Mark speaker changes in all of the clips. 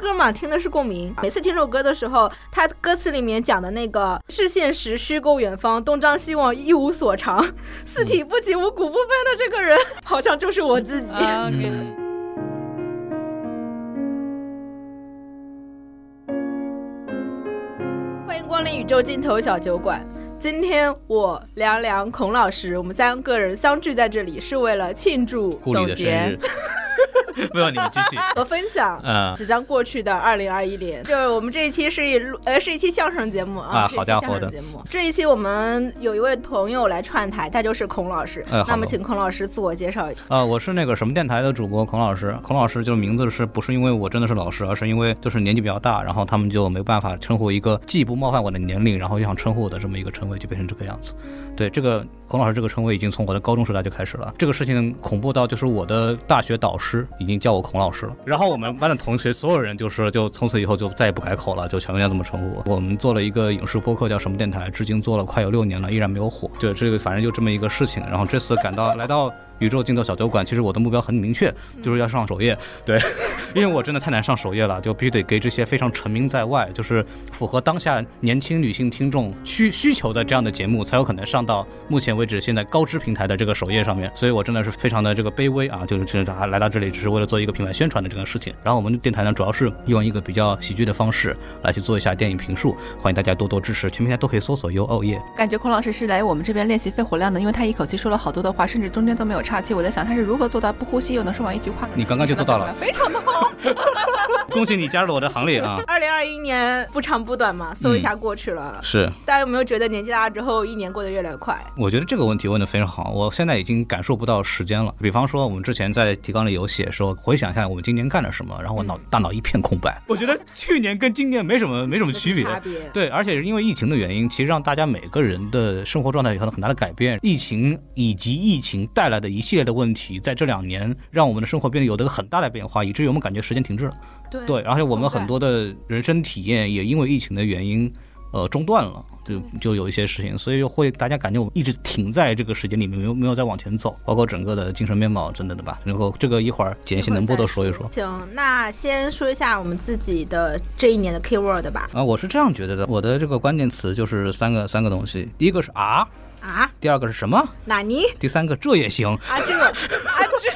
Speaker 1: 歌嘛，听的是共鸣。每次听这首歌的时候，它歌词里面讲的那个“是现实，虚构远方，东张西望，一无所长， 四体不勤，五谷不分”的这个人，好像就是我自己。
Speaker 2: 啊，OK，
Speaker 3: 嗯，
Speaker 1: 欢迎光临宇宙尽头小酒馆。今天我凉凉、孔老师，我们三个人相聚在这里，是为了庆祝
Speaker 3: 顾里的生日。 没有，你们继续。
Speaker 1: 和分享。
Speaker 3: 嗯
Speaker 1: 即将过去的二零二一年，就是我们这一期是一录呃是一期相声节目啊
Speaker 3: 啊
Speaker 1: 是一期
Speaker 3: 好家伙
Speaker 1: 相声
Speaker 3: 的
Speaker 1: 节目。这一期我们有一位朋友来串台，他就是孔老师。
Speaker 3: 哎好
Speaker 1: 那么请孔老师自我介绍一下。
Speaker 3: 呃，我是那个什么电台的主播孔老师。孔老师就是名字是不是因为我真的是老师，而是因为就是年纪比较大，然后他们就没办法称呼一个既不冒犯我的年龄，然后又想称呼我的这么一个称谓，就变成这个样子。对，这个孔老师这个称谓已经从我的高中时代就开始了。这个事情恐怖到就是我的大学导师已经叫我孔老师了，然后我们班的同学所有人就是就从此以后就再也不改口了，就全部要这么称呼我。我们做了一个影视播客叫什么电台，至今做了快有六年了，依然没有火。对，这个反正就这么一个事情。然后这次赶到来到。宇宙尽头小酒馆，其实我的目标很明确，就是要上首页。对， 因为我真的太难上首页了，就必须得给这些非常沉迷在外，就是符合当下年轻女性听众需需求的这样的节目，才有可能上到目前为止现在高知平台的这个首页上面。所以我真的是非常的这个卑微啊，就是就是大家来到这里只是为了做一个品牌宣传的这个事情。然后我们电台呢，主要是用一个比较喜剧的方式来去做一下电影评述，欢迎大家多多支持，全平台都可以搜索 “U 哦耶
Speaker 2: 感觉孔老师是来我们这边练习肺活量的，因为他一口气说了好多的话，甚至中间都没有岔气。我在想他是如何做到不呼吸又能说完一句话的。
Speaker 3: 你刚刚就做到了
Speaker 2: 非常棒。”，
Speaker 3: 恭喜你加入了我的行列啊！
Speaker 1: 二零二一年不长不短嘛，搜一下过去了。
Speaker 3: 是，
Speaker 1: 大家有没有觉得年纪大之后一年过得越来越快？
Speaker 3: 我觉得这个问题问得非常好，我现在已经感受不到时间了。比方说，我们之前在提纲里有写说，回想一下我们今年干了什么，然后我脑大脑一片空白。嗯我觉得去年跟今年没什么没什么区别
Speaker 1: 有。差别。
Speaker 3: 对，而且是因为疫情的原因，其实让大家每个人的生活状态有很很大的改变。疫情以及疫情带来的一系列的问题，在这两年让我们的生活变得有了很大的变化，以至于我们感觉时间停滞了。
Speaker 1: 对
Speaker 3: 对，而且我们很多的人生体验也因为疫情的原因，呃，中断了，就就有一些事情，所以会大家感觉我们一直停在这个时间里面，没有没有再往前走，包括整个的精神面貌等等的吧。然后这个一会儿简写能播的说一说。
Speaker 1: 行，那先说一下我们自己的这一年的 keyword 吧。
Speaker 3: 啊，我是这样觉得的，我的这个关键词就是三个三个东西，第一个是啊，
Speaker 1: 啊，
Speaker 3: 第二个是什么，
Speaker 1: 哪尼？
Speaker 3: 第三个这也行，
Speaker 1: 啊这个，啊这，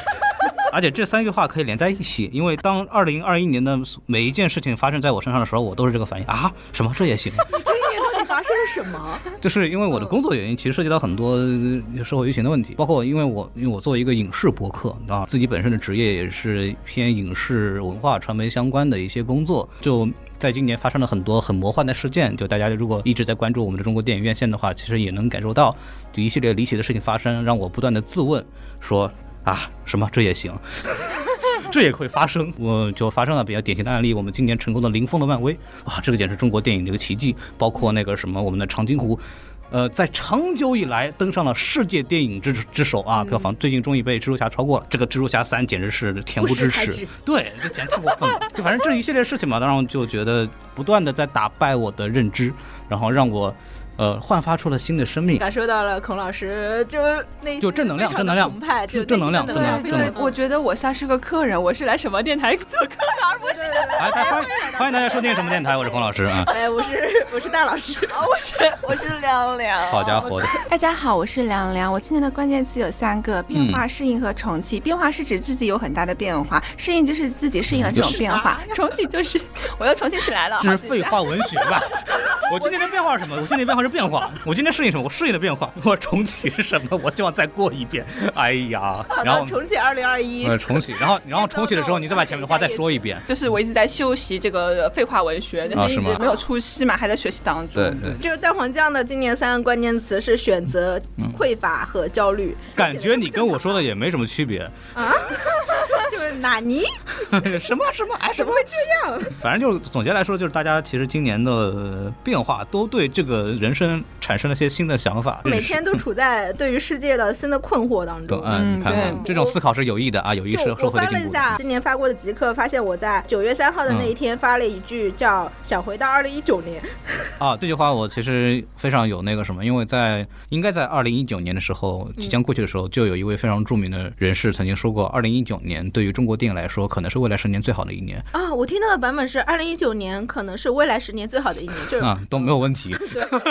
Speaker 3: 而且这三句话可以连在一起，因为当二零二一年的每一件事情发生在我身上的时候，我都是这个反应啊，什么这也行，
Speaker 1: 这一年到底发生了什么？
Speaker 3: 就是因为我的工作原因，其实涉及到很多呃社会舆情的问题，包括因为我因为我作为一个影视博客啊，自己本身的职业也是偏影视文化传媒相关的一些工作，就在今年发生了很多很魔幻的事件，就大家如果一直在关注我们的中国电影院线的话，其实也能感受到就一系列离奇的事情发生，让我不断的自问说啊什么这也行。这也会发生，我就发生了比较典型的案例。我们今年成功的零封了漫威，哇，这个简直是中国电影的一个奇迹。包括那个什么，我们的长津湖，呃，在长久以来登上了世界电影之之首啊，票房最近终于被蜘蛛侠超过了。这个蜘蛛侠三简直是恬不知
Speaker 1: 不识抬
Speaker 3: 耻
Speaker 1: 举，
Speaker 3: 对，这简直太过分了。就反正这一系列事情嘛，让我就觉得不断的在打败我的认知，然后让我呃焕发出了新的生 命。哎
Speaker 1: 感受到了孔老师就那
Speaker 3: 就正能量
Speaker 1: 非常
Speaker 3: 正能量
Speaker 1: 澎湃，就
Speaker 3: 正能量
Speaker 1: 内心
Speaker 3: 正能量
Speaker 1: 非
Speaker 2: 对
Speaker 1: 常
Speaker 3: 正
Speaker 2: 对
Speaker 3: 能，
Speaker 2: 我觉得我像是个客人，我是来什么电台做客的，而不是
Speaker 3: 来，大家哎欢迎欢迎大家收听什么电台，我是孔老师啊。
Speaker 1: 哎，我是我是大老师，
Speaker 2: 我是我是凉凉。
Speaker 3: 好家伙的，
Speaker 2: 大家好，我是凉凉。我今年的关键词有三个：变化、适应和重启。变化是指自己有很大的变化，适应就是自己适应了
Speaker 3: 嗯
Speaker 2: 这种变化，重启就是我又重新起来 了。
Speaker 3: 这啊是废话文学吧？ 我今天的变化是什么？我今天的变化是变化。我今天适应什么？我适应了变化。我重启是什么？我希望再过一遍。哎呀，
Speaker 1: 好
Speaker 3: 然
Speaker 1: 的，
Speaker 3: 后
Speaker 1: 啊重启二零二一
Speaker 3: 呃。重启，然后然后重启的时候，你再把前面的话再说一遍。
Speaker 2: 就是我一直在修习这个废话文学，但是
Speaker 3: 啊是
Speaker 2: 一直
Speaker 3: 吗
Speaker 2: 没有出息嘛，还在学习当中。
Speaker 3: 对，
Speaker 1: 这个蛋黄酱的今年三个关键词是选择、
Speaker 3: 嗯
Speaker 1: 匮乏和焦虑。
Speaker 3: 感觉你跟我说的也没什么区别。
Speaker 1: 这个纳尼？
Speaker 3: 什么什么哎什么，
Speaker 1: 这样，
Speaker 3: 反正就是总结来说，就是大家其实今年的呃变化都对这个人生产生了些新的想法，
Speaker 1: 每
Speaker 3: 认识
Speaker 1: 天都处在对于世界的新的困惑当
Speaker 3: 对
Speaker 1: 中。
Speaker 3: 嗯，
Speaker 2: 嗯
Speaker 3: 你看看
Speaker 2: 对
Speaker 3: 这种思考是有益的啊，有益
Speaker 1: 就
Speaker 3: 社社
Speaker 1: 我
Speaker 3: 会
Speaker 1: 翻
Speaker 3: 的
Speaker 1: 了
Speaker 3: 进步嗯
Speaker 1: 一
Speaker 3: 的。
Speaker 1: 下今年发过的极客，发现我在九月三号的那一天发了一句叫“想回到二零一九年
Speaker 3: 啊，这句话我其实非常有那个什么，因为在应该在二零一九年的时候，即将过去的时候，就有一位非常著名的人士曾经说过，二零一九年对于中国电影来说，可能是未来十年最好的一年”
Speaker 1: 啊，我听到的版本是二零一九年可能是未来十年最好的一年，就是、
Speaker 3: 啊，都没有问题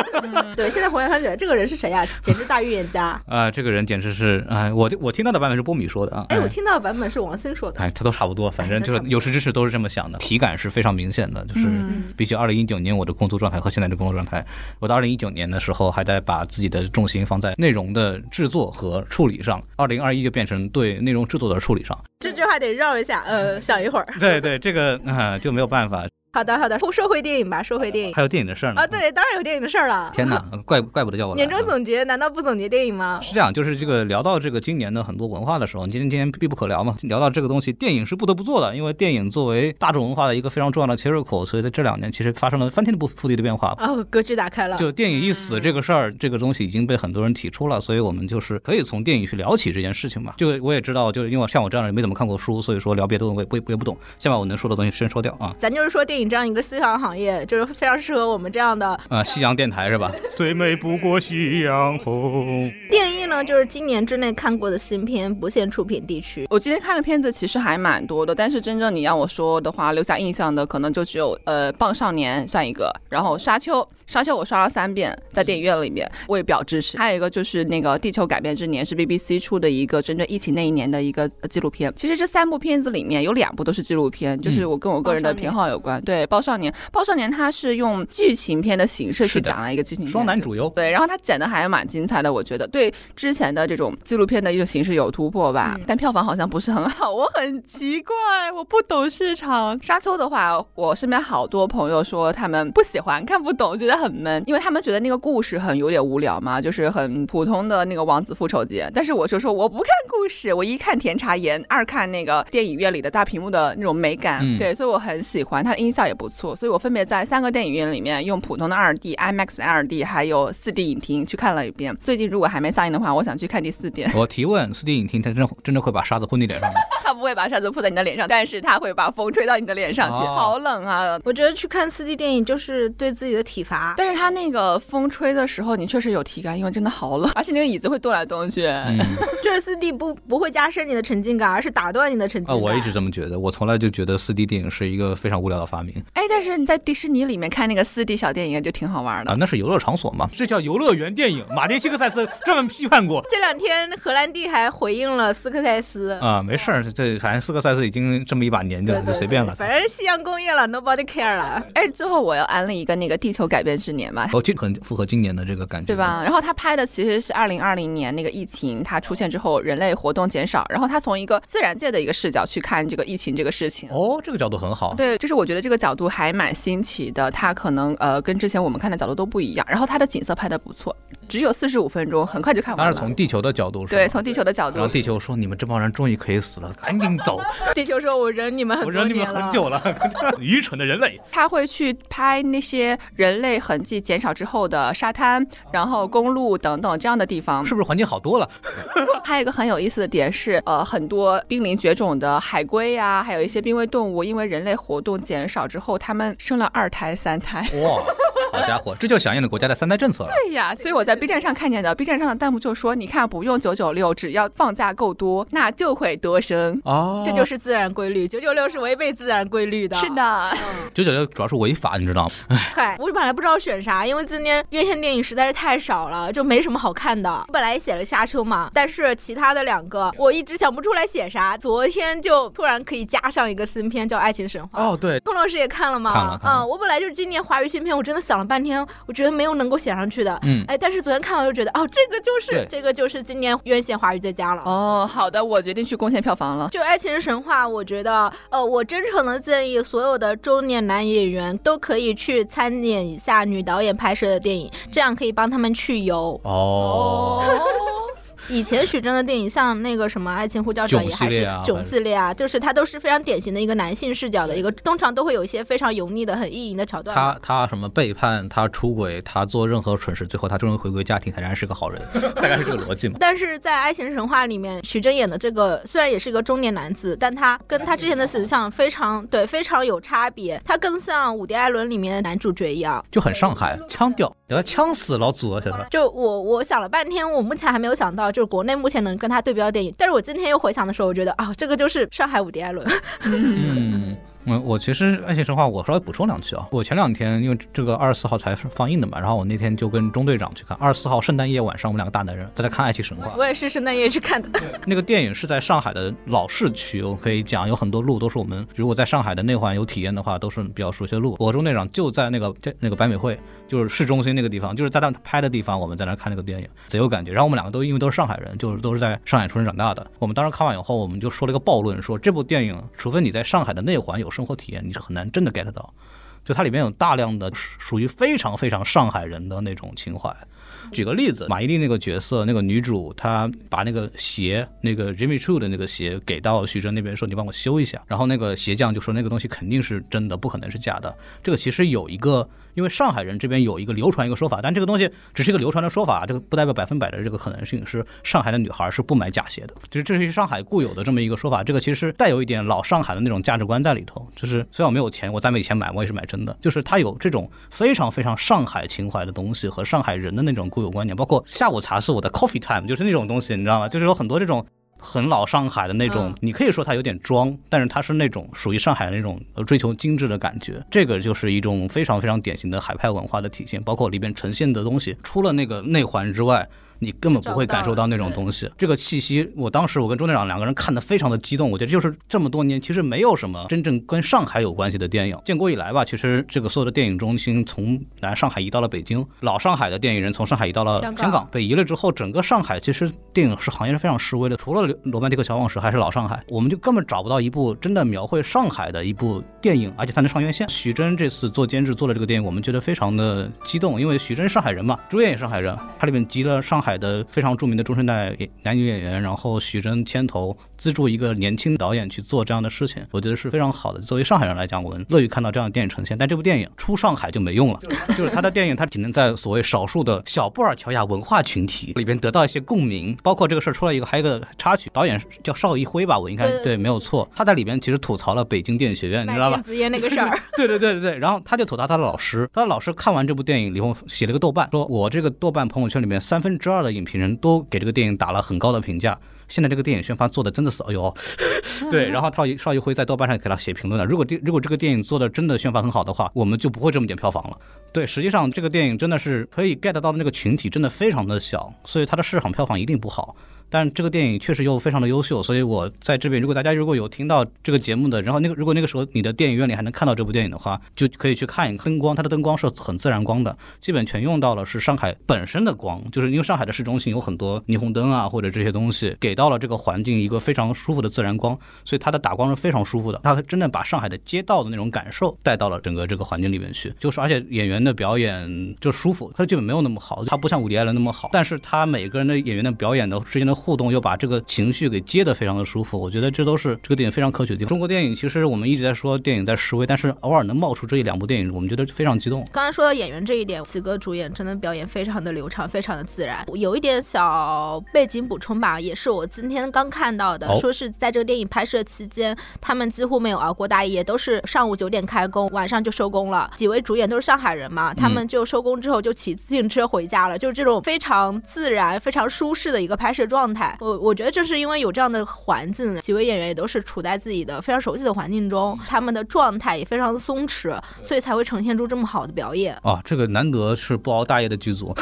Speaker 1: 对。现在回想起来，这个人是谁呀、简直大预言家！
Speaker 3: 啊，这个人简直是哎，我我听到的版本是波米说的啊，
Speaker 1: 哎，我听到的版本是王鑫说的。
Speaker 3: 哎，他都差不多，反正就是有识之士都是这么想的，体感是非常明显的，就是
Speaker 2: 嗯
Speaker 3: 比起二零一九年我的工作状态和现在的工作状态，我到二零一九年的时候还在把自己的重心放在内容的制作和处理上，二零二一就变成对内容制作的处理上。
Speaker 1: 这句话得绕一下，呃，想一会儿。
Speaker 3: 对对，这个啊、就没有办法，
Speaker 1: 好的，好的，说说回电影吧，说回电影
Speaker 3: 还有电影的事儿呢
Speaker 1: 啊，，对，当然有电影的事儿了。
Speaker 3: 嗯天哪， 怪怪不得叫我来
Speaker 1: 年终
Speaker 3: 啊
Speaker 1: 总结难道不总结电影吗？
Speaker 3: 是这样，就是这个聊到这个今年的很多文化的时候，今天今天必不可聊嘛。聊到这个东西，电影是不得不做的，因为电影作为大众文化的一个非常重要的切入口，所以在这两年其实发生了翻天不覆地的变化。
Speaker 1: 哦，格局打开了。
Speaker 3: 就电影一死
Speaker 1: 嗯
Speaker 3: 这个事儿，这个东西已经被很多人提出了，所以我们就是可以从电影去聊起这件事情嘛。就我也知道，就是因为像我这样的人没怎么看过书，所以说聊别的我也不也不懂。先把我能说的东西先说掉啊。
Speaker 1: 咱就是说，电影这样一个夕阳行业，就是非常适合我们这样的
Speaker 3: 啊，夕阳电 台是吧？最美不过夕阳红。
Speaker 1: 电影呢，就是今年之内看过的新片，不限出品地区。
Speaker 2: 我今天看的片子其实还蛮多的，但是真正你让我说的话，留下印象的可能就只有呃《棒少年》算一个，然后《沙丘》，《沙丘》我刷了三遍，在电影院里面，我也表支持。还有一个就是那个《地球改变之年》，是 BBC 出的一个针对疫情那一年的一个呃纪录片。其实这三部片子里面有两部都是纪录片，
Speaker 3: 嗯
Speaker 2: 就是我跟我个人的偏好有关。对，《暴少年》，《暴少年》它是用剧情片的形式
Speaker 3: 是
Speaker 2: 去
Speaker 3: 的
Speaker 2: 讲了一个剧情片，
Speaker 3: 双男主游，
Speaker 2: 对，然后他剪的还蛮精彩的，我觉得对之前的这种纪录片的一种形式有突破吧，
Speaker 1: 嗯
Speaker 2: 但票房好像不是很好，我很奇怪，我不懂市场。沙丘的话，我身边好多朋友说他们不喜欢，看不懂，觉得很闷，因为他们觉得那个故事很有点无聊嘛，就是很普通的那个王子复仇节。但是我就说我不看故事，我一看甜茶盐，二看那个电影院里的大屏幕的那种美感，
Speaker 3: 嗯
Speaker 2: 对，所以我很喜欢，它的音效也不错，所以我分别在三个电影院里面用普通的二 D、IMAX 二 D 还有四 D 影厅去看了一遍。最近如果还没上映的话，我想去看第四遍。
Speaker 3: 我提问，四 D 影厅它真真的会把沙子泼你脸上吗？
Speaker 2: 它不会把沙子泼在你的脸上，但是它会把风吹到你的脸上去，
Speaker 3: 哦
Speaker 2: 好冷啊！
Speaker 1: 我觉得去看四 D 电影就是对自己的体罚。
Speaker 2: 但是它那个风吹的时候，你确实有体感，因为真的好冷，而且那个椅子会动来动去。
Speaker 3: 嗯，
Speaker 1: 就是四 D 不不会加深你的沉浸感，而是打断你的沉浸
Speaker 3: 啊，
Speaker 1: 感。
Speaker 3: 我一直这么觉得，我从来就觉得四 D 电影是一个非常无聊的发明
Speaker 2: 哎，但是你在迪士尼里面看那个四 D 小电影就挺好玩的
Speaker 3: 啊，。那是游乐场所嘛，这叫游乐园电影。马丁·希克塞斯专门批判过。
Speaker 1: 这两天荷兰弟还回应了斯科塞斯。
Speaker 3: 啊，没事儿，这反正斯科塞斯已经这么一把年纪
Speaker 1: 对
Speaker 3: 了，
Speaker 1: 对
Speaker 3: 就随便
Speaker 1: 对
Speaker 3: 了。
Speaker 1: 反正夕阳工业了，nobody care 了。
Speaker 2: 哎，最后我要安利一个那个《地球改变之年》嘛，
Speaker 3: 哦，这很符合今年的这个感觉，
Speaker 2: 对？吧？然后他拍的其实是二零二零年那个疫情它出现之后，人类活动减少，然后他从一个自然界的一个视角去看这个疫情这个事情。
Speaker 3: 哦，这个角度很好。
Speaker 2: 对，就是我觉得这个角度还蛮新奇的，它可能呃跟之前我们看的角度都不一样。然后它的景色拍的不错，只有四十五分钟，很快就看
Speaker 3: 当
Speaker 2: 完
Speaker 3: 然
Speaker 2: 了。
Speaker 3: 从地球的角度是吧，
Speaker 2: 对，从地球的角
Speaker 3: 然后
Speaker 2: 度，
Speaker 3: 地球说：“你们这帮人终于可以死了，赶紧走！
Speaker 1: 地球说：“我忍你们很啊
Speaker 3: 我
Speaker 1: 多
Speaker 3: 忍你
Speaker 1: 年
Speaker 3: 们
Speaker 1: 了。
Speaker 3: 很久了，愚蠢的人类。
Speaker 2: 他会去拍那些人类痕迹减少之后的沙滩，然后公路等等这样的地方。
Speaker 3: 是不是环境好多了？
Speaker 2: 还有一个很有意思的点是，呃，很多濒临绝种的海龟呀、还有一些濒危动物，因为人类活动减少之后，它们生了二胎、三胎。
Speaker 3: 哇，好家伙，这就响应了国家的三胎政策了。
Speaker 2: 对呀，所以我在 B 站上看见的，B 站上的弹幕就说：“你看，不用九九六，只要放假够多，那就会多生。
Speaker 3: 哦，
Speaker 1: 这就是自然规律，九九六是违背自然规律的。
Speaker 2: 是，的，
Speaker 3: 九九六主要是违法，你知道吗？
Speaker 1: 快！我本来不知道选啥，因为今年院线电影实在是太少了，就没什么好看的。我本来写了《沙丘》嘛，但是其他的两个我一直想不出来写啥。昨天就突然可以加上一个新片，叫《爱情神话》。
Speaker 3: 哦，对，
Speaker 1: 龚老师也看了吗？
Speaker 3: 看了看了
Speaker 1: 嗯，我本来就是今年华语新片，我真的想了半天，我觉得没有能够写上去的。
Speaker 3: 嗯，
Speaker 1: 哎，但是昨天看完又觉得，哦，这个就是
Speaker 3: 对
Speaker 1: 这个就是今年院线华语最佳了。
Speaker 2: 哦，好的，我决定去贡献票房了。
Speaker 1: 就《爱情神话》，我觉得，呃，我真诚的建议所有的中年男演员都可以去参演一下女导演拍摄的电影，这样可以帮他们去油。
Speaker 3: 哦，
Speaker 1: 以前许峥的电影，像那个什么《爱情呼叫者》也还
Speaker 3: 囧系
Speaker 1: 是
Speaker 3: 列啊
Speaker 1: 囧系列啊，就是它都是非常典型的一个男性视角的一个，通常都会有一些非常油腻的、很意淫的桥段嘛。
Speaker 3: 他他什么背叛，他出轨，他做任何蠢事，最后他终于回归家庭，他仍然是个好人，大概是这个逻辑嘛。
Speaker 1: 但是在《爱情神话》里面，徐峥演的这个虽然也是一个中年男子，但他跟他之前的形象非常对非常有差别，他更像伍迪·艾伦里面的男主角一样。
Speaker 3: 就很上海腔调，给他呛死老祖了，现在。
Speaker 1: 就我我想了半天，我目前还没有想到，就是国内目前能跟他对标的电影。但是我今天又回想的时候，我觉得啊、这个就是上海伍迪·艾伦。
Speaker 3: 嗯，嗯，我其实爱情神话，我稍微补充两句啊。我前两天因为这个二十四号才放映的嘛，然后我那天就跟中队长去看，二十四号圣诞夜晚上，我们两个大男人在那看《爱情神话》。
Speaker 1: 我也是圣诞夜去看的。
Speaker 3: 那个电影是在上海的老市区，我可以讲有很多路都是我们如果在上海的内环有体验的话，都是比较熟悉的路。我中队长就在那个这那个百美汇，就是市中心那个地方，就是在他们拍的地方，我们在那儿看那个电影，贼有感觉。然后我们两个都因为都是上海人，就是都是在上海出生长大的。我们当时看完以后，我们就说了一个暴论，说这部电影，除非你在上海的内环有生活体验，你是很难真的 get 到。就它里面有大量的属属于非常非常上海人的那种情怀。举个例子，马伊琍那个角色，那个女主，她把那个鞋，那个 Jimmy Choo 的那个鞋给到徐峥那边说：“你帮我修一下。”然后那个鞋匠就说：“那个东西肯定是真的，不可能是假的。”这个其实有一个，因为上海人这边有一个流传一个说法，但这个东西只是一个流传的说法，这个不代表百分百的这个可能性是上海的女孩是不买假鞋的，就是这是上海固有的这么一个说法，这个其实带有一点老上海的那种价值观在里头，就是虽然我没有钱，我在没钱买，我也是买真的，就是它有这种非常非常上海情怀的东西和上海人的那种固有观念，包括下午茶是我的 coffee time，就是那种东西，你知道吗？就是有很多这种很老上海的那种，
Speaker 1: 嗯
Speaker 3: 你可以说它有点装，但是它是那种属于上海那种呃追求精致的感觉，这个就是一种非常非常典型的海派文化的体现，包括里边呈现的东西，除了那个内环之外。你根本不会感受到那种东
Speaker 2: 嗯
Speaker 3: 西，这个气息，我当时我跟钟队长两个人看的非常的激动，我觉得就是这么多年其实没有什么真正跟上海有关系的电影，建国以来吧，其实这个所有的电影中心从南上海移到了北京，老上海的电影人从上海移到了
Speaker 2: 香港
Speaker 3: 香港，北移了之后，整个上海其实电影是行业是非常示威的，除了《罗曼蒂克消亡史》还是老上海，我们就根本找不到一部真的描绘上海的一部电影，而且它能上院线。徐峥这次做监制做了这个电影，我们觉得非常的激动，因为徐峥是上海人嘛，主演也是上海人，它里面集了上海的非常著名的中生代演男女演员，然后徐峥牵头资助一个年轻导演去做这样的事情，我觉得是非常好的。作为上海人来讲，我们乐于看到这样的电影呈现，但这部电影出上海就没用了。就是他的电影，他只能在所谓少数的小布尔乔亚文化群体里边得到一些共鸣。包括这个事儿出来一个，还有一个插曲，导演叫邵艺辉吧，我应该
Speaker 1: 对对对
Speaker 3: 对没有错。他在里边其实吐槽了北京电影学 院，你
Speaker 1: 买
Speaker 3: 知道吧
Speaker 1: 电？子烟那个事儿，
Speaker 3: 对对对对对。然后他就吐槽他的老师，他的老师看完这部电影以后写了个豆瓣，说我这个豆瓣朋友圈里面三分之二的影评人都给这个电影打了很高的评价。现在这个电影宣发做的真的是，哎呦，对，然后邵艺邵艺辉在豆瓣上给他写评论了。如果这如果这个电影做的真的宣发很好的话，我们就不会这么点票房了。对，实际上这个电影真的是可以 get 到的那个群体真的非常的小，所以它的市场票房一定不好。但这个电影确实又非常的优秀，所以我在这边，如果大家如果有听到这个节目的，然后那个如果那个时候你的电影院里还能看到这部电影的话，就可以去看一看灯光，它的灯光是很自然光的，基本全用到了是上海本身的光，就是因为上海的市中心有很多霓虹灯啊或者这些东西，给到了这个环境一个非常舒服的自然光，所以它的打光是非常舒服的，它真的把上海的街道的那种感受带到了整个这个环境里面去，就是而且演员的表演就舒服，他的剧本没有那么好，他不像伍迪·艾伦那么好，但是他每个人的演员的表演的之间的互动又把这个情绪给接得非常的舒服，我觉得这都是这个电影非常可取的地方。中国电影其实我们一直在说电影在示威，但是偶尔能冒出这一两部电影，我们觉得非常激动。
Speaker 1: 刚刚说到演员这一点，齐哥主演真的表演非常的流畅，非常的自然。有一点小背景补充吧，也是我今天刚看到的，
Speaker 3: 好
Speaker 1: 说是在这个电影拍摄期间，他们几乎没有熬过大夜，都是上午九点开工，晚上就收工了。几位主演都是上海人嘛，他们就收工之后就骑自行车回家了，就是这种非常自然、非常舒适的一个拍摄状态。我我觉得正是因为有这样的环境，几位演员也都是处在自己的非常熟悉的环境中，他们的状态也非常的松弛，所以才会呈现出这么好的表演。
Speaker 3: 啊，这个难得是不熬大夜的剧组，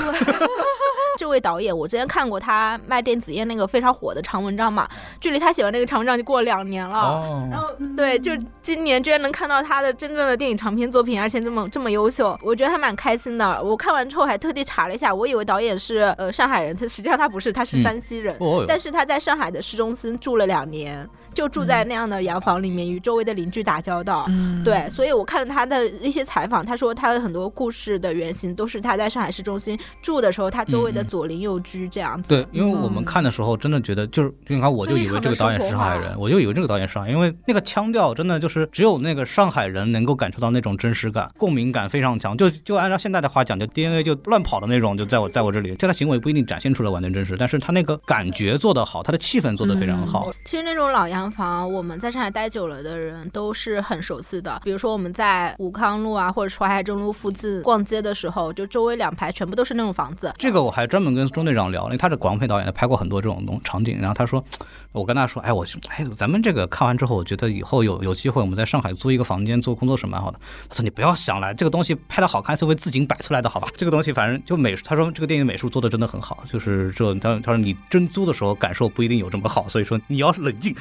Speaker 1: 这位导演，我之前看过他卖电子烟那个非常火的长文章嘛，距离他写完那个长文章就过了两年了。
Speaker 3: 哦
Speaker 1: 然后对，就今年居然能看到他的真正的电影长篇作品，而且这么这么优秀，我觉得还蛮开心的。我看完之后还特地查了一下，我以为导演是呃上海人，他实际上他不是，他是
Speaker 3: 嗯
Speaker 1: 山西人。
Speaker 3: 哦哟
Speaker 1: 但是他在上海的市中心住了两年，就住
Speaker 3: 嗯
Speaker 1: 在那样的洋房里面，与周围的邻居打交道。
Speaker 2: 嗯，
Speaker 1: 对，所以我看了他的一些采访，他说他的很多故事的原型都是他在上海市中心住的时候，他周围的个左邻右居这样子。
Speaker 3: 嗯
Speaker 1: 嗯
Speaker 3: 对，因为我们看的时候真的觉得，就是你看，我就以为这个导演是上海
Speaker 2: 非常的生活
Speaker 3: 人，我就以为这个导演是上海人，因为那个腔调真的就是只有那个上海人能够感受到那种真实感，共鸣感非常强。就就按照现在的话讲，就 DNA 就乱跑的那种，就在我在我这里，就他行为不一定展现出来完全真实，但是他那个感觉做得好，他的气氛做得非常好。
Speaker 1: 其实那种老洋房，我们在上海待久了的人都是很熟悉的。比如说我们在武康路啊，或者淮海中路附近逛街的时候，就周围两排全部都是那种房子。
Speaker 3: 这个我还专门跟钟队长聊，因为他是广告片导演，他拍过很多这种东场景。然后他说，我跟他说，哎，我哎，咱们这个看完之后，我觉得以后有有机会，我们在上海租一个房间做工作室蛮好的。他说你不要想了，这个东西拍的好看是为自己摆出来的，好吧？这个东西反正就美术，他说这个电影美术做的真的很好，就是这 他他说你真租的时候感受不一定有这么好，所以说你要冷静。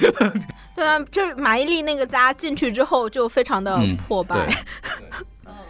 Speaker 1: 对啊，就是马伊琍那个家进去之后就非常的
Speaker 3: 嗯
Speaker 1: 破败。
Speaker 3: 对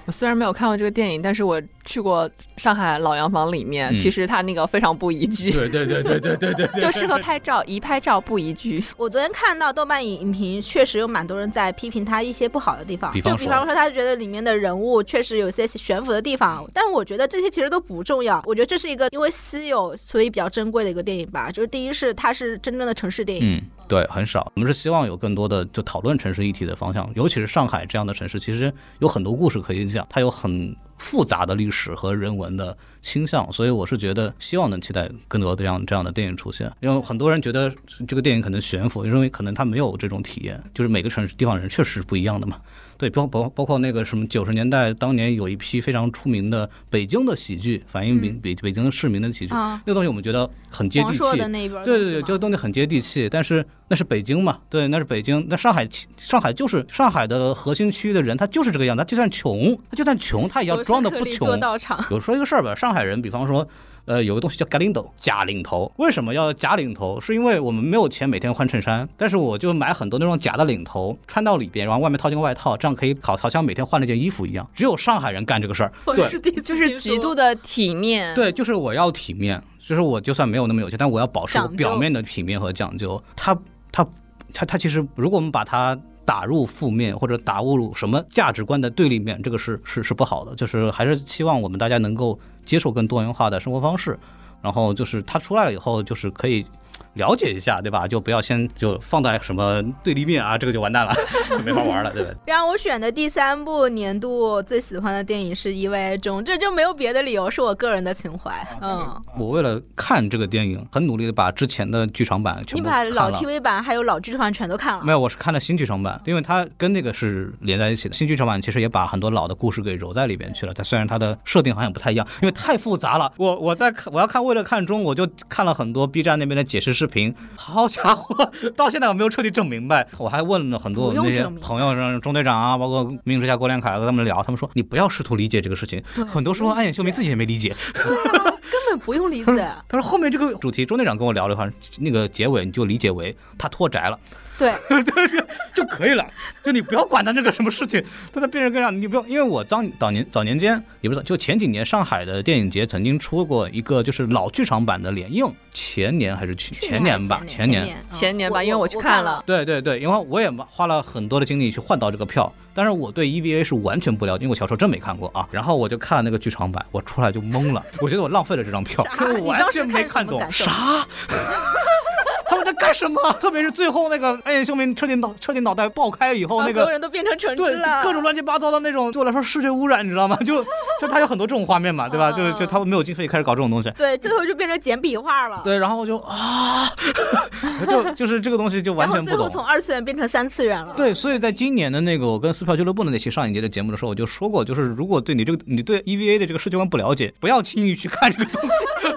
Speaker 2: 我虽然没有看过这个电影，但是我去过上海老洋房里面，
Speaker 3: 嗯
Speaker 2: 其实它那个非常不宜居，
Speaker 3: 对对对对对对 对。
Speaker 2: 就适合拍照，宜拍照不宜居。
Speaker 1: 我昨天看到豆瓣影影评，确实有蛮多人在批评他一些不好的地方，
Speaker 3: 比方
Speaker 1: 就
Speaker 3: 说
Speaker 1: 比方说他觉得里面的人物确实有些悬浮的地方，但我觉得这些其实都不重要。我觉得这是一个因为稀有所以比较珍贵的一个电影吧。就是第一是它是真正的城市电影，
Speaker 3: 嗯，对，很少。我们是希望有更多的就讨论城市议题的方向，尤其是上海这样的城市，其实有很多故事可以讲，它有很复杂的历史和人文的倾向，所以我是觉得希望能期待更多这样这样的电影出现。因为很多人觉得这个电影可能悬浮，认为可能他没有这种体验，就是每个城市地方人确实是不一样的嘛。对，包包包括那个什么九十年代，当年有一批非常出名的北京的喜剧，反映北北北京市民的喜剧，
Speaker 1: 啊
Speaker 3: 那个东西我们觉得很嗯接
Speaker 1: 嗯王
Speaker 3: 地
Speaker 1: 朔
Speaker 3: 气，
Speaker 1: 的那一边儿
Speaker 3: 对
Speaker 1: 公司嘛，
Speaker 3: 对对，这个东西很接地气，但是那是北京嘛，对，那是北京，那上海其，上海就是上海的核心区的人，他就是这个样子，他就算穷，他就算穷，他也要
Speaker 1: 有
Speaker 3: 装的
Speaker 1: 时刻
Speaker 3: 不
Speaker 1: 里做
Speaker 3: 穷。
Speaker 1: 到场。
Speaker 3: 有说一个事儿吧，上海人，比方说，呃，有个东西叫假领头，假领头，为什么要假领头？是因为我们没有钱每天换衬衫，但是我就买很多那种假的领头，穿到里边，然后外面套件外套，这样可以好好像每天换了件衣服一样。只有上海人干这个事儿，
Speaker 1: 我
Speaker 3: 对，
Speaker 1: 是第一次
Speaker 2: 就是
Speaker 1: 听
Speaker 2: 极
Speaker 1: 说
Speaker 2: 度的体
Speaker 1: 嗯
Speaker 2: 面。
Speaker 3: 对，就是我要体面，就是我就算没有那么有钱，但我要保持我
Speaker 1: 讲究
Speaker 3: 表面的体面和讲究。它它它它其实，如果我们把它打入负面或者打入什么价值观的对立面，这个是是是不好的。就是还是希望我们大家能够接受更多元化的生活方式，然后就是它出来了以后，就是可以。了解一下，对吧？就不要先就放在什么对立面啊，这个就完蛋了， 就没法玩了，对吧？
Speaker 1: 然后我选的第三部年度我最喜欢的电影是《一味中》，这就没有别的理由，是我个人的情怀。
Speaker 3: 啊
Speaker 1: 嗯，
Speaker 3: 我为了看这个电影，很努力的把之前的剧场版全
Speaker 1: 你
Speaker 3: 部
Speaker 1: 把老
Speaker 3: 看了
Speaker 1: TV 版还有老剧场全都看了
Speaker 3: 没。有，我是看了新剧场版，因为它跟那个是连在一起的。新剧场版其实也把很多老的故事给揉在里边去了，它虽然它的设定好像不太一样，因为太复杂了。我我在看，我要看为了看中，我就看了很多 B 站那边的解释视频。好家伙，到现在我没有彻底整明白。我还问了很多我
Speaker 1: 不用
Speaker 3: 那些
Speaker 1: 整明白
Speaker 3: 朋友，让中队长啊，包括命之下郭连凯跟他们聊，他们说你不要试图理解这个事情，很多时候暗夜秀明自己也没理解。
Speaker 1: 根本不用理解。
Speaker 3: 他说后面这个主题，中队长跟我聊了一会儿，那个结尾你就理解为他脱宅了。
Speaker 1: 对，
Speaker 3: 就可以了，就你不要管他那个什么事情，他在变成各样，你不要，因为我当早年早年间也不是，就前几年上海的电影节曾经出过一个就是老剧场版的联映，前年还是去
Speaker 1: 去
Speaker 3: 前
Speaker 1: 年还
Speaker 3: 年
Speaker 1: 是
Speaker 3: 吧，
Speaker 1: 前
Speaker 3: 年。
Speaker 1: 年
Speaker 2: 前年
Speaker 1: 嗯
Speaker 2: 吧因为我
Speaker 1: 我
Speaker 2: 去看
Speaker 1: 看
Speaker 2: 了。
Speaker 3: 对对对，因为我也花了很多的精力去换到这个票，但是我对 EVA 是完全不了解，因为我小时候真没看过啊。然后我就看了那个剧场版，我出来就懵了，我觉得我浪费了这 张票，
Speaker 1: 啥
Speaker 3: 我
Speaker 1: 啊你
Speaker 3: 完
Speaker 1: 当时
Speaker 3: 全没
Speaker 1: 看什么
Speaker 3: 懂
Speaker 1: 感受
Speaker 3: 啥。 他们在干什么？特别是最后那个暗夜秀明彻底脑彻底脑袋爆开以后，
Speaker 1: 把
Speaker 3: 那
Speaker 1: 啊所有
Speaker 3: 个
Speaker 1: 人都变成橙汁
Speaker 3: 对
Speaker 1: 了，
Speaker 3: 各种乱七八糟的那种，对我来说视觉污染，你知道吗？就 就他有很多这种画面嘛，对吧？
Speaker 1: 啊
Speaker 3: 就就他们没有经费开始搞这种东西，
Speaker 1: 对，最后就变成简笔画了。
Speaker 3: 对，然后我就啊， 我就就是这个东西就完
Speaker 1: 然后
Speaker 3: 全不
Speaker 1: 最后
Speaker 3: 懂。
Speaker 1: 从二次元变成三次元了。
Speaker 3: 对，所以在今年的那个我跟撕票俱乐部的那期上影节的节目的时候，我就说过，就是如果对你这个你对 EVA 的这个世界观不了解，不要轻易去看这个 东西。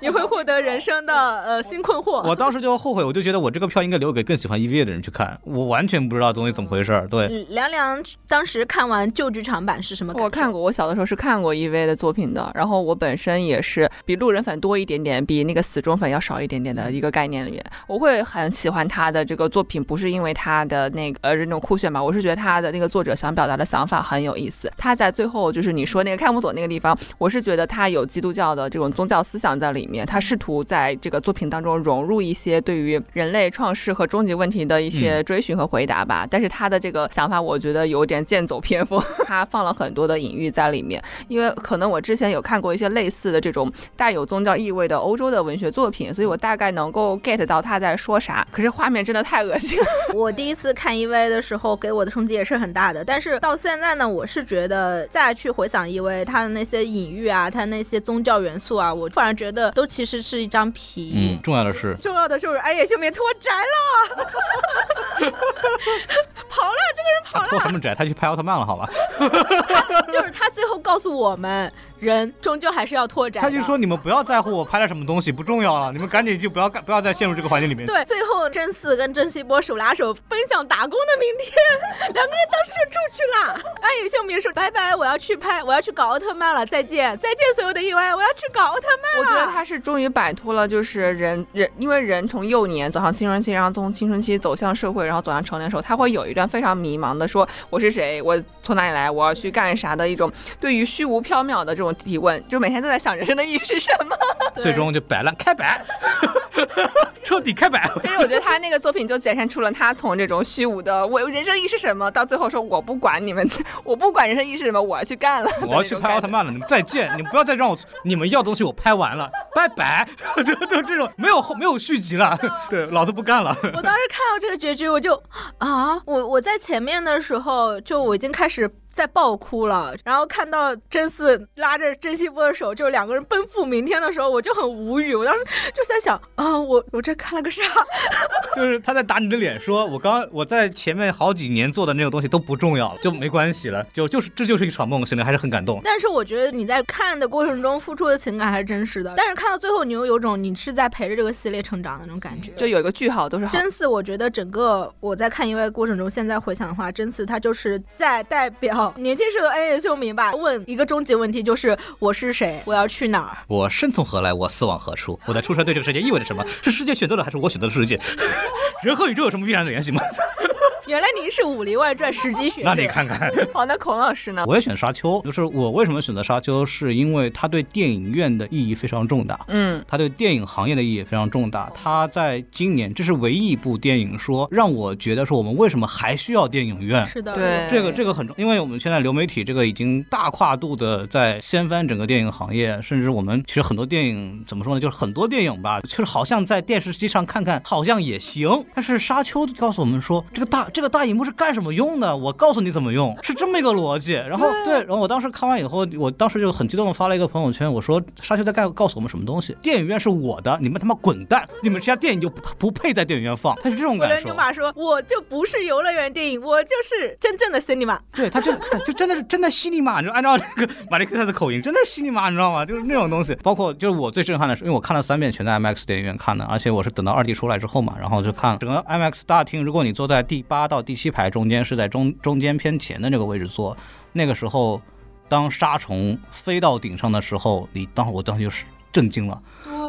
Speaker 1: 你会获得人生的呃新困惑。
Speaker 3: 我当时就后悔，我就觉得我这个票应该留给更喜欢 EVA 的人去看，我完全不知道东西怎么回事儿。对，
Speaker 1: 嗯凉凉当时看完旧剧场版是什么感受？
Speaker 2: 我看过，我小的时候是看过 EV 的作品的，然后我本身也是比路人粉多一点点，比那个死忠粉要少一点点的一个概念里面，我会很喜欢他的这个作品，不是因为他的那个呃那种酷炫吧，我是觉得他的那个作者想表达的想法很有意思。他在最后就是你说那个看不懂那个地方，我是觉得他有基督教的这种宗教教思想在里面。他试图在这个作品当中融入一些对于人类创世和终极问题的一些追寻和回答吧。但是他的这个想法，我觉得有点剑走偏锋，他放了很多的隐喻在里面。因为可能我之前有看过一些类似的这种带有宗教意味的欧洲的文学作品，所以我大概能够 get 到他在说啥。可是画面真的太恶心了。
Speaker 1: 我第一次看 EV 的时候，给我的冲击也是很大的。但是到现在呢，我是觉得再去回想 EV 它的那些隐喻啊，它那些宗教元素啊，我突然觉得都其实是一张皮。
Speaker 3: 嗯，重要的 是，
Speaker 1: 重要的就是暗夜秀明脱宅了， 跑了，这个人跑
Speaker 3: 他脱什么宅？他去拍奥特曼了，好吧？
Speaker 1: 了，就是他最后告诉我们，人终究还是要脱宅的。
Speaker 3: 他就说你们不要在乎我拍了什么东西，不重要了，你们赶紧就不要干，不要再陷入这个环境里面。
Speaker 1: 对，最后真嗣跟郑希波手拉手奔向打工的明天，两个人当社畜去了。安野秀明说：“拜拜，我要去拍，我要去搞奥特曼了，再见，再见所有的意外，我要去搞奥特曼
Speaker 2: 我
Speaker 1: 了。”
Speaker 2: 觉得他是终于摆脱了，就是人人，因为人从幼年走向青春期，然后从青春期走向社会，然后走向成年的时候，他会有一段非常迷茫的说我是谁，我从哪里来，我要去干啥的一种对于虚无缥缈的这种提问，就每天都在想人生的意义是什么。
Speaker 1: 对
Speaker 3: 最终就摆烂，开摆， 彻底开摆。
Speaker 2: 但是我觉得他那个作品就显现出了他从这种虚无的我人生意义是什么，到最后说我不管你们，我不管人生意义是什么，我要去干了。
Speaker 3: 我要去拍奥特。曼了，你们再见！你们不要再让我，你们要东西我拍完了，拜拜！ 就就这种没有后没有续集了， 对，老子不干了。
Speaker 1: 我当时看到这个结局，我就啊，我我在前面的时候就我已经开始。在爆哭了，然后看到真嗣拉着真希波的手，就两个人奔赴明天的时候，我就很无语。我当时就在想啊，我我这看了个啥？
Speaker 3: 就是他在打你的脸说，我刚我在前面好几年做的那个东西都不重要了，就没关系了，就就是这就是一场梦，心里还是很感动。
Speaker 1: 但是我觉得你在看的过程中付出的情感还是真实的，但是看到最后，你又有种你是在陪着这个系列成长的那种感觉。
Speaker 2: 就有一个句号都是好
Speaker 1: 真嗣，我觉得整个我在看一位过程中，现在回想的话，真嗣他就是在代表年轻时的恩野秀明吧，问一个终极问题，就是我是谁，我要去哪儿？
Speaker 3: 我身从何来，我死往何处？我的出生对这个世界意味着什么？是世界选择了，还是我选择了世界？ 人和宇宙有什么必然的联系吗？
Speaker 1: 原来您是《武林外传》十级学
Speaker 3: 那你
Speaker 1: 者，
Speaker 3: 看看。
Speaker 2: 好，哦那孔老师呢？
Speaker 3: 我也选沙丘，就是我为什么选择沙丘，是因为它对电影院的意义非常重大。
Speaker 2: 嗯，
Speaker 3: 它对电影行业的意义非常重大。它在今年，这是唯一一部电影说让我觉得说我们为什么还需要电影院。
Speaker 1: 是的，
Speaker 2: 对
Speaker 3: 这个这个很重，因为我们现在流媒体这个已经大跨度的在掀翻整个电影行业，甚至我们其实很多电影怎么说呢，就是很多电影吧，就是好像在电视机上看看好像也行，但是《沙丘》告诉我们说，这个大这个大荧幕是干什么用的？我告诉你怎么用，是这么一个逻辑。然后对，然后我当时看完以后，我当时就很激动的发了一个朋友圈，我说《沙丘》在告告诉我们什么东西？电影院是我的，你们他妈滚蛋！你们这家电影就不不配在电影院放，他是这种
Speaker 1: 我
Speaker 3: 感
Speaker 1: 的
Speaker 3: 受
Speaker 1: 牛。马说，我就不是游乐园电影，我就是真正的 cinema。
Speaker 3: 对，他就他就真的是真的犀利马，你就按照这个马利克的口音，真的是犀利马，你知道吗？就是那种东西。包括就是我最震撼的是，因为我看了三遍全在 IMAX 电影院看的，而且我是等到二 D 出来之后嘛，然后就看整个 IMAX 大厅。如果你坐在第八到第七排中间，是在中中间偏前的那个位置坐，那个时候当沙虫飞到顶上的时候，你当我当时就是震惊了。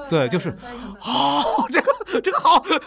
Speaker 3: 对，就是好、这个这个好，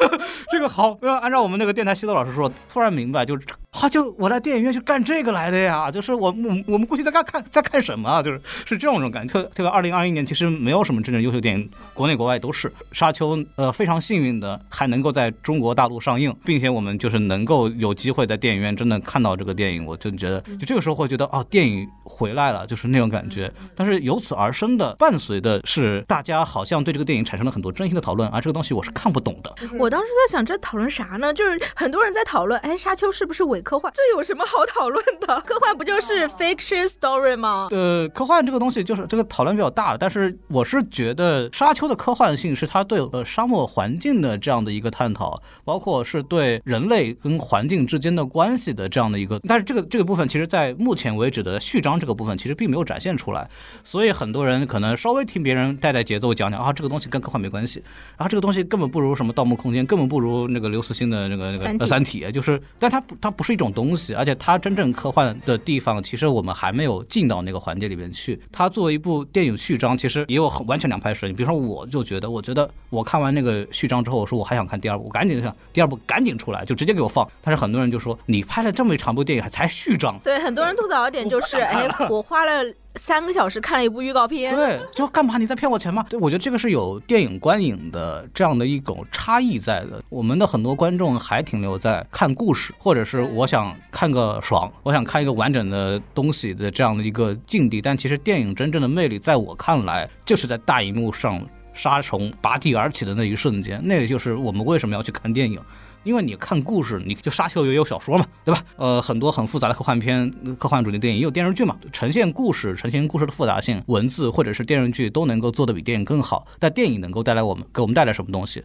Speaker 3: 这个好。呃按照我们那个电台西多老师说，突然明白，就是啊，就我来电影院去干这个来的呀，就是我我们我们过去在干看在看什么啊，就是是这种种感觉。特特别二零二一年，其实没有什么真正优秀电影，国内国外都是。《沙丘》呃非常幸运的还能够在中国大陆上映，并且我们就是能够有机会在电影院真的看到这个电影，我就觉得就这个时候会觉得哦，电影回来了，就是那种感觉。但是由此而生的，伴随的是大家好像对这个电影产生了很多真心的讨论，啊而这个东西我是看不懂的。
Speaker 1: 我当时在想，这讨论啥呢？就是很多人在讨论，哎，沙丘是不是伪科幻？这有什么好讨论的？科幻不就是 fiction story 吗？
Speaker 3: 呃，科幻这个东西就是这个讨论比较大，但是我是觉得《沙丘》的科幻性是它对呃沙漠环境的这样的一个探讨，包括是对人类跟环境之间的关系的这样的一个。但是这个这个部分，其实在目前为止的序章这个部分，其实并没有展现出来，所以很多人可能稍微听别人带带节奏，讲讲啊这个东西跟科幻没关系，然后这个东西根本不如什么《盗梦空间》，根本不如那个刘慈欣的那个那个
Speaker 1: 三体
Speaker 3: 呃三体，就是，但它不它不是一种东西，而且它真正科幻的地方，其实我们还没有进到那个环节里面去。它作为一部电影序章，其实也有很完全两派声音。比如说，我就觉得，我觉得我看完那个序章之后，我说我还想看第二部，我赶紧想第二部赶紧出来，就直接给我放。但是很多人就说，你拍了这么一长部电影，还才序章，
Speaker 1: 对，很多人吐槽的点就是，哎，我花了三个小时看了一部预告片。
Speaker 3: 对，就干嘛？你在骗我钱吗？对，我觉得这个是有电影观影的这样的一种差异在的。我们的很多观众还停留在看故事，或者是我想看个爽，我想看一个完整的东西的这样的一个境地。但其实电影真正的魅力，在我看来，就是在大荧幕上杀虫拔地而起的那一瞬间，那个就是我们为什么要去看电影。因为你看故事，你就沙丘也有小说嘛，对吧？呃，很多很复杂的科幻片、呃科幻主题电影也有电视剧嘛，呈现故事、呈现故事的复杂性，文字或者是电视剧都能够做得比电影更好。但电影能够带来我们给我们带来什么东西？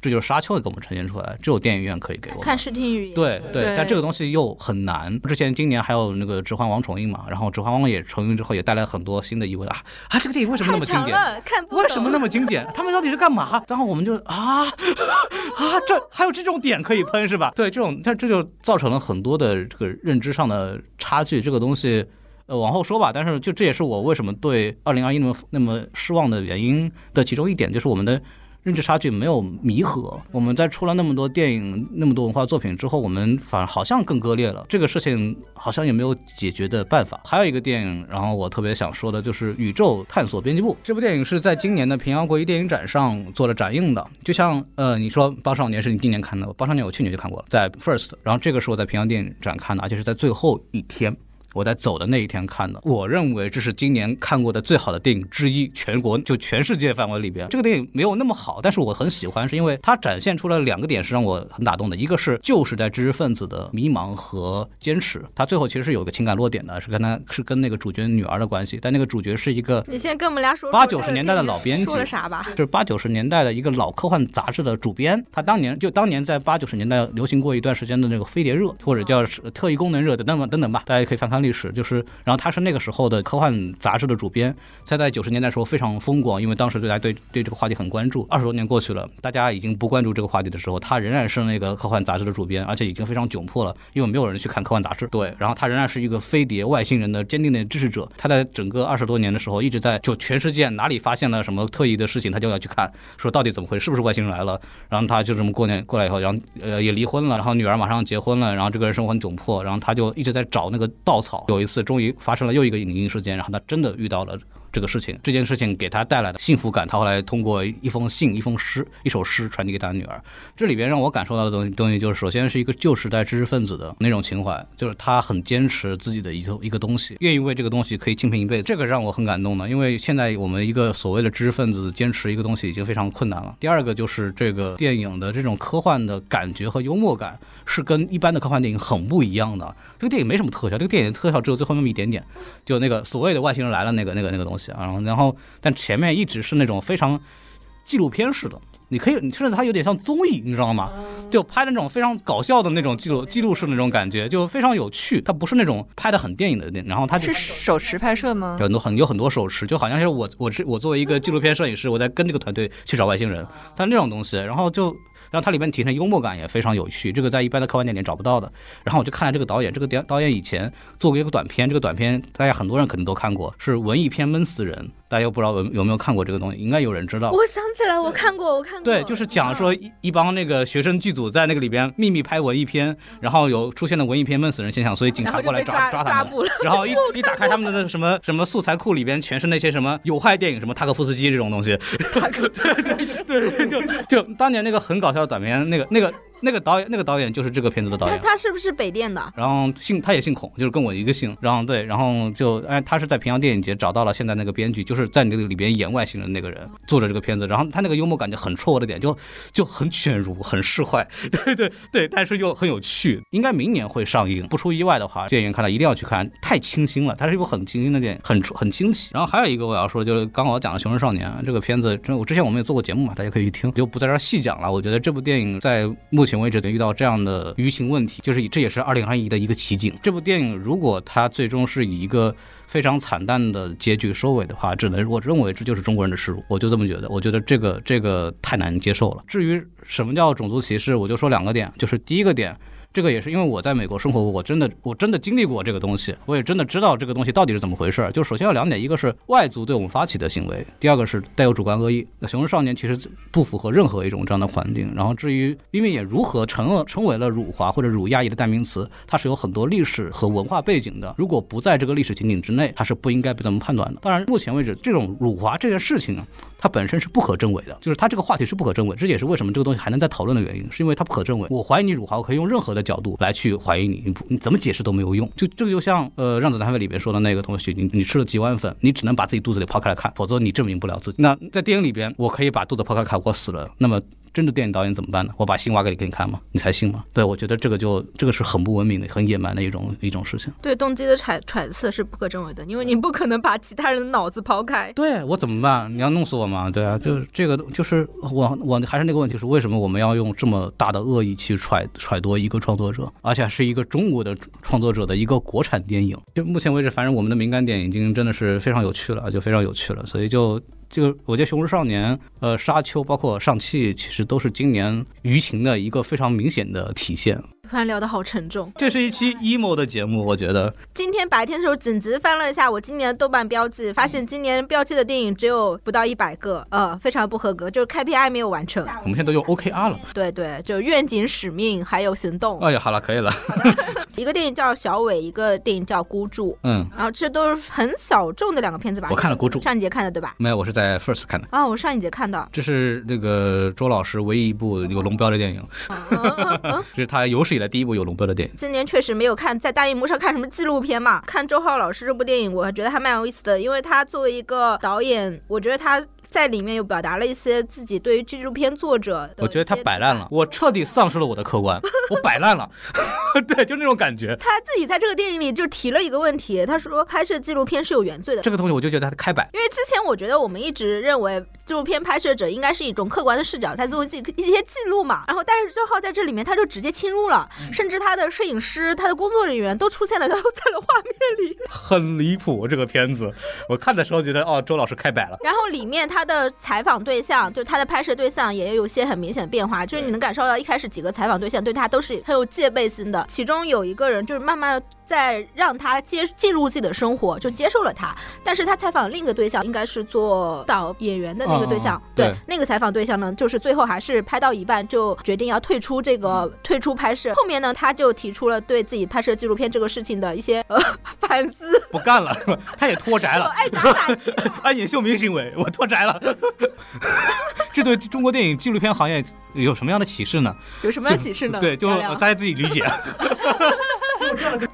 Speaker 3: 这就是沙丘给我们呈现出来，只有电影院可以给我们。
Speaker 1: 看视听语言，
Speaker 3: 对对
Speaker 2: 对，
Speaker 3: 但这个东西又很难。之前今年还有那个《指环王》重映嘛，然后《指环王》也重映之后，也带来很多新的疑问啊啊！这个电影为什么那
Speaker 1: 太
Speaker 3: 么经
Speaker 1: 长
Speaker 3: 典？
Speaker 1: 了，看不
Speaker 3: 为什
Speaker 1: 懂
Speaker 3: 么那么经典？他们到底是干嘛？ 然后我们就啊 啊，这还有这种点可以喷是吧？对，这种它这就造成了很多的这个认知上的差距。这个东西，呃，往后说吧。但是就这也是我为什么对二零二一那么那么失望的原因的其中一点，就是我们的。认知差距没有弥合，我们在出了那么多电影、那么多文化作品之后，我们反而好像更割裂了。这个事情好像也没有解决的办法。还有一个电影，然后我特别想说的就是《宇宙探索编辑部》这部电影是在今年的平遥国际电影展上做了展映的。就像呃，你说《八少年》是你今年看的，《八少年》我去年就看过了，在 First，然后这个是我在平遥电影展看的，而且是在最后一天。我在走的那一天看的，我认为这是今年看过的最好的电影之一，全国就全世界范围里边，这个电影没有那么好，但是我很喜欢，是因为它展现出了两个点是让我很打动的，一个是旧时代知识分子的迷茫和坚持，他最后其实是有一个情感落点的，是跟他是跟那个主角女儿的关系，但那个主角是一个
Speaker 1: 你先跟我们俩说
Speaker 3: 八
Speaker 1: 说
Speaker 3: 九
Speaker 1: 这
Speaker 3: 十
Speaker 1: 个
Speaker 3: 年代的
Speaker 1: 电影
Speaker 3: 老编
Speaker 1: 说
Speaker 3: 辑
Speaker 1: 了啥吧？
Speaker 3: 就是八九十年代的一个老科幻杂志的主编，他当年就当年在八九十年代流行过一段时间的那个飞碟热，或者叫是特异功能热等等等等吧，大家可以翻看历史。就是，然后他是那个时候的科幻杂志的主编，他在九十年代的时候非常风光，因为当时大家对对这个话题很关注。二十多年过去了，大家已经不关注这个话题的时候，他仍然是那个科幻杂志的主编，而且已经非常窘迫了，因为没有人去看科幻杂志。对，然后他仍然是一个飞碟外星人的坚定的支持者。他在整个二十多年的时候，一直在就全世界哪里发现了什么特异的事情，他就要去看，说到底怎么回事，是不是外星人来了？然后他就这么过年过来以后，然后呃也离婚了，然后女儿马上结婚了，然后这个人生活很窘迫，然后他就一直在找那个稻草。有一次终于发生了又一个影音事件，然后他真的遇到了。这个事情，这件事情给他带来的幸福感，他后来通过一封信、一封诗、一首诗传递给他的女儿。这里边让我感受到的东西，东西就是，首先是一个旧时代知识分子的那种情怀，就是他很坚持自己的一个一个东西，愿意为这个东西可以清贫一辈子，这个让我很感动的。因为现在我们一个所谓的知识分子坚持一个东西已经非常困难了。第二个就是这个电影的这种科幻的感觉和幽默感，是跟一般的科幻电影很不一样的。这个电影没什么特效，这个电影特效只有最后那么一点点，就那个所谓的外星人来了那个那个那个东西啊。然后然后，但前面一直是那种非常纪录片式的。你可以，你甚至它有点像综艺，你知道吗？就拍的那种非常搞笑的那种记录记录式的那种感觉，就非常有趣。它不是那种拍的很电影的电影，然后它就是
Speaker 2: 嗯手持拍摄吗
Speaker 3: 有？很多很有很多手持，就好像是我我是我作为一个纪录片摄影师，我在跟这个团队去找外星人，但那种东西，然后就。然后它里面体现的幽默感也非常有趣，这个在一般的科幻电影里找不到的。然后我就看了这个导演，这个导导演以前做过一个短片，这个短片大家很多人肯定都看过，是文艺片《闷死人》，大家又不知道有有没有看过这个东西，应该有人知道。
Speaker 1: 我想起来，我看过，我看过。
Speaker 3: 啊
Speaker 1: 嗯
Speaker 3: 对，就是讲说一一帮那个学生剧组在那个里边秘密拍文艺片，然后有出现了文艺片闷死人现象，所以警
Speaker 1: 然
Speaker 3: 察
Speaker 1: 后就
Speaker 3: 过来
Speaker 1: 被抓
Speaker 3: 抓他
Speaker 1: 抓
Speaker 3: 们。
Speaker 1: 捕了。
Speaker 3: 然后一一打开他们的那什么什么素材库里边，全是那些什么有害电影，什么塔可夫斯基这种东西。对对，就就当年那个很搞笑的短片，那个那个那个导演，那个导演就是这个片子的导
Speaker 1: 他
Speaker 3: 演。
Speaker 1: 他是不是北电的？
Speaker 3: 然后姓他也姓孔，就是跟我一个姓。然后对，然后就哎，他是在平遥电影节找到了现在那个编剧，就是在那个里边演外星人那个人做着这个片子。然后他那个幽默感就很戳我的点，就 就很犬儒，很释怀，对对对，但是又很有趣。应该明年会上映，不出意外的话，电影院看了一定要去看，太清新了，它是一部很清新的电影，很很清奇。然后还有一个我要说，就是刚刚我讲的《熊出没少年》这个片子，这我之前我们也做过节目嘛，大家可以去听，就不在这儿细讲了。我觉得这部电影在目前为止得遇到这样的舆情问题，就是以这也是二零二一的一个奇景。这部电影如果它最终是以一个非常惨淡的结局收尾的话，只能我认为这就是中国人的耻辱，我就这么觉得。我觉得这个这个太难接受了。至于什么叫种族歧视，我就说两个点，就是第一个点，这个也是因为我在美国生活过，我真的我真的经历过这个东西，我也真的知道这个东西到底是怎么回事儿。就首先要两点，一个是外族对我们发起的行为，第二个是带有主观恶意。那熊市少年其实不符合任何一种这样的环境。然后至于因为也如何成了成为了辱华或者辱亚裔的代名词，它是有很多历史和文化背景的。如果不在这个历史情景之内，它是不应该被咱们判断的。当然，目前为止，这种辱华这件事情啊它本身是不可证伪的，就是它这个话题是不可证伪，这也是为什么这个东西还能再讨论的原因，是因为它不可证伪。我怀疑你辱华，我可以用任何的角度来去怀疑你，你不你怎么解释都没有用。就这个就像呃《让子弹飞》里边说的那个东西，你你吃了几碗粉，你只能把自己肚子里剖开来看，否则你证明不了自己。那在电影里边，我可以把肚子剖开看，我死了，那么。真的电影导演怎么办呢？我把心挖给你给你看吗？你才信吗？对，我觉得这个就这个是很不文明的、很野蛮的一种一种事情。
Speaker 1: 对动机的揣揣测是不可证伪的，因为你不可能把其他人的脑子抛开。
Speaker 3: 对我怎么办？你要弄死我吗？对啊，就是这个，就是我我还是那个问题是为什么我们要用这么大的恶意去揣揣度一个创作者，而且是一个中国的创作者的一个国产电影？就目前为止，反正我们的敏感点已经真的是非常有趣了，就非常有趣了，所以就。就我觉得《熊出少年》、呃，《沙丘》包括《上汽》，其实都是今年舆情的一个非常明显的体现。
Speaker 1: 突然聊得好沉重。
Speaker 3: 这是一期 emo 的节目，我觉得
Speaker 1: 今天白天的时候，紧急翻了一下我今年的豆瓣标记，发现今年标记的电影只有不到一百个，呃，非常不合格，就是 KPI 没有完成。
Speaker 3: 我们现在都用 OKR 了。
Speaker 1: 对对，就愿景、使命还有行动。
Speaker 3: 哎呀，好了，可以了。
Speaker 1: 一个电影叫《小伟》，一个电影叫《孤注》，
Speaker 3: 嗯，
Speaker 1: 然后这都是很小众的两个片子吧？
Speaker 3: 我看了《孤注》，
Speaker 1: 上一节看的对吧？
Speaker 3: 没有，我是在 First 看的。
Speaker 1: 啊，我上一节看 的。
Speaker 3: 这是那个周老师唯一一部有龙标的电影，这是他有史以来第一部有龙标的电影。
Speaker 1: 啊今年确实没有看在大荧幕上看什么纪录片嘛，看周浩老师这部电影，我觉得还蛮有意思的，因为他作为一个导演，我觉得他。在里面有表达了一些自己对于纪录片作者的，
Speaker 3: 我觉得他摆烂了，。我彻底丧失了我的客观，我摆烂了， 对，就那种感觉。
Speaker 1: 他自己在这个电影里就提了一个问题，他说拍摄纪录片是有原罪的，
Speaker 3: 这个东西我就觉得他开摆，
Speaker 1: 因为之前我觉得我们一直认为纪录片拍摄者应该是一种客观的视角在做自己一些记录嘛，然后但是周浩在这里面他就直接侵入了，甚至他的摄影师、他的工作人员都出现了，都在了画面里。
Speaker 3: 很离谱。这个片子，我看的时候觉得哦，周老师开摆了。
Speaker 1: 然后里面他的采访对象，就他的拍摄对象也有一些很明显的变化，就是你能感受到一开始几个采访对象对他都是很有戒备心的，其中有一个人就是慢慢地在让他接进入自己的生活，就接受了他，但是他采访另一个对象应该是做导演员的那个对象，
Speaker 3: 嗯嗯对
Speaker 1: 那个采访对象呢，就是最后还是拍到一半就决定要退出这个
Speaker 3: 嗯
Speaker 1: 退出拍摄，后面呢他就提出了对自己拍摄纪录片这个事情的一些呃 反思，
Speaker 3: 不干了，是吧？他也脱宅了，
Speaker 1: 哎，咱俩
Speaker 3: 安野秀明行为，我脱宅了。 这对中国电影纪录片行业有什么样的启示呢？
Speaker 1: 有什么样的启示呢？
Speaker 3: 对，就
Speaker 1: 聊聊
Speaker 3: 大家自己理解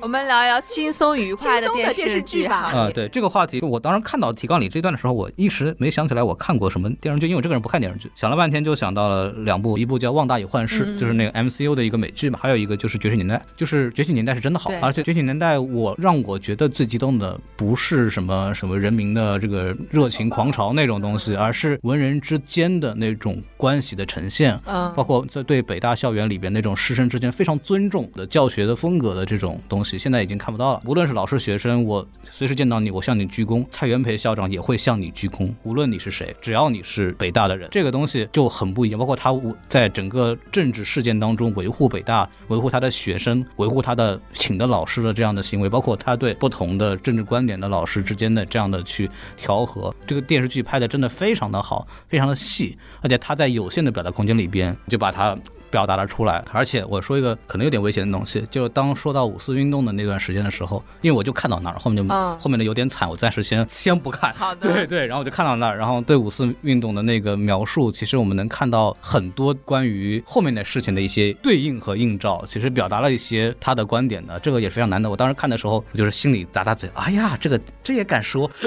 Speaker 2: 我们聊一聊轻松愉快的
Speaker 1: 轻松的
Speaker 2: 电
Speaker 1: 电视
Speaker 2: 视
Speaker 1: 剧
Speaker 2: 剧
Speaker 1: 吧
Speaker 2: 哈。
Speaker 3: 啊、对这个话题，我当时看到提纲里这段的时候，我一时没想起来我看过什么电视剧，因为我这个人不看电视剧，想了半天就想到了两部，一部叫《旺达与幻视》，就是那个 MCU 的一个美剧嘛，还有一个就是《觉醒年代》，就是《觉醒年代》是真的好
Speaker 2: 对，
Speaker 3: 而且《觉醒年代》我让我觉得最激动的不是什么什么人民的这个热情狂潮那种东西，而是文人之间的那种关系的呈现，
Speaker 2: 嗯
Speaker 3: 包括在对北大校园里边那种师生之间非常尊重的教学的风格的这种东西，现在已经看不到了。无论是老师学生，我随时见到你，我向你鞠躬；蔡元培校长也会向你鞠躬，无论你是谁，只要你是北大的人，这个东西就很不一样。包括他在整个政治事件当中维护北大、维护他的学生、维护他的请的老师的这样的行为，包括他对不同的政治观点的老师之间的这样的去调和，这个电视剧拍的真的非常的好，非常的细，而且他在有限的表达空间里边就把它表达了出来。而且我说一个可能有点危险的东西，就当说到五四运动的那段时间的时候，因为我就看到那儿，后面就、
Speaker 2: 嗯
Speaker 3: 后面的有点惨，我暂时先先不看。
Speaker 2: 好的
Speaker 3: 对对，然后我就看到那儿，然后对五四运动的那个描述，其实我们能看到很多关于后面的事情的一些对应和映照，其实表达了一些他的观点的，这个也是非常难的。我当时看的时候，我就是心里咂咂嘴，哎呀，这个这也敢说，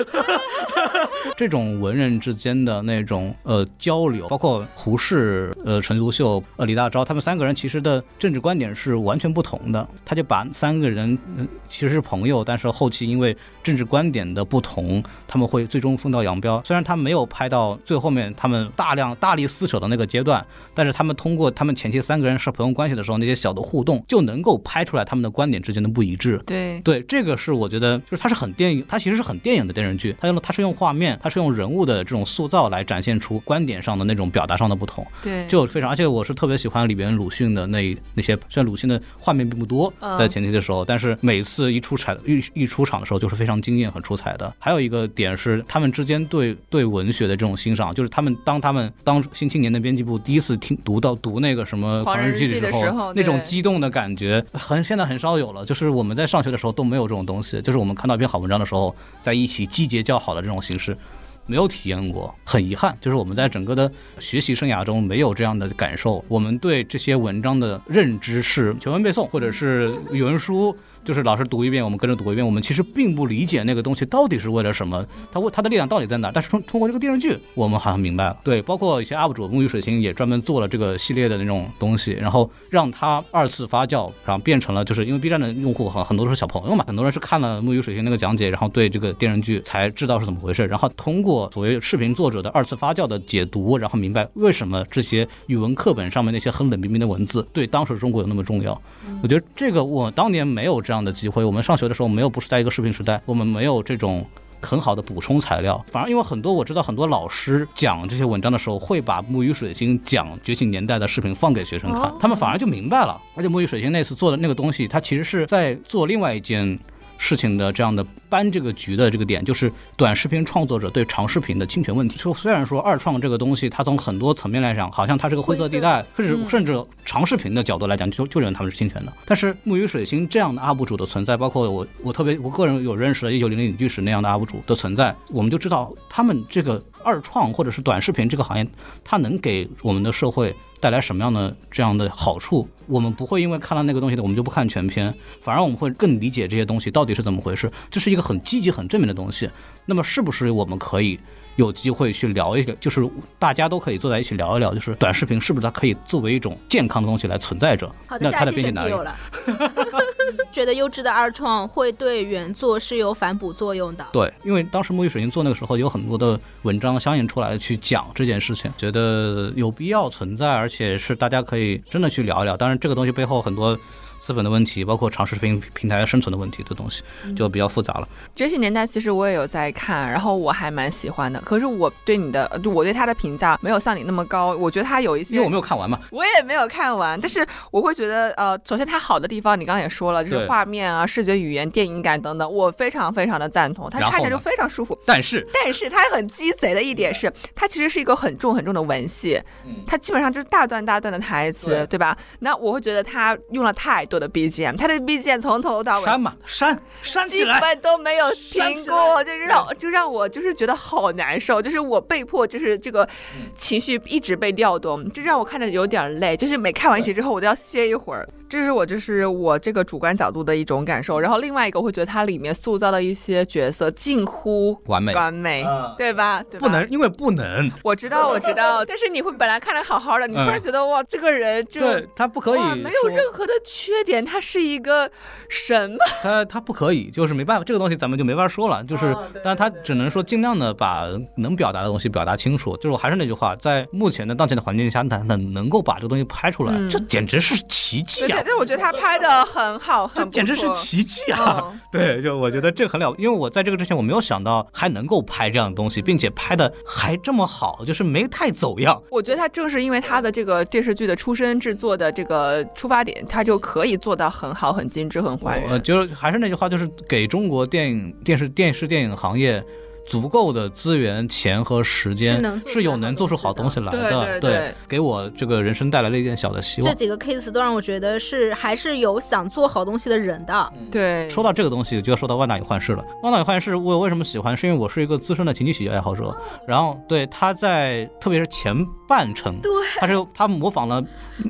Speaker 3: 这种文人之间的那种呃交流，包括胡适、呃陈独秀、呃李大钊，他们三个人其实的政治观点是完全不同的。他就把三个人、嗯其实是朋友，但是后期因为政治观点的不同，他们会最终分道扬镳。虽然他没有拍到最后面他们大量大力撕扯的那个阶段，但是他们通过他们前期三个人是朋友关系的时候那些小的互动，就能够拍出来他们的观点之间的不一致。
Speaker 2: 对，
Speaker 3: 对，这个是我觉得，就是它是很电影，它其实是很电影的电视剧，它用它是用画面，它是用人物的这种塑造来展现出观点上的那种表达上的不同，
Speaker 2: 对，
Speaker 3: 就非常，而且我是特别喜欢翻里边鲁迅的那那些，虽然鲁迅的画面并不多，
Speaker 2: 嗯
Speaker 3: 在前期的时候，但是每次一出彩一一出场的时候就是非常惊艳、很出彩的。还有一个点是，他们之间对对文学的这种欣赏，就是他们当他们当新青年的编辑部第一次听读到读那个什么《
Speaker 2: 狂
Speaker 3: 狂
Speaker 2: 人
Speaker 3: 人
Speaker 2: 日
Speaker 3: 记》
Speaker 2: 记
Speaker 3: 的
Speaker 2: 的时候
Speaker 3: 那种
Speaker 2: 对
Speaker 3: 激动的感觉，很现在很少有了。就是我们在上学的时候都没有这种东西，就是我们看到一篇好文章的时候，在一起集结较好的这种形式。没有体验过，很遗憾，就是我们在整个的学习生涯中没有这样的感受。我们对这些文章的认知是全文背诵，或者是语文书，就是老师读一遍，我们跟着读一遍。我们其实并不理解那个东西到底是为了什么，它为它的力量到底在哪儿。但是通通过这个电视剧，我们好像明白了。对，包括一些 UP 主木鱼水星也专门做了这个系列的那种东西，然后让它二次发酵，然后变成了就是因为 B 站的用户很很多都是小朋友嘛，很多人是看了木鱼水星那个讲解，然后对这个电视剧才知道是怎么回事，然后通过所谓视频作者的二次发酵的解读，然后明白为什么这些语文课本上面那些很冷冰冰的文字对当时中国有那么重要。我觉得这个我当年没有这样的机会，我们上学的时候没有，不是在一个视频时代，我们没有这种。很好的补充材料，反而因为很多我知道很多老师讲这些文章的时候，会把《木鱼水星》讲《觉醒年代》的视频放给学生看，
Speaker 1: 哦
Speaker 3: 他们反而就明白了。而且《木鱼水星》那次做的那个东西，它其实是在做另外一件事情的这样的搬这个局的这个点，就是短视频创作者对长视频的侵权问题。就虽然说二创这个东西，它从很多层面来讲，好像它是个灰色地带，甚至
Speaker 2: 嗯
Speaker 3: 甚至长视频的角度来讲，就就认为他们是侵权的。但是木鱼水星这样的 UP 主的存在，包括我我特别我个人有认识的《一九零零影剧史》那样的 UP 主的存在，我们就知道他们这个二创或者是短视频这个行业，它能给我们的社会带来什么样的这样的好处。我们不会因为看了那个东西的，我们就不看全篇，反而我们会更理解这些东西到底是怎么回事。这是一个很积极、很正面的东西。那么，是不是我们可以有机会去聊一聊？就是大家都可以坐在一起聊一聊，就是短视频是不是它可以作为一种健康的东西来存在着？
Speaker 1: 好的，
Speaker 3: 那它
Speaker 1: 下
Speaker 3: 的
Speaker 1: 一期
Speaker 3: 边界
Speaker 1: 选
Speaker 3: 哪
Speaker 1: 题
Speaker 3: 里
Speaker 1: 有？了。 觉得优质的二创会对原作是有反哺作用的。
Speaker 3: 对，因为当时木鱼水晶做那个时候有很多的文章相应出来去讲这件事情，觉得有必要存在，而且是大家可以真的去聊一聊。当然，这个东西背后很多资本的问题，包括长视频平台生存的问题的东西，就比较复杂了。
Speaker 2: 觉醒年代其实我也有在看，然后我还蛮喜欢的。可是我对你的，呃我对他的评价没有像你那么高。我觉得他有一些，
Speaker 3: 因为我没有看完嘛，
Speaker 2: 我也没有看完，但是我会觉得，呃，首先它好的地方，你刚刚也说了，就是
Speaker 3: 对
Speaker 2: 画面啊、视觉语言、电影感等等，我非常非常的赞同，它
Speaker 3: 然后
Speaker 2: 看起来就
Speaker 3: 呢
Speaker 2: 非常舒服。
Speaker 3: 但是
Speaker 2: 但是它很鸡贼的一点是，它其实是一个很重很重的文戏，它基本上就是大段大段的台词，对
Speaker 3: 嗯对
Speaker 2: 吧？那我会觉得它用了太多的 BGM，它的 BGM 从头到尾
Speaker 3: 删嘛，删删
Speaker 2: 基
Speaker 3: 起来。
Speaker 2: 本都没有
Speaker 3: 删
Speaker 2: 停
Speaker 3: 起嗯
Speaker 2: 过，就是让就让我就是觉得好难受，就是我被迫就是这个
Speaker 3: 嗯
Speaker 2: 情绪一直被调动，就让我看着有点累，就是每看完一集之后我都要歇一会儿。这是我就是我这个主观角度的一种感受，然后另外一个我会觉得它里面塑造的一些角色近乎
Speaker 3: 完美
Speaker 2: 完美，
Speaker 3: 啊
Speaker 2: 对吧？对吧
Speaker 3: 不能，因为不能，
Speaker 2: 我知道我知道，但是你会本来看着好好的，你突然
Speaker 3: 嗯
Speaker 2: 觉得、哇，这个人就
Speaker 3: 对他不可以
Speaker 2: 哇
Speaker 3: 说，
Speaker 2: 没有任何的缺点，他是一个神嘛。
Speaker 3: 他他不可以，就是没办法，这个东西咱们就没法说了，就是，
Speaker 2: 哦对
Speaker 3: 但是他只能说尽量的把能表达的东西表达清楚。就是我还是那句话，在目前的当前的环境下，他能能够把这个东西拍出来，
Speaker 2: 嗯
Speaker 3: 这简直是奇迹
Speaker 2: 对，
Speaker 3: 啊
Speaker 2: 但！是我觉得他拍的很好，
Speaker 3: 这
Speaker 2: 很
Speaker 3: 简直是
Speaker 2: 不错
Speaker 3: 奇迹啊！
Speaker 2: 嗯
Speaker 3: 对，就我觉得这很了，因为我在这个之前我没有想到还能够拍这样的东西，并且拍的还这么好，就是没太走样。
Speaker 2: 我觉得他正是因为他的这个电视剧的出身制作的这个出发点，他就可以做到很好、很精致、很还
Speaker 3: 呃，
Speaker 2: 原。
Speaker 3: 就是还是那句话，就是给中国电影、电视、电视电影行业足够的资源、钱和时
Speaker 1: 是
Speaker 3: 间
Speaker 1: 能，做
Speaker 3: 是有
Speaker 1: 出
Speaker 3: 能
Speaker 1: 好
Speaker 3: 做出
Speaker 1: 东西
Speaker 3: 好
Speaker 1: 的
Speaker 3: 东西来
Speaker 2: 对对
Speaker 3: 的。
Speaker 2: 对
Speaker 3: 给我这个人生带来了一点小的希
Speaker 1: 这
Speaker 3: 望。
Speaker 1: 几个 case 都让我觉得是还是有想做好东西的人的。
Speaker 3: 嗯
Speaker 2: 对，
Speaker 3: 说到这个东西，就要说到《万达与幻视》了。《万达与幻视》，我为什么喜欢？是因为我是一个资深的情景喜剧爱好者。然后，对他在特别是前半程，
Speaker 1: 对，
Speaker 3: 他是他模仿了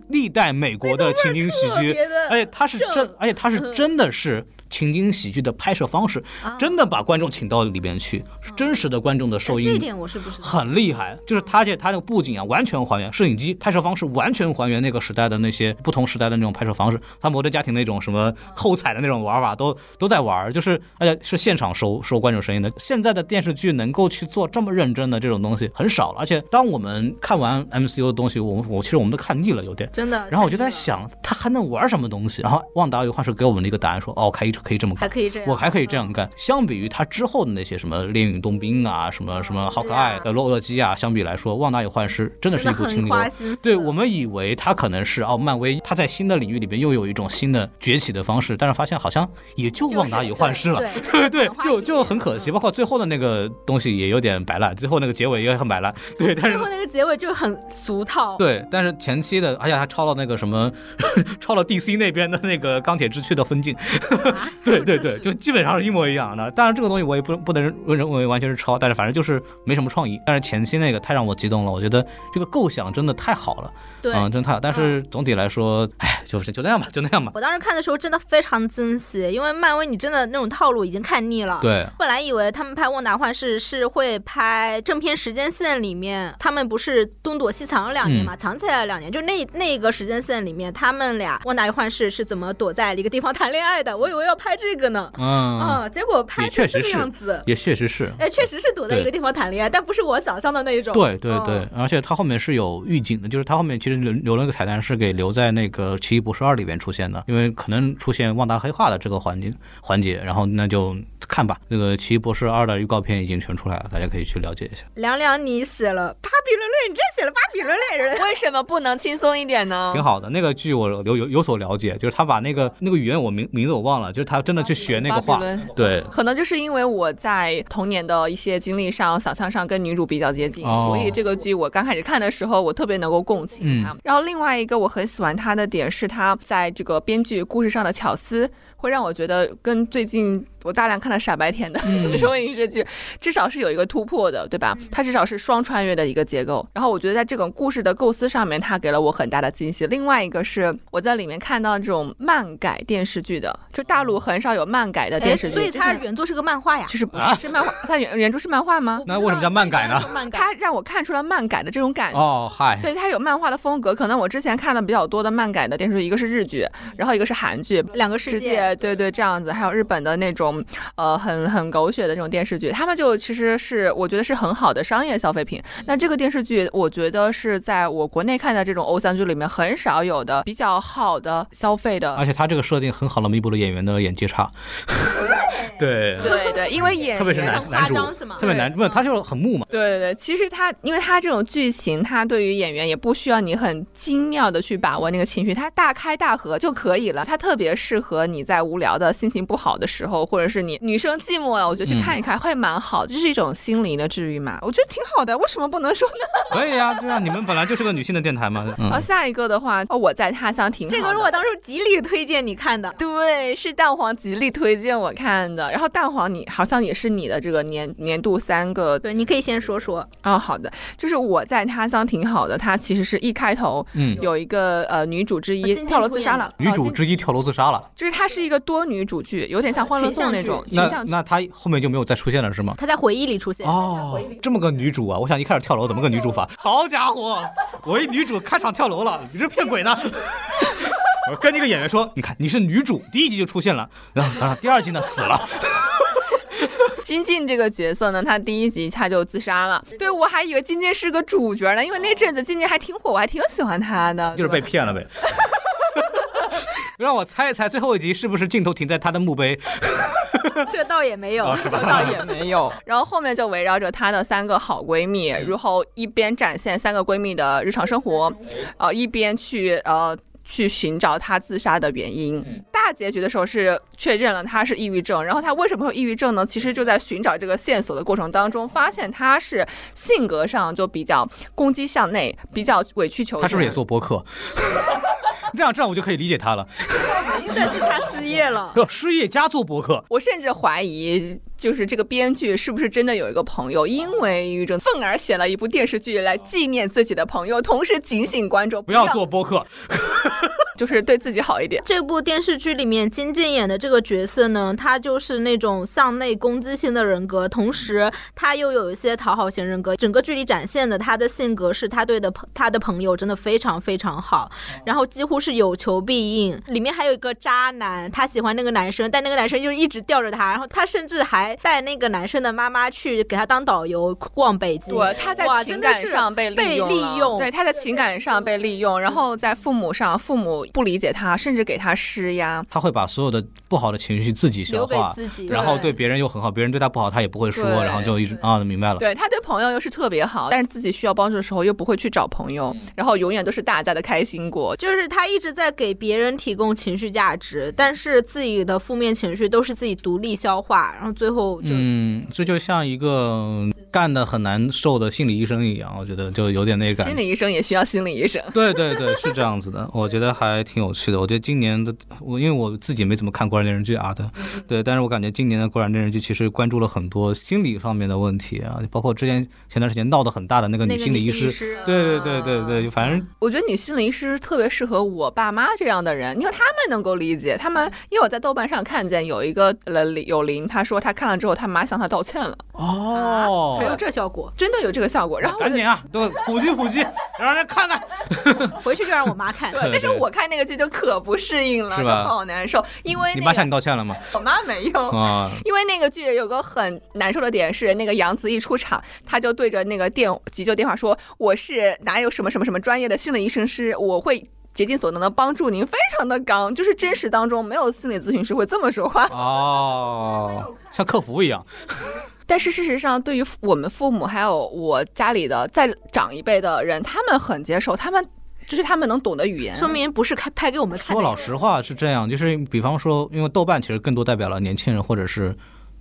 Speaker 3: 历代美国的情景喜 剧，
Speaker 1: 的
Speaker 3: 而且哎他是真
Speaker 1: 正，
Speaker 3: 而且他是真的是情景喜剧的拍摄方式，
Speaker 1: 嗯啊嗯
Speaker 3: 真的把观众请到里边去，是真实的观众的受
Speaker 1: 哎这一
Speaker 3: 益。
Speaker 1: 点我是不知道。
Speaker 3: 很厉害，就是他，而且他那个布景啊，完全还原摄影机拍摄方式，完全还原那个时代的那些不同时代的那种拍摄方式。他《摩登家庭》那种什么后彩的那种 玩法都都在玩，就是而且是现场收收观众声音的。现在的电视剧能够去做这么认真的这种东西很少了，而且当我们看完 MCU 的东西，我们我其实我们都看腻了有点。
Speaker 1: 真的。
Speaker 3: 然后我就
Speaker 1: 真的
Speaker 3: 在，想，他还能玩什么东西？然后《旺达与幻视》给我们的一个答案说，哦，开一场可以这么
Speaker 1: 还
Speaker 3: 干，
Speaker 1: 可以这样，
Speaker 3: 我还可以这样干。相比于他之后的那些什么《猎鹰冬兵》啊，什么什么《好可爱》
Speaker 1: 对啊
Speaker 3: 呃《洛洛基》啊，相比来说，《旺达与幻视》
Speaker 1: 嗯，
Speaker 3: 真的
Speaker 1: 真
Speaker 3: 是一
Speaker 1: 的
Speaker 3: 股清
Speaker 1: 很
Speaker 3: 流。
Speaker 1: 花心思。
Speaker 3: 对我们以为他可能是哦，漫威他在新的领域里边又有一种新的崛起的方式，但是发现好像也就
Speaker 1: 就是
Speaker 3: 旺达与幻视了。
Speaker 1: 对
Speaker 3: 对，就就很可惜，包
Speaker 1: 吧。
Speaker 3: 括最后的那个东西也有点摆烂，最后那个结尾也很摆烂。对，但
Speaker 1: 最
Speaker 3: 是
Speaker 1: 后那个结尾就很俗套，
Speaker 3: 对，但是前期的，而且还抄了那个什么， 抄了 DC 那边的那个钢铁之躯的分镜，
Speaker 1: 啊
Speaker 3: 对 对对，
Speaker 1: 是
Speaker 3: 就基本上是一模一样的。当然，这个东西我也不不能认为完全是抄，但是反正就是没什么创意。但是前期那个太让我激动了，我觉得这个构想真的太好了，
Speaker 1: 对。
Speaker 3: 嗯，真太好。但是总体来说，哎，就是就那样吧，就那样吧。
Speaker 1: 我当时看的时候真的非常珍惜，因为漫威你真的那种套路已经看腻了。
Speaker 3: 对，
Speaker 1: 本来以为他们拍《旺达幻视》是会拍正片时间线里面，他们不是东躲西藏了两
Speaker 3: 嗯
Speaker 1: 年嘛，藏起来了两年，就那那个时间线里面，他们俩《旺达与幻视》是怎么躲在一个地方谈恋爱的？我以为要拍这个呢，
Speaker 3: 嗯，
Speaker 1: 啊，结果拍
Speaker 3: 也
Speaker 1: 成
Speaker 3: 确
Speaker 1: 这
Speaker 3: 实
Speaker 1: 个
Speaker 3: 是
Speaker 1: 样子，
Speaker 3: 也确实是。
Speaker 1: 哎，确实是躲在一个地方谈恋爱，但不是我想象的那种。
Speaker 3: 对对对，
Speaker 1: 嗯
Speaker 3: 而且它后面是有预警的，就是它后面其实留留了个彩蛋，是给留在那个《奇异博士二》里边出现的，因为可能出现旺达黑化的这个环节环节，然后那就看吧。那个《奇异博士二》的预告片已经全出来了，大家可以去了解一下。
Speaker 1: 凉凉，你写了巴比伦类人，你真写了巴比伦类 人，
Speaker 2: 为什么不能轻松一点呢
Speaker 3: 挺？好的，那个剧我有有有所了解，就是他把那个那个语言我名名字我忘了，就是他真的去学那个
Speaker 2: 巴
Speaker 3: 话
Speaker 2: 比，伦
Speaker 3: 对。
Speaker 2: 可能就是因为我在童年的一些经历上、想象上跟女主比较接近，
Speaker 3: 哦
Speaker 2: 所以这个剧我刚开始看的时候，我特别能够共情她。然后另外一个我很喜欢她的点是她在这个编剧故事上的巧思，会让我觉得跟最近我大量看了傻白甜的 这种影视剧，至少是有一个突破的，对
Speaker 1: 嗯
Speaker 2: 吧？它至少是双穿越的一个结构。然后我觉得在这种故事的构思上面，它给了我很大的惊喜。另外一个是我在里面看到这种漫改电视剧的，就大陆很少有漫改的
Speaker 1: 哎，
Speaker 2: 电视剧，
Speaker 1: 所以
Speaker 2: 就是
Speaker 1: 它原作是个漫画呀。
Speaker 2: 其实不是、
Speaker 3: 啊
Speaker 2: 是漫画，它原原著是漫画吗？
Speaker 3: 那为什么叫漫改呢？
Speaker 1: 漫改，
Speaker 2: 它让我看出了漫改的这种感觉。
Speaker 3: 哦，嗨，
Speaker 2: 对它有漫画的风格，可能我之前看的比较多的漫改的电视剧，一个是日剧，然后一个是韩剧，
Speaker 1: 嗯两个世
Speaker 2: 世
Speaker 1: 界，
Speaker 2: 界对对这样子，还有日本的那种呃很很狗血的那种电视剧，他们就其实是我觉得是很好的商业消费品。那这个电视剧，我觉得是在我国内看的这种偶像剧里面很少有的比较好的消费的
Speaker 3: 而且他这个设定很好的弥补了演员的演技差， 对，
Speaker 2: 对对，因为演
Speaker 3: 特别是
Speaker 2: 员
Speaker 3: 男
Speaker 1: 很
Speaker 3: 男
Speaker 1: 夸
Speaker 3: 主
Speaker 1: 张是吗
Speaker 3: 特？别难，不，他就是很木嘛。
Speaker 2: 对对对，其实他，因为他这种剧情，他对于演员也不需要你很精妙的去把握那个情绪，他大开大合就可以了。他特别适合你在无聊的心情不好的时候，或者是你女生寂寞了，我觉得去看一看、会蛮好，这是一种心灵的治愈嘛，我觉得挺好的。为什么不能说呢？
Speaker 3: 可以啊，对啊，你们本来就是个女性的电台嘛。
Speaker 2: 然后
Speaker 3: 嗯，
Speaker 2: 下一个的话，哦，我在他乡挺好的。
Speaker 1: 这个是我当时极力推荐你看的，
Speaker 2: 对，是蛋黄极力推荐我看的。然后蛋黄你好像也是你的这个年年度三个
Speaker 1: 对，你可以先说说。
Speaker 2: 哦，好的，就是我在他乡挺好的，他其实是一开头，
Speaker 3: 嗯
Speaker 2: 有一个呃女主之一
Speaker 1: 今天
Speaker 2: 跳楼
Speaker 1: 出
Speaker 2: 自
Speaker 1: 演
Speaker 2: 杀
Speaker 1: 的
Speaker 2: 了，
Speaker 3: 女主
Speaker 2: 哦今
Speaker 3: 之一跳楼自杀了，
Speaker 2: 就是它是一个多女主剧，有点像《欢乐
Speaker 1: 呃群
Speaker 2: 颂》
Speaker 1: 像
Speaker 2: 那
Speaker 1: 剧
Speaker 2: 种群
Speaker 3: 那
Speaker 2: 像剧。
Speaker 3: 那她后面就没有再出现了是吗？
Speaker 1: 他在回忆里出现，
Speaker 3: 哦，这么个女主啊！我想一开始跳楼怎么个女主法？好家伙，我一女主开场跳楼了，你这骗鬼呢！ 我跟那个演员说，你看你是女主，第一集就出现了，然后然后第二集呢死了，
Speaker 2: 金靖这个角色呢，她第一集她就自杀了。对我还以为金靖是个主角呢，因为那阵子金靖还挺火，我还挺喜欢她的。
Speaker 3: 就是
Speaker 2: 对
Speaker 3: 被
Speaker 2: 吧
Speaker 3: 骗了呗。让我猜一猜，最后一集是不是镜头停在她的墓碑？
Speaker 1: 这倒也没有。
Speaker 3: 啊，是
Speaker 2: 这
Speaker 3: 吧？
Speaker 2: 倒也没有。 然后后面就围绕着她的三个好闺蜜，
Speaker 3: 嗯
Speaker 2: 然后一边展现三个闺蜜的日常生活，
Speaker 3: 哎
Speaker 2: 呃，一边去呃。去寻找她自杀的原因。
Speaker 3: 嗯
Speaker 2: 大结局的时候是确认了她是抑郁症，然后她为什么会有抑郁症呢？
Speaker 3: 嗯
Speaker 2: 其实就在寻找这个线索的过程当中，发现她是性格上就比较攻击向内，比较委曲求全。
Speaker 3: 她是不是也做播 客？这样这样我就可以理解她了。
Speaker 1: 但是他失业了，
Speaker 3: 要失业加做播客，
Speaker 2: 我甚至怀疑，就是这个编剧是不是真的有一个朋友，因为抑郁症，愤而写了一部电视剧来纪念自己的朋友，同时警醒观众
Speaker 3: 不要，做播客。
Speaker 2: 就是对自己好一点。
Speaker 1: 这部电视剧里面金靖演的这个角色呢，他就是那种向内攻击性的人格，同时他又有一些讨好型人格。整个剧里展现的他的性格是他对的朋他的朋友真的非常非常好，然后几乎是有求必应。里面还有一个渣男，他喜欢那个男生，但那个男生就是一直吊着他，然后他甚至还带那个男生的妈妈去给他当导游逛北京。
Speaker 2: 对，他在
Speaker 1: 哇
Speaker 2: 情
Speaker 1: 真的
Speaker 2: 感
Speaker 1: 是
Speaker 2: 上被利用了，
Speaker 1: 被利用
Speaker 2: 对，他在情感上被利用，然后在父母上，父母就不理解他，甚至给他施压。
Speaker 3: 他会把所有的不好的情绪自己消
Speaker 1: 留给
Speaker 3: 化，
Speaker 1: 自己，
Speaker 3: 然后
Speaker 2: 对
Speaker 3: 对别人又很好，别人对他不好他也不会说，
Speaker 2: 对
Speaker 3: 然后就一直啊明白了。
Speaker 2: 对他对朋友又是特别好，但是自己需要帮助的时候又不会去找朋友，然后永远都是大家的开心果。
Speaker 1: 就是他一直在给别人提供情绪价值，但是自己的负面情绪都是自己独立消化，然后最后就、
Speaker 3: 嗯，这就像一个嗯干的很难受的心理医生一样，我觉得就有点那个感觉
Speaker 2: 心。理医生也需要心理医生。
Speaker 3: 对对对，是这样子的， 我觉得还挺有趣的。我觉得今年的我，因为我自己没怎么看《国产电视剧》啊的，对，但是我感觉今年的《国产电视剧》其实关注了很多心理方面的问题啊，包括之前前段时间闹得很大的那个
Speaker 1: 那
Speaker 3: 女
Speaker 1: 个
Speaker 3: 心理
Speaker 1: 女
Speaker 3: 医
Speaker 1: 心理
Speaker 3: 师，
Speaker 1: 师，
Speaker 3: 对对对对对，反正
Speaker 2: 我觉得女心理师特别适合我爸妈这样的人，因为他们能够理解。他们因为我在豆瓣上看见有一个呃有林，他说他看了之后，他妈向他道歉了，
Speaker 3: 哦
Speaker 1: 还有这效果，
Speaker 2: 真的哎有这个效果。然后我
Speaker 3: 赶
Speaker 2: 就
Speaker 3: 紧啊，都普及 普及，让人家看看。
Speaker 1: 回去就让我妈看。
Speaker 2: 对，但 是
Speaker 3: 对
Speaker 2: 我看那个剧就可不适应了，
Speaker 3: 是
Speaker 2: 就
Speaker 3: 吧
Speaker 2: 好难受，因为
Speaker 3: 你
Speaker 2: 那
Speaker 3: 妈向
Speaker 2: 个
Speaker 3: 你道歉了吗？
Speaker 2: 我妈没有。
Speaker 3: 啊，
Speaker 2: 因为那个剧有个很难受的点是，那个杨紫一出场，她就对着那个电急救电话说：“我是哪有什么什么什么专业的心理医生师，我会竭尽所能的帮助您。”非常的刚，就是真实当中没有心理咨询师会这么说话。哎
Speaker 3: 哦，像客服一样，
Speaker 2: 但是事实上，对于我们父母还有我家里的再长一辈的人，他们很接受，他们就是他们能懂得语言。
Speaker 1: 说明不是开拍给我们看
Speaker 3: 说
Speaker 1: 的，
Speaker 3: 老实话是这样，就是比方说，因为豆瓣其实更多代表了年轻人或者是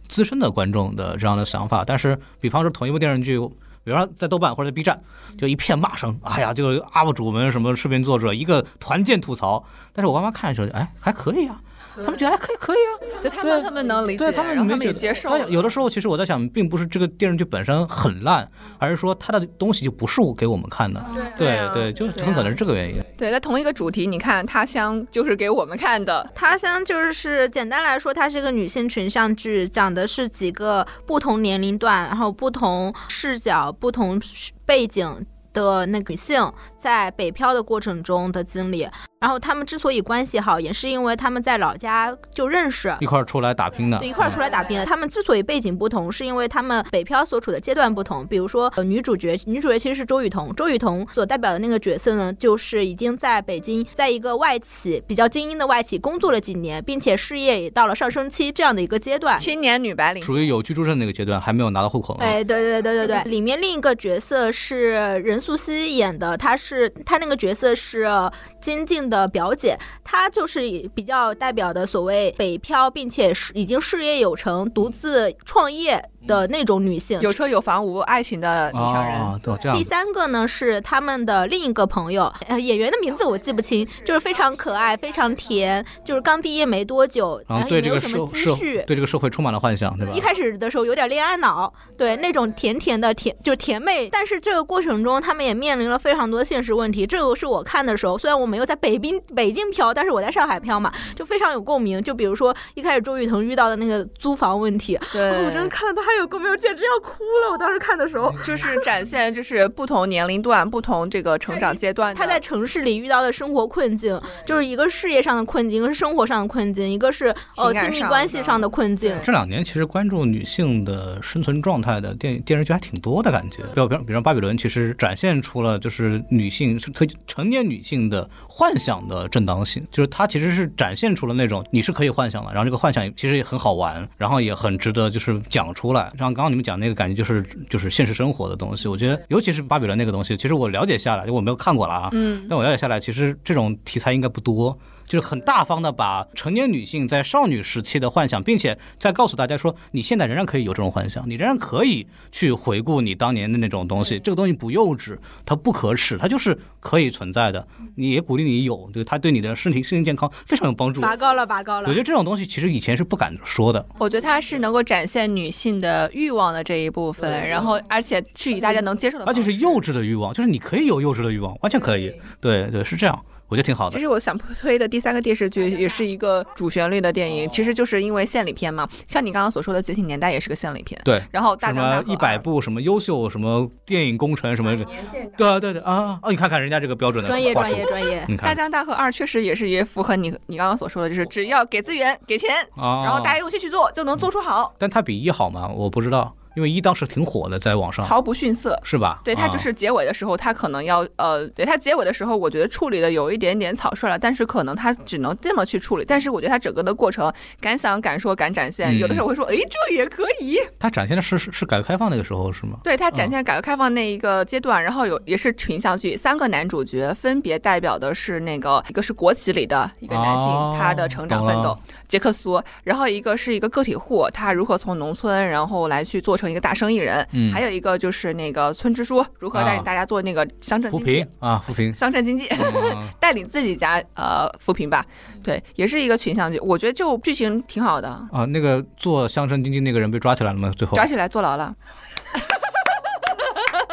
Speaker 3: 资深的观众的这样的想法，但是比方说同一部电视剧。比方说在豆瓣或者在 B 站，
Speaker 2: 嗯
Speaker 3: 就一片骂声，哎呀，这个 UP 主们什么视频作者一个团建吐槽。但是我爸妈看的时候，哎，还可以啊，他们觉得还可以，可以啊，
Speaker 2: 就他们
Speaker 3: 对
Speaker 2: 他们能理解，
Speaker 3: 对他们
Speaker 2: 然后
Speaker 3: 没
Speaker 2: 他们也
Speaker 3: 觉得
Speaker 2: 接受
Speaker 3: 但
Speaker 2: 了。
Speaker 3: 有的时候，其实我在想，并不是这个电视剧本身很烂，而是说它的东西就不是我给我们看的。对
Speaker 2: 啊
Speaker 3: 对，就
Speaker 2: 对
Speaker 3: 很可
Speaker 2: 啊
Speaker 3: 能是这个原因。
Speaker 2: 对，在同一个主题，你看《他乡》就是给我们看的，
Speaker 1: 他乡就是简单来说，它是一个女性群像剧，讲的是几个不同年龄段，然后不同视角、不同背景的那个女性在北漂的过程中的经历。然后她们之所以关系好，也是因为她们在老家就认识。
Speaker 3: 一块儿出来打拼的，
Speaker 1: 对，一块儿出来打拼的。她们之所以背景不同，是因为她们北漂所处的阶段不同。比如说，呃，女主角，女主角其实是周雨彤，周雨彤所代表的那个角色呢，就是已经在北京，在一个外企比较精英的外企工作了几年，并且事业也到了上升期这样的一个阶段。
Speaker 2: 青年女白领。
Speaker 3: 嗯属于有居住证那个阶段，还没有拿到户口呢。
Speaker 1: 哎，对对对对对，里面另一个角色是任素汐演的，她是她那个角色是呃金靖的表姐，她就是比较代表的所谓北漂，并且是已经事业有成、独自创业的那种女性。
Speaker 2: 有车有房无爱情的女强人，
Speaker 1: 哦
Speaker 3: 啊，对，这样
Speaker 1: 第三个呢是他们的另一个朋友，呃，演员的名字我记不清，就是非常可爱，非常甜，就是刚毕业没多久，然
Speaker 3: 然
Speaker 1: 后
Speaker 3: 后
Speaker 1: 也
Speaker 3: 对
Speaker 1: 没哎
Speaker 3: 这
Speaker 1: 有
Speaker 3: 个
Speaker 1: 什么
Speaker 3: 社
Speaker 1: 积
Speaker 3: 社
Speaker 1: 蓄，
Speaker 3: 对这个社会充满了幻想，对吧
Speaker 1: 一？开始的时候有点恋爱脑，对那种甜甜的甜就是甜妹，但是这个过程中他们也面临了非常多现实问题。这个是我看的时候，虽然我没有在北京北京漂，但是我在上海漂嘛，就非常有共鸣。就比如说一开始周雨彤遇到的那个租房问题，
Speaker 2: 对，
Speaker 1: 哦我真的看到她有共鸣，我简直要哭了。我当时看的时候。
Speaker 2: 就是展现就是不同年龄段、不同这个成长阶段的。
Speaker 1: 她在城市里遇到的生活困境，就是一个事业上的困境，一个是生活上的困境，一个是呃
Speaker 2: 情感
Speaker 1: 亲密
Speaker 2: 上
Speaker 1: 关系
Speaker 2: 的
Speaker 1: 上的困境。
Speaker 3: 这两年其实关注女性的生存状态的电电视剧还挺多的感觉，比如比如比如《巴比伦》，其实展现出了就是女性特成年女性的幻想的正当性，就是它其实是展现出了那种你是可以幻想的，然后这个幻想其实也很好玩，然后也很值得就是讲出来。像刚刚你们讲那个感觉就是就是现实生活的东西，我觉得尤其是《巴比伦》那个东西，其实我了解下来，我没有看过了啊，
Speaker 2: 嗯，
Speaker 3: 但我了解下来，其实这种题材应该不多，就是很大方的把成年女性在少女时期的幻想，并且再告诉大家说，你现在仍然可以有这种幻想，你仍然可以去回顾你当年的那种
Speaker 1: 嗯
Speaker 3: 东西。这个东西不幼稚，它不可耻，它就是可以存在的。你也鼓励你有，对它对你的身体身心健康非常有帮助。
Speaker 1: 拔
Speaker 3: 我
Speaker 1: 高了，拔高了
Speaker 3: 觉。得这种东西其实以前是不敢说的，
Speaker 2: 我觉得它是能够展现女性的欲望的这一部分，然后而且是以大家能接受的
Speaker 3: 而
Speaker 2: 方式，
Speaker 3: 且是幼稚的欲望，就是你可以有幼稚的欲望，完全可以。对对，是这样，我觉得挺好的
Speaker 2: 其。实我想推的第三个电视剧也是一个主旋律的电影，其
Speaker 3: 哦
Speaker 2: 实就是因为献礼片嘛。像你刚刚所说的《觉醒年代》也是个献礼片，
Speaker 3: 对，
Speaker 2: 然后大
Speaker 3: 什
Speaker 2: 张大
Speaker 3: 么
Speaker 1: 啊
Speaker 2: 合
Speaker 3: 一百部什么优秀什么电影工程什么的，对啊对对啊啊！你看看人家这个标准的
Speaker 1: 专业，
Speaker 3: 话
Speaker 1: 专
Speaker 3: 术
Speaker 1: 业，，专业。
Speaker 3: 你
Speaker 2: 大
Speaker 3: 看
Speaker 2: 江大河二确实也是也符合你你刚刚所说的，就是只要给资源给钱，
Speaker 3: 啊，
Speaker 2: 然后大家用心去做，就能做出好。
Speaker 3: 但它比一好吗？我不知道，因为一当时挺火的，在网上
Speaker 2: 毫不逊色。
Speaker 3: 是吧？
Speaker 2: 对他就
Speaker 3: 啊
Speaker 2: 是结尾的时候，他可能要呃，对他结尾的时候，我觉得处理的有一点点草率了，但是可能他只能这么去处理。但是我觉得他整个的过程敢想敢说敢展现，
Speaker 3: 嗯
Speaker 2: 有的时候我会说，哎，这也可以。
Speaker 3: 他展现的是是是改革开放那个时候是吗？
Speaker 2: 对他展现改革开放那一个阶段，然后有也是群像剧，三个男主角分别代表的是那个一个是国企里的一个男性，
Speaker 3: 哦
Speaker 2: 他的成长
Speaker 3: 懂
Speaker 2: 奋斗
Speaker 3: 了，
Speaker 2: 杰克苏，然后一个是一个个体户，他如何从农村然后来去做成一个大生意人，
Speaker 3: 嗯
Speaker 2: 还有一个就是那个村支书如何带领
Speaker 3: 啊
Speaker 2: 大家做那个乡镇
Speaker 3: 扶
Speaker 2: 经济。
Speaker 3: 贫，啊，扶贫
Speaker 2: 乡镇经济。
Speaker 3: 嗯
Speaker 2: 带领自己家呃扶贫吧，对，也是一个群像剧，我觉得就剧情挺好的，
Speaker 3: 啊，那个做乡村经济那个人被抓起来了吗？最后
Speaker 2: 抓起来坐牢了，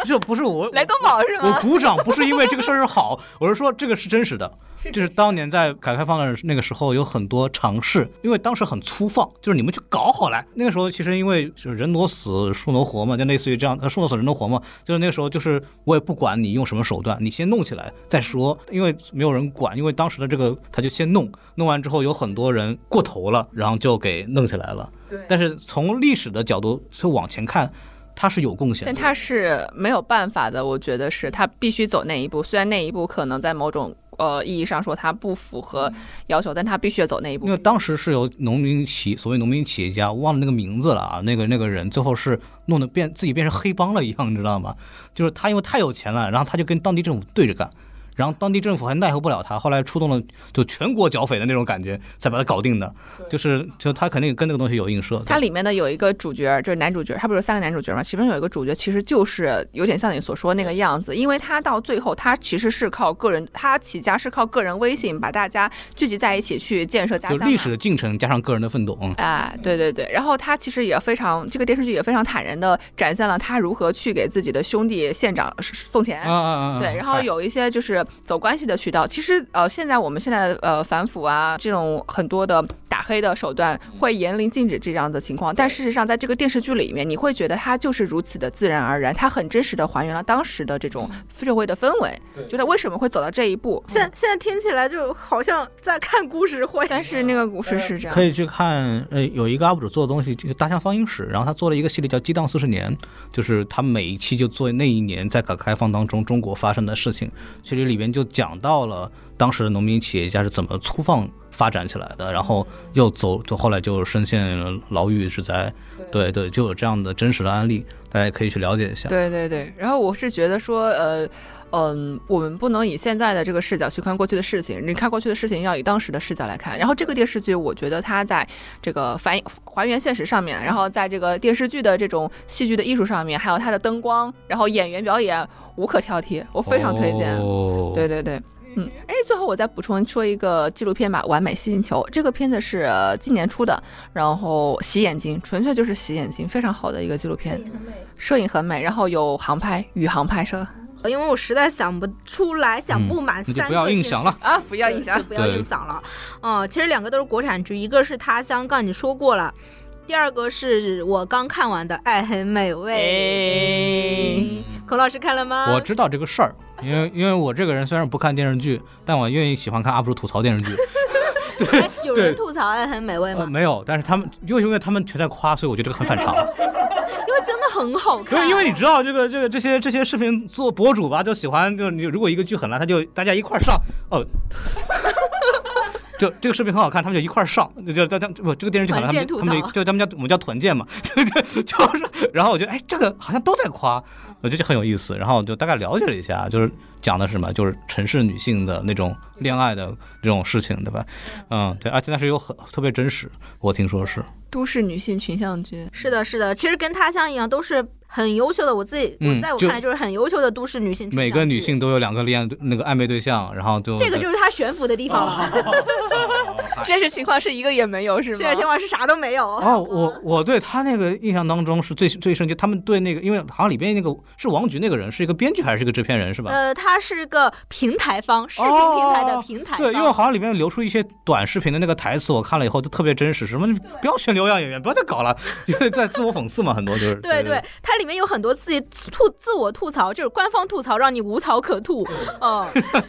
Speaker 3: 这不是我，
Speaker 2: 雷东宝是
Speaker 3: 我
Speaker 2: 吗？
Speaker 3: 鼓掌不是因为这个事儿好， 我是说这个是真实的，就是当年在改革开放的那个时候有很多尝试，因为当时很粗放，就是你们去搞好来。那个时候其实因为就是人挪死，树挪活嘛，就类似于这样，呃树挪死，人挪活嘛，就是那个时候就是我也不管你用什么手段，你先弄起来再说，因为没有人管，因为当时的这个他就先弄，弄完之后有很多人过头了，然后就给弄起来了。
Speaker 2: 对
Speaker 3: 但是从历史的角度去往前看，它是有贡献的。
Speaker 2: 但他是没有办法的，我觉得是他必须走那一步，虽然那一步可能在某种呃意义上说他不符合要求，但他必须要走那一步
Speaker 3: 嗯因。为当时是由农民企所谓农民企业家，忘了那个名字了啊，那个那个人最后是弄得变自己变成黑帮了一样，你知道吗？就是他因为太有钱了，然后他就跟当地政府对着干，然后当地政府还奈何不了他，后来出动了就全国剿匪的那种感觉，才把他搞定的。就是就他肯定跟那个东西有映射。
Speaker 2: 它里面的有一个主角，就是男主角，他不是有三个男主角吗？其中有一个主角其实就是有点像你所说那个样子，因为他到最后他其实是靠个人，他起家是靠个人威信把大家聚集在一起去建设家
Speaker 3: 就
Speaker 2: 乡嘛。
Speaker 3: 历史的进程加上个人的奋斗，嗯，
Speaker 2: 哎，对对对，然后他其实也非常，这个电视剧也非常坦然的展现了他如何去给自己的兄弟县长送钱，
Speaker 3: 啊啊啊！
Speaker 2: 对，然后有一些就是走关系的渠道。其实呃，现在我们现在的呃反腐啊这种很多的打黑的手段会严令禁止这样的情况，但事实上在这个电视剧里面，你会觉得它就是如此的自然而然，它很真实的还原了当时的这种社会的氛围，觉得为什么会走到这一步。
Speaker 1: 现现在听起来就好像在看故事会，
Speaker 2: 但是那个股市是这样，
Speaker 3: 可以去看，呃，有一个 UP 主做的东西，就是《大象放映室》，然后他做了一个系列叫《激荡四十年》，就是他每一期就做那一年在改革开放当中中国发生的事情，其实里边就讲到了当时的农民企业家是怎么粗放发展起来的，然后又走，就后来就深陷牢狱，是在，对对，就有这样的真实的案例，大家也可以去了解一下。
Speaker 2: 对对对，然后我是觉得说，呃，嗯，我们不能以现在的这个视角去看过去的事情，你看过去的事情要以当时的视角来看。然后这个电视剧，我觉得它在这个反映还原现实上面，然后在这个电视剧的这种戏剧的艺术上面，还有它的灯光，然后演员表演无可挑剔，我非常推荐。
Speaker 3: 哦、
Speaker 2: 对对对。嗯，哎，最后我再补充说一个纪录片吧，《完美星球》这个片子是、呃今年出的，然后洗眼睛，纯粹就是洗眼睛，非常好的一个纪录片。摄影很美，然后有航拍宇航拍摄
Speaker 1: 因为我实在想不出来，想不满
Speaker 3: 嗯那
Speaker 1: 三
Speaker 3: 就
Speaker 1: 个、
Speaker 3: 不要硬想了。
Speaker 2: 啊，不
Speaker 1: 不
Speaker 2: 要影响。
Speaker 1: 不要
Speaker 3: 对
Speaker 1: 硬嗓了。嗯，其实两个都是国产剧，一个是《他乡》，刚才你说过了，第二个是我刚看完的《爱很美味》。孔老师看了吗？
Speaker 3: 我知道这个事儿，因为因为我这个人虽然不看电视剧，但我愿意喜欢看 UP 主吐槽电视剧。
Speaker 1: 哎有人
Speaker 3: 对
Speaker 1: 吐槽《爱很美味》
Speaker 3: 呃，
Speaker 1: 吗？
Speaker 3: 没有，但是他们又因为他们全在夸，所以我觉得这个很反常。
Speaker 1: 因为真的很好看。
Speaker 3: 对，因为你知道这个这个这些这些视频做博主吧，就喜欢就是你如果一个剧很烂，他就大家一块儿上哦。 就这个视频很好看，他们就一块儿上，就就他不这个电视剧很烂，他们就他
Speaker 1: 团建
Speaker 3: 们
Speaker 1: 吐槽
Speaker 3: 就就他们叫我们叫团建嘛， 就就是，然后我就哎这个好像都在夸，我觉得很有意思，然后我就大概了解了一下，就是讲的是什么，就是城市女性的那种恋爱的这种事情，对吧？嗯，对，而且但是又很特别真实，我听说是，
Speaker 2: 都市女性群像剧，
Speaker 1: 是的，是的，其实跟《他乡》一样，都是很优秀的。我自己，
Speaker 3: 嗯
Speaker 1: 我在我
Speaker 3: 就
Speaker 1: 看来就是很优秀的都市女性。
Speaker 3: 每个女。性都有两个恋爱对那个暧昧对象，然后就
Speaker 1: 这个就是他悬浮的地方了，
Speaker 2: 真实情况是一个也没有是吗？
Speaker 1: 这个情况是啥都没有。
Speaker 3: 哦，我我对他那个印象当中是最最深，就他们对那个，因为好像里边那个是王菊那个人是一个编剧还是一个制片人是吧？
Speaker 1: 呃，它是个平台方，视频平台的
Speaker 3: 哦
Speaker 1: 平台方。
Speaker 3: 对，因为好像里面流出一些短视频的那个台词，我看了以后都特别真实，什么你不要选流量演员，不要再搞了，因为在自我讽刺嘛，很多就是。
Speaker 1: 对对，它里面有很多自己吐自我吐槽，就是官方吐槽，让你无槽可吐。嗯，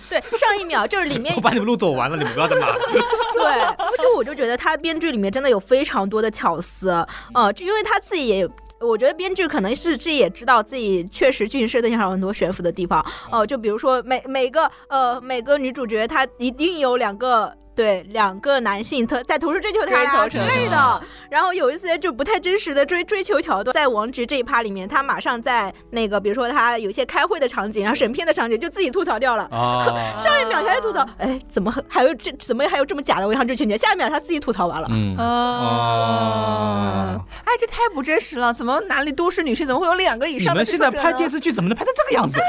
Speaker 1: 对，上一秒就是里面
Speaker 3: 我把你们路走完了，你们不要再骂了。
Speaker 1: 对，就我就觉得他编剧里面真的有非常多的巧思，呃，就因为他自己也。我觉得编剧可能是这也知道自己确实剧情设定上有很多悬浮的地方，哦、就比如说每每个呃每个女主角她一定有两个。对，两个男性特在同时追求她嗯呀之
Speaker 2: 追求
Speaker 1: 类
Speaker 3: 者啊
Speaker 1: 的，然后有一些就不太真实的追追求桥段，在王菊这一趴里面，她马上在那个，比如说她有一些开会的场景，然后审片的场景就自己吐槽掉了，
Speaker 3: 啊，
Speaker 1: 上一秒他在吐槽，哎，怎么还有这怎么还有这么假的微商追求你？下一秒他自己吐槽完了。
Speaker 3: 嗯
Speaker 4: 哦
Speaker 3: 啊，
Speaker 4: 哎，这太不真实了！怎么哪里都市女性怎么会有两个以
Speaker 3: 你
Speaker 4: 上的
Speaker 3: 们
Speaker 4: 制
Speaker 3: 现
Speaker 4: 作
Speaker 3: 在
Speaker 4: 者
Speaker 3: 拍
Speaker 4: 呢
Speaker 3: 电视剧怎么能拍成这个样子？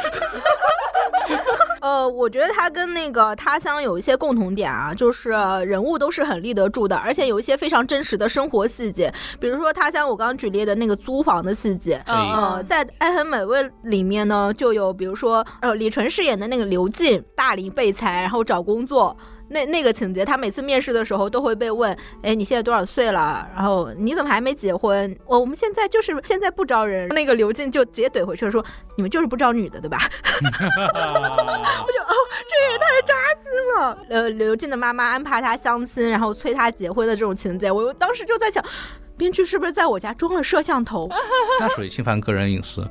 Speaker 1: 呃，我觉得他跟那个他乡有一些共同点啊，就是人物都是很立得住的，而且有一些非常真实的生活细节，比如说他乡我刚刚举例的那个租房的细节。
Speaker 3: 嗯
Speaker 1: 呃，
Speaker 4: 嗯
Speaker 1: 在《爱很美味》里面呢，就有比如说，呃，李纯饰演的那个刘静，大龄被裁，然后找工作，那那个情节，他每次面试的时候都会被问，哎，你现在多少岁了？然后你怎么还没结婚？我我们现在就是现在不招人。那个刘静就直接怼回去了，说你们就是不招女的，对吧？
Speaker 3: 我
Speaker 1: 就哦，
Speaker 3: 这也太渣
Speaker 1: 了，呃，刘静的妈妈安排她相亲，然后催她结婚的这种情节，我当时就在想，编剧是不是在我家装了摄像头？
Speaker 3: 那属于侵犯个人隐私，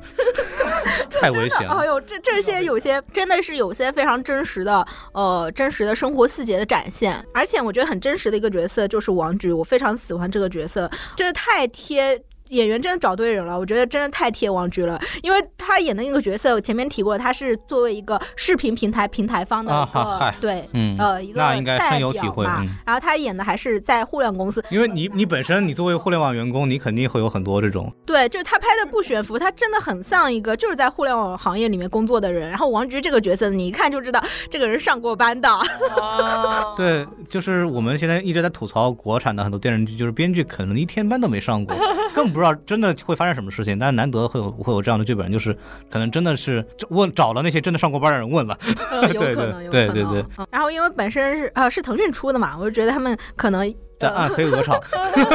Speaker 3: 太危险
Speaker 1: 哎
Speaker 3: 了。
Speaker 1: 呦，这这些有些真的是有些非常真实的，呃，真实的生活细节的展现，而且我觉得很真实的一个角色就是王菊，我非常喜欢这个角色，真的太贴。演员真的找对人了，我觉得真的太贴王菊了，因为她演的那个角色，前面提过，她是作为一个视频平台平台方的
Speaker 3: 啊
Speaker 1: 一个、
Speaker 3: 哈嗨
Speaker 1: 对，
Speaker 3: 嗯
Speaker 1: 呃，一个
Speaker 3: 那应该
Speaker 1: 代
Speaker 3: 深有
Speaker 1: 表嗯
Speaker 3: 体会
Speaker 1: 嘛
Speaker 3: 嗯
Speaker 1: 然后她演的还是在互联网公司，
Speaker 3: 因为你你本身你作为互联网员工，你肯定会有很多这种
Speaker 1: 对，就是他拍的不悬浮，他真的很像一个就是在互联网行业里面工作的人。然后王菊这个角色，你一看就知道这个人上过班的。
Speaker 4: 哦，
Speaker 3: 对，就是我们现在一直在吐槽国产的很多电视剧，就是编剧可能一天班都没上过，更不知道真的会发生什么事情。但是难得会有会有这样的剧本，就是可能真的是就问找了那些真的上过班的人问了，
Speaker 1: 呃，有可
Speaker 3: 对对
Speaker 1: 能，有可
Speaker 3: 对
Speaker 1: 能。
Speaker 3: 对对
Speaker 1: 嗯然后因为本身是呃是腾讯出的嘛，我就觉得他们可能
Speaker 3: 在暗黑鹅厂，
Speaker 1: 嗯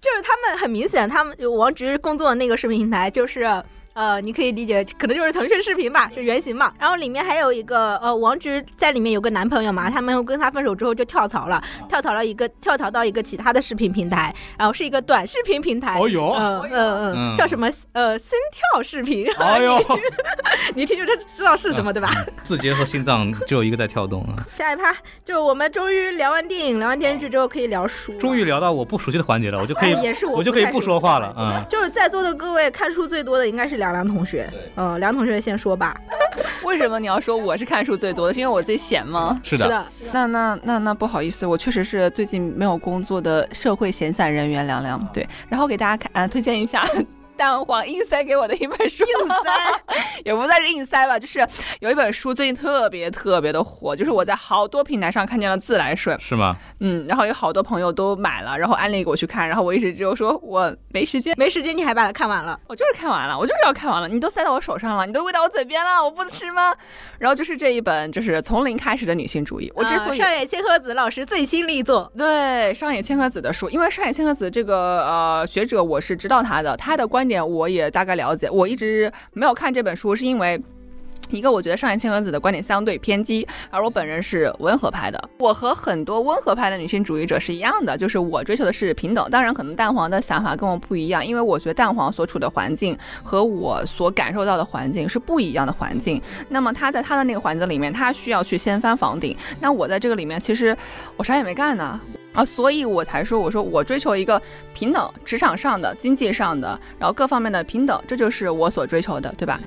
Speaker 1: 就是他们很明显，他们王菊工作的那个视频平台就是。呃，你可以理解，可能就是腾讯视频吧，就原型嘛。然后里面还有一个呃，王菊在里面有个男朋友
Speaker 3: 嗯
Speaker 1: 嘛，他们跟他分手之后就跳槽
Speaker 3: 啊
Speaker 1: 了，跳槽了一个跳槽到一个其他的视频平台，然后是一个短视频平台，
Speaker 3: 哦哟，
Speaker 1: 嗯嗯嗯，
Speaker 3: 嗯
Speaker 1: 叫什么？呃，心跳视频，
Speaker 3: 哎呦，
Speaker 1: 你一听就知知道是什么，对吧？
Speaker 3: 字节和心脏只有一个在跳动啊！
Speaker 1: 下一趴就我们终于聊完电影、聊完电视剧之后，可以聊书了。
Speaker 3: 哦终于聊到我不熟悉的环节了，我就可
Speaker 1: 哎，
Speaker 3: 以，
Speaker 1: 也是
Speaker 3: 我就可以
Speaker 1: 太
Speaker 3: 不
Speaker 1: 熟
Speaker 3: 说
Speaker 1: 悉
Speaker 3: 话
Speaker 1: 的
Speaker 3: 了
Speaker 1: 环节
Speaker 3: 啊！
Speaker 1: 就是在座的各位看书最多的应该是梁梁同学，嗯、梁同学先说吧。
Speaker 2: 为什么你要说我是看书最多的？是因为我最闲吗？
Speaker 3: 是
Speaker 1: 是
Speaker 3: 的，
Speaker 1: 的，
Speaker 2: 那那那那不好意思，我确实是最近没有工作的社会闲散人员凉凉。对，然后给大家看，呃，推荐一下 蛋黄硬塞给我的一本书，
Speaker 1: 硬塞，
Speaker 2: 也不算是硬塞吧，就是有一本书最近特别特别的火，就是我在好多平台上看见了自来水，
Speaker 3: 是吗？
Speaker 2: 嗯，然后有好多朋友都买了，然后安利给我去看，然后我一直只有说我没时间，
Speaker 1: 没时间你还把它看完 了，
Speaker 2: 我就是看完了，我就是要看完了，你都塞到我手上了，你都喂到我嘴边了，我不吃吗？然后就是这一本，就是从零开始的女性主义，我之所
Speaker 1: 呃
Speaker 2: 以、
Speaker 1: 上野千鹤子老师最新力作，
Speaker 2: 对上野千鹤子的书，因为上野千鹤子这个呃学者，我是知道她的，她的观点我也大概了解。我一直没有看这本书，是因为。一个我觉得上野千鹤子的观点相对偏激，而我本人是温和派的。我和很多温和派的女性主义者是一样的，就是我追求的是平等。当然，可能蛋黄的想法跟我不一样，因为我觉得蛋黄所处的环境和我所感受到的环境是不一样的环境。那么他在他的那个环境里面，他需要去掀翻房顶。那我在这个里面，其实我啥也没干呢。啊，所以我才说，我说我追求一个平等，职场上的、经济上的，然后各方面的平等，这就是我所追求的，对吧？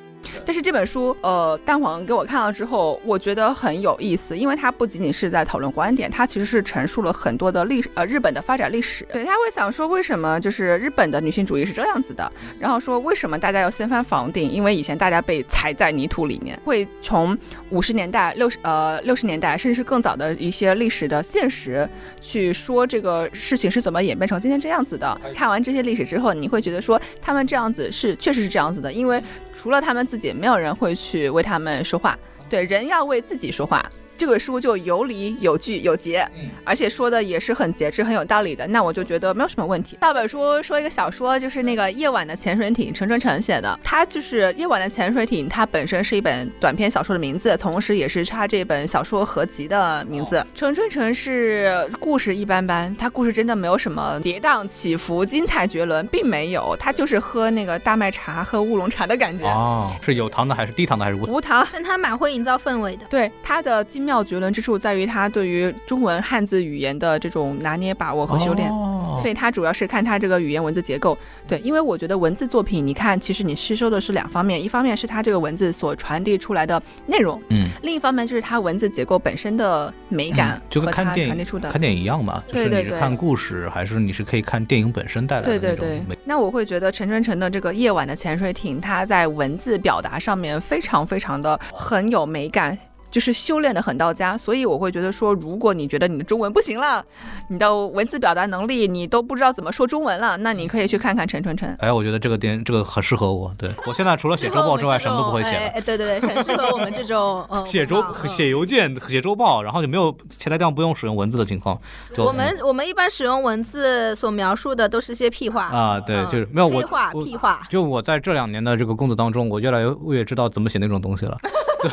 Speaker 2: 但是这本书，呃，蛋黄给我看了之后，我觉得很有意思，因为它不仅仅是在讨论观点，它其实是陈述了很多的历史，呃，日本的发展历史。对，他会想说，为什么就是日本的女性主义是这样子的，然后说为什么大家要掀翻房顶，因为以前大家被踩在泥土里面，会从五十年代、六十呃六十年代，甚至是更早的一些历史的现实去说这个事情是怎么演变成今天这样子的。看完这些历史之后，你会觉得说他们这样子是确实是这样子的，因为除了他们自己，没有人会去为他们说话。对，人要为自己说话。这本书就有理有据有节，而且说的也是很节制、很有道理的，那我就觉得没有什么问题。大本说说一个小说，就是那个《夜晚的潜水艇》，陈春成写的。它就是《夜晚的潜水艇》，它本身是一本短篇小说的名字，同时也是它这本小说合集的名字。陈春成是故事一般般，他故事真的没有什么跌宕起伏、精彩绝伦，并没有。他就是喝那个大麦茶、喝乌龙茶的感觉，
Speaker 3: 哦，是有糖的还是低糖的还是无糖？
Speaker 2: 无糖。
Speaker 1: 但他蛮会营造氛围的。
Speaker 2: 对它的精妙绝伦之处在于它对于中文汉字语言的这种拿捏把握和修炼。
Speaker 3: 哦
Speaker 2: 所以它主要是看它这个语言文字结构，对，因为我觉得文字作品，你看，其实你吸收的是两方面，一方面是它这个文字所传递出来的内容，
Speaker 3: 嗯，
Speaker 2: 另一方面就是它文字结构本身的美感
Speaker 3: 嗯就
Speaker 2: 和
Speaker 3: 跟
Speaker 2: 它
Speaker 3: 看电
Speaker 2: 传递
Speaker 3: 影
Speaker 2: 出的
Speaker 3: 看电影一样嘛，就是
Speaker 2: 对
Speaker 3: 你
Speaker 2: 对
Speaker 3: 是
Speaker 2: 对
Speaker 3: 看故事，还是你是可以看电影本身带来的
Speaker 2: 对对
Speaker 3: 那种
Speaker 2: 对
Speaker 3: 美。，
Speaker 2: 那我会觉得陈春成的这个夜晚的潜水艇，它在文字表达上面非常非常的很有美感。就是修炼的很到家，所以我会觉得说，如果你觉得你的中文不行了，你的文字表达能力你都不知道怎么说中文了，那你可以去看看陈春成。
Speaker 3: 哎，我觉得这个电这个很适合我，对我现在除了写周报之外，什么都不会写
Speaker 1: 哎
Speaker 3: 了。
Speaker 1: 哎对对对，很适合我们这 种呃
Speaker 3: 写周
Speaker 1: 文化嗯
Speaker 3: 写邮件、写周报，然后就没有其他地方不用使用文字的情况。就
Speaker 1: 我们我们一般使用文字所描述的都是些屁话，
Speaker 3: 啊，对，
Speaker 1: 嗯
Speaker 3: 就是没有我
Speaker 1: 黑话
Speaker 3: 我
Speaker 1: 屁话。
Speaker 3: 就我在这两年的这个工作当中，我越来越知道怎么写那种东西 了。 对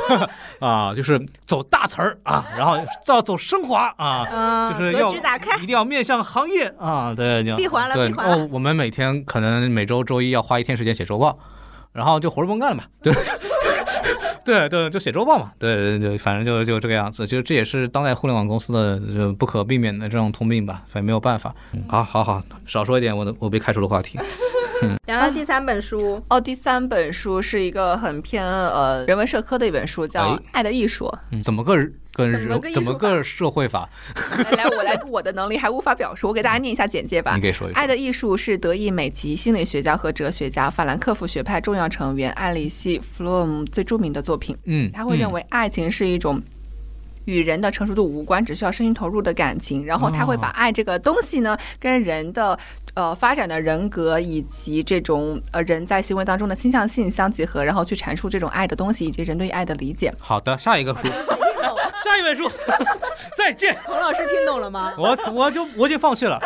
Speaker 3: 啊，就是走大词儿啊，然后要走升华啊，
Speaker 1: 嗯，
Speaker 3: 就是
Speaker 1: 格
Speaker 3: 要
Speaker 1: 局打开，
Speaker 3: 一定要面向行业啊，对，你要
Speaker 1: 闭环了
Speaker 3: 对
Speaker 1: 闭环了
Speaker 3: 哦，我们每天可能每周周一要花一天时间写周报，然后就活着甭干了嘛，对。对对，就写周报嘛，对对对，反正就就这个样子，就这也是当代互联网公司的呃不可避免的这种通病吧，反正没有办法。好，好，好，少说一点我的我被开除的话题。嗯
Speaker 1: 聊聊第三本书，
Speaker 2: 哦，第三本书是一个很偏呃人文社科的一本书，叫
Speaker 3: 哎
Speaker 2: 《爱的艺术》。
Speaker 3: 嗯怎么个跟
Speaker 1: 怎么
Speaker 3: 人
Speaker 1: 个艺
Speaker 3: 怎么
Speaker 1: 术
Speaker 3: 个社会法？
Speaker 2: 来来，我来，我的能力还无法表述，我给大家念一下简介吧。
Speaker 3: 你给说一说
Speaker 2: 爱。的艺术是德裔美籍心理学家和哲学家法兰克福学派重要成员艾丽西·弗洛姆最著名的作品。
Speaker 3: 嗯，
Speaker 2: 他会认
Speaker 3: 嗯
Speaker 2: 为爱情是一种与人的成熟度无关，只需要深情投入的感情。然后他会把
Speaker 3: 哦
Speaker 2: 爱这个东西呢，跟人的呃发展的人格以及这种呃人在行为当中的倾向性相结合，然后去阐述这种爱的东西以及人对爱的理解。
Speaker 3: 好的，下一个书， 下一本书，再见。
Speaker 1: 孔老师听懂了吗？
Speaker 3: 我我就我已经放弃了，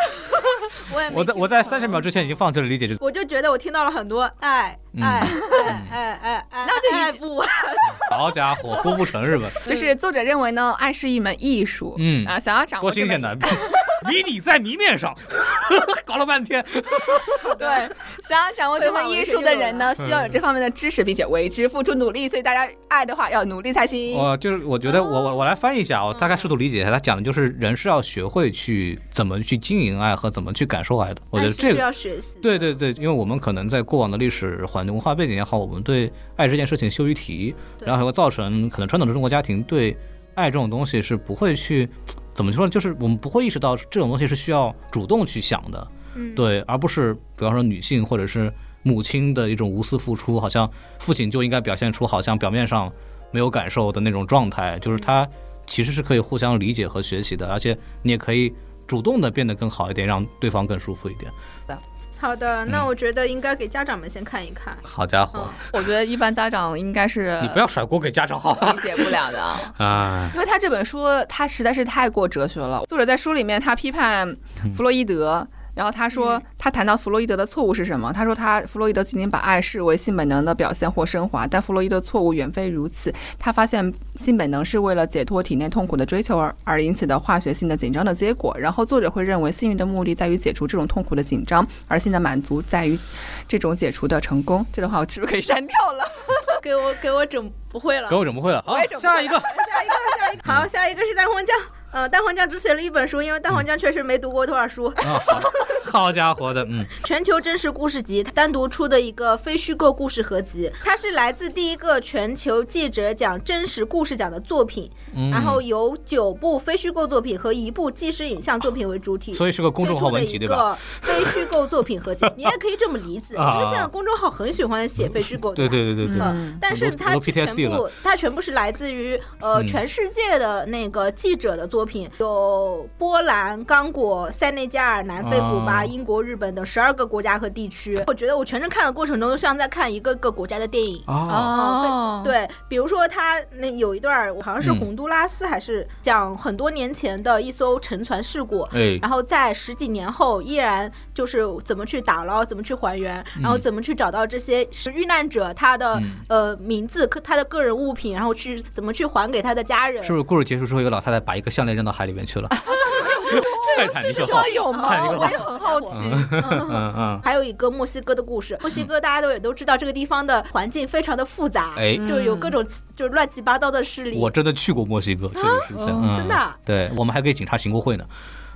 Speaker 1: 我也没
Speaker 3: 我在
Speaker 1: 听
Speaker 3: 我在
Speaker 1: 懂
Speaker 3: 三十秒之前已经放弃了理解这。
Speaker 1: 我就觉得我听到了很多哎爱
Speaker 3: 嗯
Speaker 1: 爱爱爱爱爱，
Speaker 2: 那就一
Speaker 1: 爱哎不完。
Speaker 3: 好家伙，郭富城是吧？
Speaker 2: 就是作者认为呢，爱是一门艺术。
Speaker 3: 嗯
Speaker 2: 啊，想要掌握
Speaker 3: 多
Speaker 2: 这
Speaker 3: 新
Speaker 2: 门
Speaker 3: 鲜
Speaker 2: 艺
Speaker 3: 的，迷你在谜面上， 搞了半天。
Speaker 2: 对，想要掌握这门艺术的人呢，
Speaker 3: 对
Speaker 2: 需要有这方面的知识，并且为之付出努力。所以大家爱的话，要努力才行。
Speaker 3: 我就是我觉得我我我来翻译一下，我大概试图理解一下，他讲的就是人是要学会去怎么去经营爱和怎么去感受爱的。我觉
Speaker 1: 爱
Speaker 3: 得
Speaker 1: 是
Speaker 3: 这
Speaker 1: 需
Speaker 3: 个
Speaker 1: 要学习。
Speaker 3: 对对对，因为我们可能在过往的历史环境、文化背景也好，我们对爱这件事情羞于提，
Speaker 1: 对
Speaker 3: 然后还会造成可能传统的中国家庭对爱这种东西是不会去怎么说呢？就是我们不会意识到这种东西是需要主动去想的，
Speaker 1: 嗯，
Speaker 3: 对，而不是比方说女性或者是母亲的一种无私付出，好像父亲就应该表现出好像表面上没有感受的那种状态，就是
Speaker 1: 嗯
Speaker 3: 他其实是可以互相理解和学习的，而且你也可以主动的变得更好一点，让对方更舒服一点。
Speaker 1: 好的，那
Speaker 3: 嗯
Speaker 1: 我觉得应该给家长们先看一看。
Speaker 3: 好家伙！
Speaker 1: 嗯
Speaker 2: 我觉得一般家长应该是
Speaker 3: 你不要甩锅给家长好吧？
Speaker 2: 理解不了的，
Speaker 3: 呃 啊，
Speaker 2: 因为他这本书他实在是太过哲学了。作者在书里面他批判
Speaker 3: 嗯
Speaker 2: 弗洛伊德。然后他说，他谈到弗洛伊德的错误是什么？他说他弗洛伊德仅仅把爱视为性本能的表现或升华，但弗洛伊德错误远非如此。他发现性本能是为了解脱体内痛苦的追求而而引起的化学性的紧张的结果。然后作者会认为，性欲的目的在于解除这种痛苦的紧张，而性的满足在于这种解除的成功。这段话我是不是可以删掉了？
Speaker 1: 给我给我整不会了
Speaker 3: 给。我整不会了。好
Speaker 2: 我也，整不会
Speaker 3: 下一个，
Speaker 1: 下一个，下一个。好，下一个是蛋黄酱。呃，蛋黄酱只写了一本书，因为蛋黄酱确实没读过多少 书。
Speaker 3: 啊，好，好家伙的，嗯，
Speaker 1: 全球真实故事集单独出的一个非虚构故事合集，它是来自第一个全球记者奖真实故事奖的作品，
Speaker 3: 嗯
Speaker 1: 然后由九部非虚构作品和一部纪实影像作品为主体。
Speaker 3: 所以是个公众号文
Speaker 1: 推出
Speaker 3: 集对
Speaker 1: 的一
Speaker 3: 吧？
Speaker 1: 个非虚构作品 合集，你也可以这么理解，因
Speaker 3: 啊
Speaker 1: 为现在公众号很喜欢写非虚构，
Speaker 3: 对
Speaker 1: 吧
Speaker 3: 对对对对，
Speaker 1: 嗯，但是
Speaker 3: 我都
Speaker 1: 它
Speaker 3: 我都
Speaker 1: 全
Speaker 3: PTSD
Speaker 1: 部
Speaker 3: 了
Speaker 1: 它全部是来自于呃、
Speaker 3: 嗯
Speaker 1: 全世界的那个记者的作品，有波兰、刚果、塞内加尔、南非、古巴、
Speaker 3: 啊
Speaker 1: 法、英国、日本等十二个国家和地区。我觉得我全程看的过程中，就像在看一个个国家的电影。哦，
Speaker 3: 啊，
Speaker 1: 对，比如说他那有一段儿，好像是
Speaker 3: 嗯
Speaker 1: 洪都拉斯还是讲很多年前的一艘沉船事故，
Speaker 3: 哎，
Speaker 1: 然后在十几年后依然就是怎么去打捞，怎么去还原，然后怎么去找到这些遇难者他的、
Speaker 3: 嗯
Speaker 1: 呃名字、个他的个人物品，然后去怎么去还给他的家人。
Speaker 3: 是不是故事结束之后，有个老太太把一个项链扔到海里面 去了？泰坦尼克号，
Speaker 4: 有
Speaker 3: 看
Speaker 4: 吗？
Speaker 3: 一个吧
Speaker 4: 我也很好奇。
Speaker 3: 嗯嗯，
Speaker 1: 还有一个墨西哥的故事，墨西哥大家都也都知道，这个地方的环境非常的复杂，
Speaker 3: 哎，
Speaker 1: 就有各种就是乱七八糟的势力
Speaker 3: 我。真的去过墨西哥，确实是这样，嗯
Speaker 1: 真的啊
Speaker 3: 对我们还给警察行过贿呢，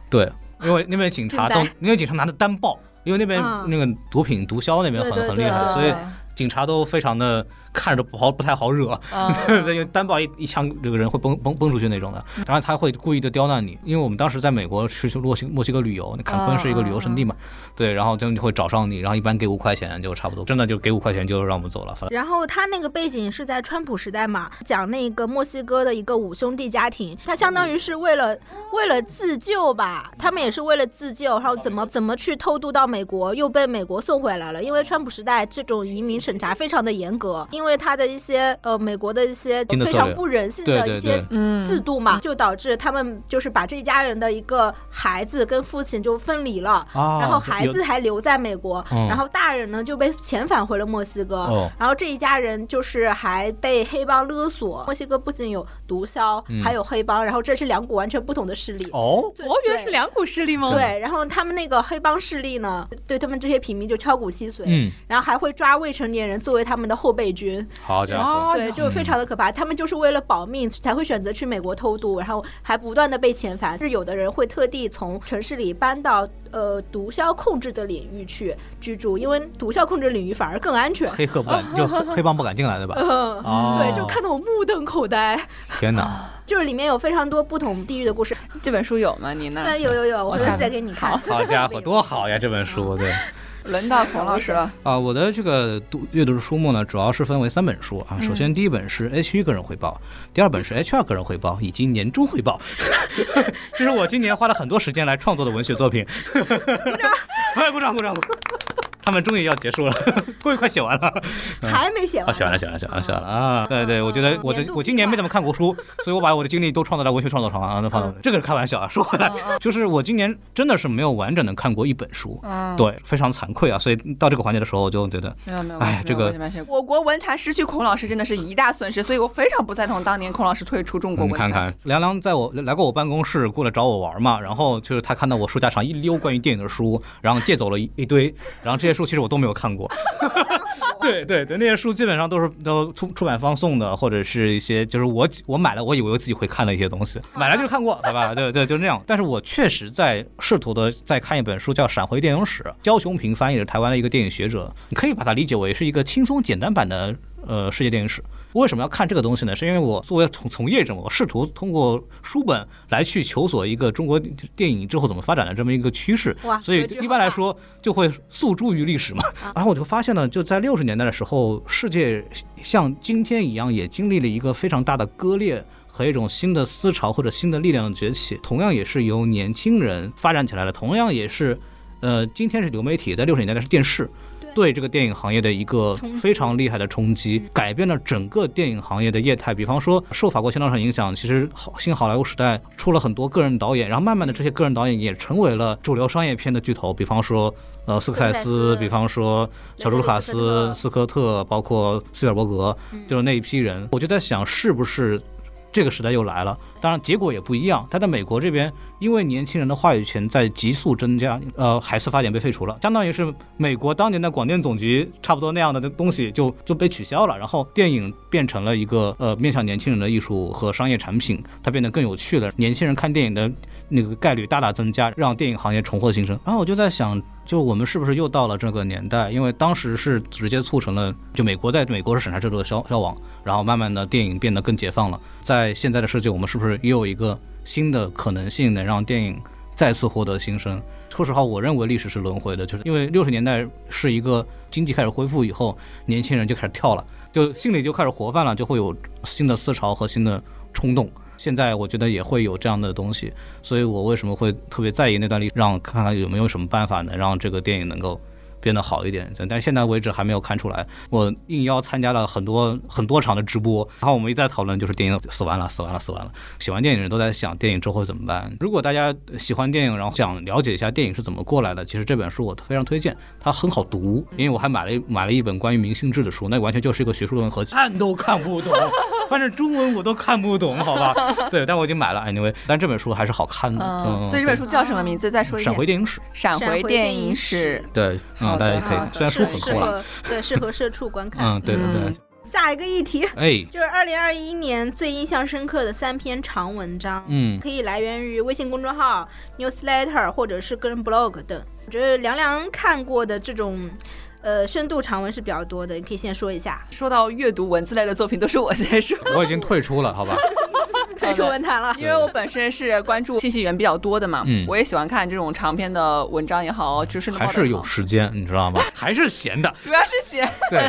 Speaker 3: 对，因为那边警察
Speaker 1: 近
Speaker 3: 都
Speaker 1: 代，
Speaker 3: 因为警察拿的单报，因为那边
Speaker 1: 嗯
Speaker 3: 那个毒品毒枭那边很
Speaker 1: 对对
Speaker 3: 很
Speaker 1: 对
Speaker 3: 厉害，
Speaker 1: 嗯
Speaker 3: 所以警察都非常的看着不好不太好惹，对，因为单报一一枪，这个人会崩崩崩出去那种的。然后他会故意的刁难你，因为我们当时在美国去去墨西墨西哥旅游，那坎昆是一个旅游胜地嘛，对，然后就会找上你，然后一般给五块钱就差不多，真的就给五块钱就让我们走了，反正
Speaker 1: 然后他那个背景是在川普时代嘛，讲那个墨西哥的一个五兄弟家庭，他相当于是为了为了自救吧，他们也是为了自救，然后怎
Speaker 3: 哦
Speaker 1: 么怎么去偷渡到美国，又被美国送回来了。因为川普时代这种移民审查非常的严格，因为他的一些呃美国的一些
Speaker 3: 新的
Speaker 1: 非
Speaker 3: 策
Speaker 1: 常
Speaker 3: 略
Speaker 1: 不人性
Speaker 3: 对
Speaker 1: 的
Speaker 3: 对
Speaker 1: 一些
Speaker 3: 对
Speaker 4: 嗯
Speaker 1: 制度嘛，就导致他们就是把这一家人的一个孩子跟父亲就分离了，
Speaker 3: 啊
Speaker 1: 然后孩子还留在美国，
Speaker 3: 嗯
Speaker 1: 然后大人呢就被遣返回了墨西哥。
Speaker 3: 哦
Speaker 1: 然后这一家人就是还被黑帮勒索。墨西哥不仅有毒枭，
Speaker 3: 嗯
Speaker 1: 还有黑帮，然后这是两股完全不同的势力。
Speaker 3: 哦，
Speaker 1: 对
Speaker 4: 我以为是。两股势力吗？
Speaker 1: 对对，然后他们那个黑帮势力呢，对他们这些平民就敲骨吸髓，
Speaker 3: 嗯，
Speaker 1: 然后还会抓未成年人作为他们的后备军，
Speaker 3: 好家伙，
Speaker 4: 哦，
Speaker 1: 对，就是非常的可怕。他们就是为了保命才会选择去美国偷渡，然后还不断的被遣返。就是有的人会特地从城市里搬到呃毒枭控制的领域去居住，因为毒枭控制领域反而更安全。
Speaker 3: 黑客不敢，就黑黑帮不敢进来对吧？
Speaker 1: 嗯，
Speaker 3: 哦，
Speaker 1: 对，就看得我目瞪口呆。
Speaker 3: 天哪，
Speaker 1: 就是里面有非常多不同地域的故事。
Speaker 2: 这本书有吗？你那
Speaker 1: 对，
Speaker 2: 儿
Speaker 1: 有有有，我
Speaker 2: 我
Speaker 1: 回头
Speaker 2: 想
Speaker 1: 再给你 看。
Speaker 3: 好家伙，多好呀！这本书对。
Speaker 2: 轮到孔老师了，
Speaker 3: 啊，我的这个读阅读的书目呢，主要是分为三本书啊。首先，第一本是 H 一个人汇报，第二本是 H 二个人汇报，以及年终汇报。 这是我今年花了很多时间来创作的文学作品。 哎鼓掌！鼓掌！鼓掌！他们终于要结束了，终于快写完了。
Speaker 1: 还没写
Speaker 3: 啊，
Speaker 1: 完。
Speaker 3: 写完了，写完了，写完了，写完了啊！对对，我觉得我
Speaker 1: 年
Speaker 3: 的
Speaker 1: 度
Speaker 3: 我今
Speaker 1: 计
Speaker 3: 年
Speaker 1: 划
Speaker 3: 没怎么看过书，所以我把我的精力都创造在文学创作上啊。那放到这个是开玩笑啊，说回来，就是我今年真的是没有完整的看过一本书，对，非常惭愧啊。所以到这个环节的时候，我就觉得
Speaker 2: 嗯没有没有
Speaker 3: 哎
Speaker 2: 关系，
Speaker 3: 这个
Speaker 2: 没有关系没有关系
Speaker 4: 我国文坛失去孔老师真的是一大损失，所以我非常不赞同当年孔老师退出中国
Speaker 3: 你
Speaker 4: 文坛。
Speaker 3: 看看，哎梁梁在我来过我办公室过来找我玩嘛，然后就是他看到我书架上一溜关于电影的书，然后借走了一一堆，然后这些书其实我都没有看过。 对对对，那些书基本上都是都出出版方送的，或者是一些就是我我买了，我以为我自己会看的一些东西，买来就是看过，好吧？对对，就那样。但是我确实在试图的在看一本书，叫《闪回电影史》，焦雄平翻译的台湾的一个电影学者，你可以把它理解为是一个轻松简单版的呃世界电影史。为什么要看这个东西呢？是因为我作为从从业者嘛，我试图通过书本来去求索一个中国电影之后怎么发展的这么一个趋势。
Speaker 1: 哇，
Speaker 3: 所以
Speaker 1: 格局
Speaker 3: 一
Speaker 1: 好
Speaker 3: 般来
Speaker 1: 大，
Speaker 3: 说就会诉诸于历史嘛。然后我就发现呢，就在六十年代的时候，世界像今天一样，也经历了一个非常大的割裂。和一种新的思潮或者新的力量的崛起，同样也是由年轻人发展起来的，同样也是，呃，今天是流媒体，在六十年代是电视，对这个电影行业的一个非常厉害的冲击，改变了整个电影行业的业态。比方说，受法国前导厂影响，其实好新好莱坞时代出了很多个人导演，然后慢慢的这些个人导演也成为了主流商业片的巨头。比方说，呃，斯科塞斯，比方说小朱卡斯、斯科特，嗯包括斯皮尔伯格，就是那一批人。我就在想，是不是这个时代又来了？当然，结果也不一样。但在美国这边，因为年轻人的话语权在急速增加，呃，海斯法典被废除了，相当于是美国当年的广电总局差不多那样的东西就就被取消了，然后电影变成了一个呃面向年轻人的艺术和商业产品，它变得更有趣了，年轻人看电影的那个概率大大增加，让电影行业重获新生。然后我就在想。就我们是不是又到了这个年代？因为当时是直接促成了，就美国在美国是审查制度的消消亡，然后慢慢的电影变得更解放了。在现在的世界，我们是不是也有一个新的可能性，能让电影再次获得新生？说实话，我认为历史是轮回的，就是因为六十年代是一个经济开始恢复以后，年轻人就开始跳了，就心里就开始活泛了，就会有新的思潮和新的冲动。现在我觉得也会有这样的东西，所以我为什么会特别在意那段历史，让看看有没有什么办法能让这个电影能够变得好一点。但但现在为止还没有看出来。我应邀参加了很多很多场的直播，然后我们一再讨论，就是电影死完了，死完了，死完了。喜欢电影的人都在想电影之后怎么办。如果大家喜欢电影，然后想了解一下电影是怎么过来的，其实这本书我非常推荐，它很好读，因为我还买了一买了一本关于明星制的书，那完全就是一个学术论文，看都看不懂， 反正中文我都看不懂，好 吧？对，但我已经买了，anyway，但这本书还是好看的，
Speaker 2: 嗯，
Speaker 3: 嗯，
Speaker 2: 所以这本书叫什么名字？再说一
Speaker 3: 闪
Speaker 2: 遍
Speaker 3: 回。电影史，
Speaker 2: 闪
Speaker 1: 闪
Speaker 2: 回
Speaker 1: 回
Speaker 2: 电
Speaker 1: 电影
Speaker 2: 影史
Speaker 1: 史，
Speaker 3: 对，
Speaker 2: 好
Speaker 3: 嗯，大
Speaker 2: 的
Speaker 3: 家也可以
Speaker 2: 好的，
Speaker 3: 虽然书
Speaker 1: 是
Speaker 3: 很
Speaker 1: 适
Speaker 3: 厚了，
Speaker 1: 合对适合社畜观看。
Speaker 3: 嗯，对的对的，
Speaker 1: 下一个议题
Speaker 3: 哎，
Speaker 1: 就是二零二一年最印象深刻的三篇长文章，
Speaker 3: 嗯
Speaker 1: 可以来源于微信公众号、newsletter 或者是个人 blog 等。我觉得凉凉看过的这种。呃，深度长文是比较多的，你可以先说一下，
Speaker 2: 说到阅读文字类的作品，都是我 在说，
Speaker 3: 我已经退出了，好 吧？
Speaker 1: 退出文坛了。
Speaker 2: 因为我本身是关注信息源比较多的嘛，
Speaker 3: 嗯
Speaker 2: 我也喜欢看这种长篇的文章也好，知识的报
Speaker 3: 还
Speaker 2: 道也
Speaker 3: 是
Speaker 2: 好
Speaker 3: 有时间，你知道吗？ 还是闲的，
Speaker 2: 主要是写
Speaker 3: 对，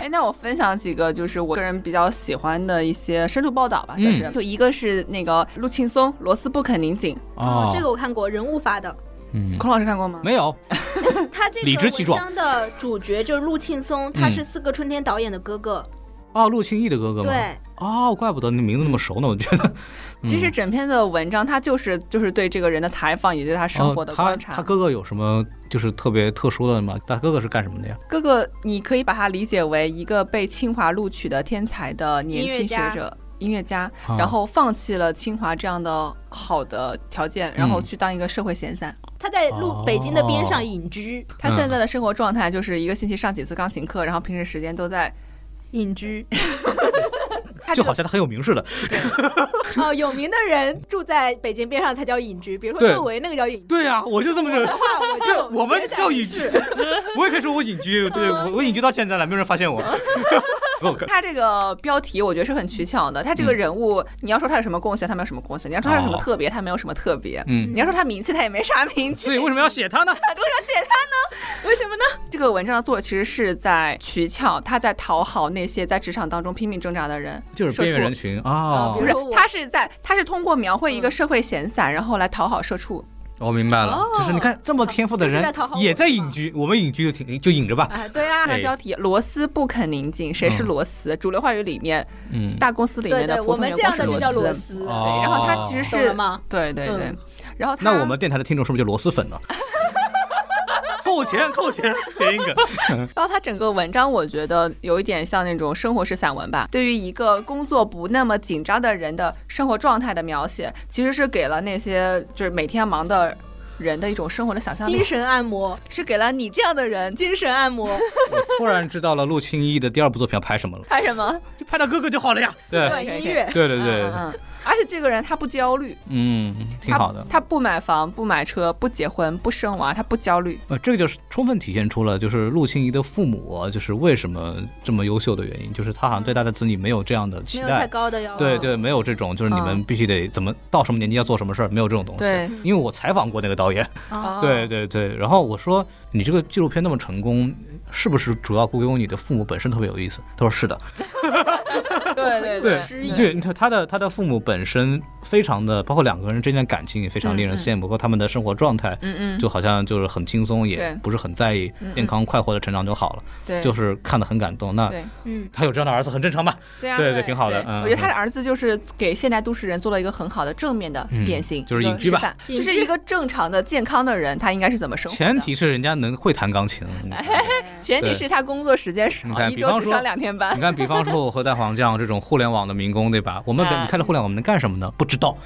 Speaker 2: 哎，那我分享几个就是我个人比较喜欢的一些深度报道吧，算是。
Speaker 3: 嗯
Speaker 2: 就一个是那个陆庆松、罗斯布肯宁井，
Speaker 3: 哦，
Speaker 1: 这个我看过，人物发的。
Speaker 3: 嗯，
Speaker 2: 孔老师看过吗？
Speaker 3: 没有，
Speaker 1: 他这个
Speaker 3: 理直气
Speaker 1: 文
Speaker 3: 壮
Speaker 1: 章的主角就是陆庆松，他
Speaker 3: 嗯
Speaker 1: 是四个春天导演的哥哥。
Speaker 3: 哦，陆庆义的哥哥吗？，
Speaker 1: 对，
Speaker 3: 哦，怪不得你名字那么熟呢，我觉 得。
Speaker 2: 其
Speaker 3: 嗯
Speaker 2: 实整篇的文章，它就是就是对这个人的采访，以及对他生活的
Speaker 3: 哦他
Speaker 2: 观察。
Speaker 3: 他哥哥有什么就是特别特殊的吗？他哥哥是干什么的呀？
Speaker 2: 哥哥，你可以把它理解为一个被清华录取的天才的年轻学者。音乐家，
Speaker 3: 啊
Speaker 2: 然后放弃了清华这样的好的条件，然后
Speaker 3: 嗯
Speaker 2: 去当一个社会闲散。
Speaker 1: 他在路
Speaker 3: 哦
Speaker 1: 北京的边上隐居，
Speaker 2: 他
Speaker 3: 嗯
Speaker 2: 现在的生活状态就是一个星期上几次钢琴课，然后平时时间都在
Speaker 1: 隐居。
Speaker 2: 他这
Speaker 3: 就
Speaker 2: 个
Speaker 3: 好像他很有名似的。
Speaker 1: 哦，有名的人住在北京边上才叫隐居，比如说
Speaker 3: 对
Speaker 1: 窦唯那个叫隐居。
Speaker 3: 对呀、我就这么认为。
Speaker 1: 我就
Speaker 3: 我们叫隐居，我也可以说我隐居，对我我隐居到现在了，没有人发现我。不可
Speaker 2: 他这个标题我觉得是很取巧的。他这个人物，你要说他有什么贡献，他没有什么贡献；你要说他有什么
Speaker 3: 嗯哦
Speaker 2: 特别，他没有什么特别；
Speaker 3: 嗯，
Speaker 2: 你要说他名气，他也没啥名气。
Speaker 3: 所以为什么要写他呢？
Speaker 2: 他多少写他？
Speaker 1: 为什么呢？
Speaker 2: 这个文章的作者其实是在取巧，他在讨好那些在职场当中拼命挣扎的人，
Speaker 3: 就是边缘人
Speaker 2: 社畜。
Speaker 3: 群
Speaker 1: 啊
Speaker 3: 啊
Speaker 1: 比如
Speaker 2: 不是
Speaker 1: 说，我嗯
Speaker 2: 他是在，他是通过描绘一个社会闲散，然后来讨好社畜。
Speaker 3: 我明白
Speaker 1: 哦
Speaker 3: 了，就是你看这么天赋的
Speaker 1: 就是
Speaker 3: 人
Speaker 1: 在讨好我
Speaker 3: 也在
Speaker 1: 是吗
Speaker 3: 隐居，我们隐居就挺就隐着吧。
Speaker 1: 啊，对啊，
Speaker 2: 看
Speaker 3: 哎
Speaker 2: 标题：罗斯不肯宁静，谁是
Speaker 3: 嗯
Speaker 2: 罗斯？主流话语里面，
Speaker 3: 嗯，
Speaker 2: 大公司里
Speaker 1: 对
Speaker 2: 面
Speaker 1: 对，
Speaker 2: 的
Speaker 1: 我
Speaker 2: 普通
Speaker 1: 们
Speaker 2: 员
Speaker 1: 这样
Speaker 2: 工
Speaker 1: 的
Speaker 2: 是
Speaker 1: 就
Speaker 2: 罗
Speaker 1: 叫罗
Speaker 2: 斯。
Speaker 1: 斯，
Speaker 3: 哦
Speaker 2: 对，然后他其实
Speaker 1: 懂了
Speaker 2: 是，
Speaker 1: 吗？
Speaker 2: 对对对
Speaker 1: 嗯，
Speaker 2: 然后他
Speaker 3: 那我们电台的听众是不是就螺蛳粉呢？ 扣钱，扣钱，谐音梗。
Speaker 2: 然后他整个文章，我觉得有一点像那种生活式散文吧。对于一个工作不那么紧张的人的生活状态的描写，其实是给了那些就是每天忙的人的一种生活的想象
Speaker 1: 精
Speaker 2: 力，
Speaker 1: 神按摩，
Speaker 2: 是给了你这样的人
Speaker 1: 精神按摩，
Speaker 3: 突然知道了陆庆义的第二部作品要拍什么了，
Speaker 2: 拍什 么？
Speaker 3: 就拍他哥哥就好了呀。对，
Speaker 1: 管音乐，
Speaker 3: 对对
Speaker 2: 嗯
Speaker 3: 对，
Speaker 2: 嗯嗯而且这个人他不焦虑，
Speaker 3: 嗯，挺
Speaker 2: 他
Speaker 3: 好的。
Speaker 2: 他不买房，不买车，不结婚，不生娃，他不焦虑。
Speaker 3: 呃，这个就是充分体现出了，就是陆庆义的父母啊、就是为什么这么优秀的原因，就是他好像对他的子女没有这样的
Speaker 1: 没
Speaker 3: 期
Speaker 1: 有太
Speaker 3: 待，
Speaker 1: 高的要求。
Speaker 3: 对对，没有这种就是你们
Speaker 2: 嗯
Speaker 3: 必须得怎么到什么年纪要做什么事儿，没有这种东西。
Speaker 2: 对
Speaker 3: 因为我采访过那个导演，
Speaker 2: 哦
Speaker 3: 对对对，然后我说你这个纪录片那么成功，是不是主要归功于你的父母本身特别有意思？他说是的，
Speaker 2: 对对
Speaker 3: 对
Speaker 2: 失忆
Speaker 3: 对，他他的他的父母本身非常的，包括两个人之间的感情也非常令人羡慕，包括他们的生活状态，
Speaker 2: 嗯嗯，
Speaker 3: 就好像就是很轻松，也
Speaker 2: 对
Speaker 3: 不是很在意
Speaker 2: 嗯嗯
Speaker 3: 健康快活的成长就好了，
Speaker 2: 对，
Speaker 3: 就是看得很感动。那
Speaker 2: 对
Speaker 1: 嗯，
Speaker 3: 他有这样的儿子很正常吧？
Speaker 2: 对啊，
Speaker 3: 对对挺好的嗯
Speaker 2: 我觉得他的儿子就是给现代都市人做了一个很好的正面的典型，
Speaker 3: 嗯就是隐居吧
Speaker 2: 一个示范，
Speaker 1: 隐
Speaker 2: 就
Speaker 1: 居
Speaker 2: 是一个正常的、健康的人，他应该是怎么生活的。
Speaker 3: 前提是人家能会弹钢 琴。
Speaker 2: 前提是他工作时间少
Speaker 3: 你，看
Speaker 2: 一
Speaker 3: 嗯比
Speaker 2: 周
Speaker 3: 方
Speaker 2: 只
Speaker 3: 说嗯
Speaker 2: 上两天 班
Speaker 3: 你。看，比方说我和蛋黄酱这种互联网的民工，对吧？我们
Speaker 2: 啊
Speaker 3: 你看了互联网，我们能干什么呢？不知道，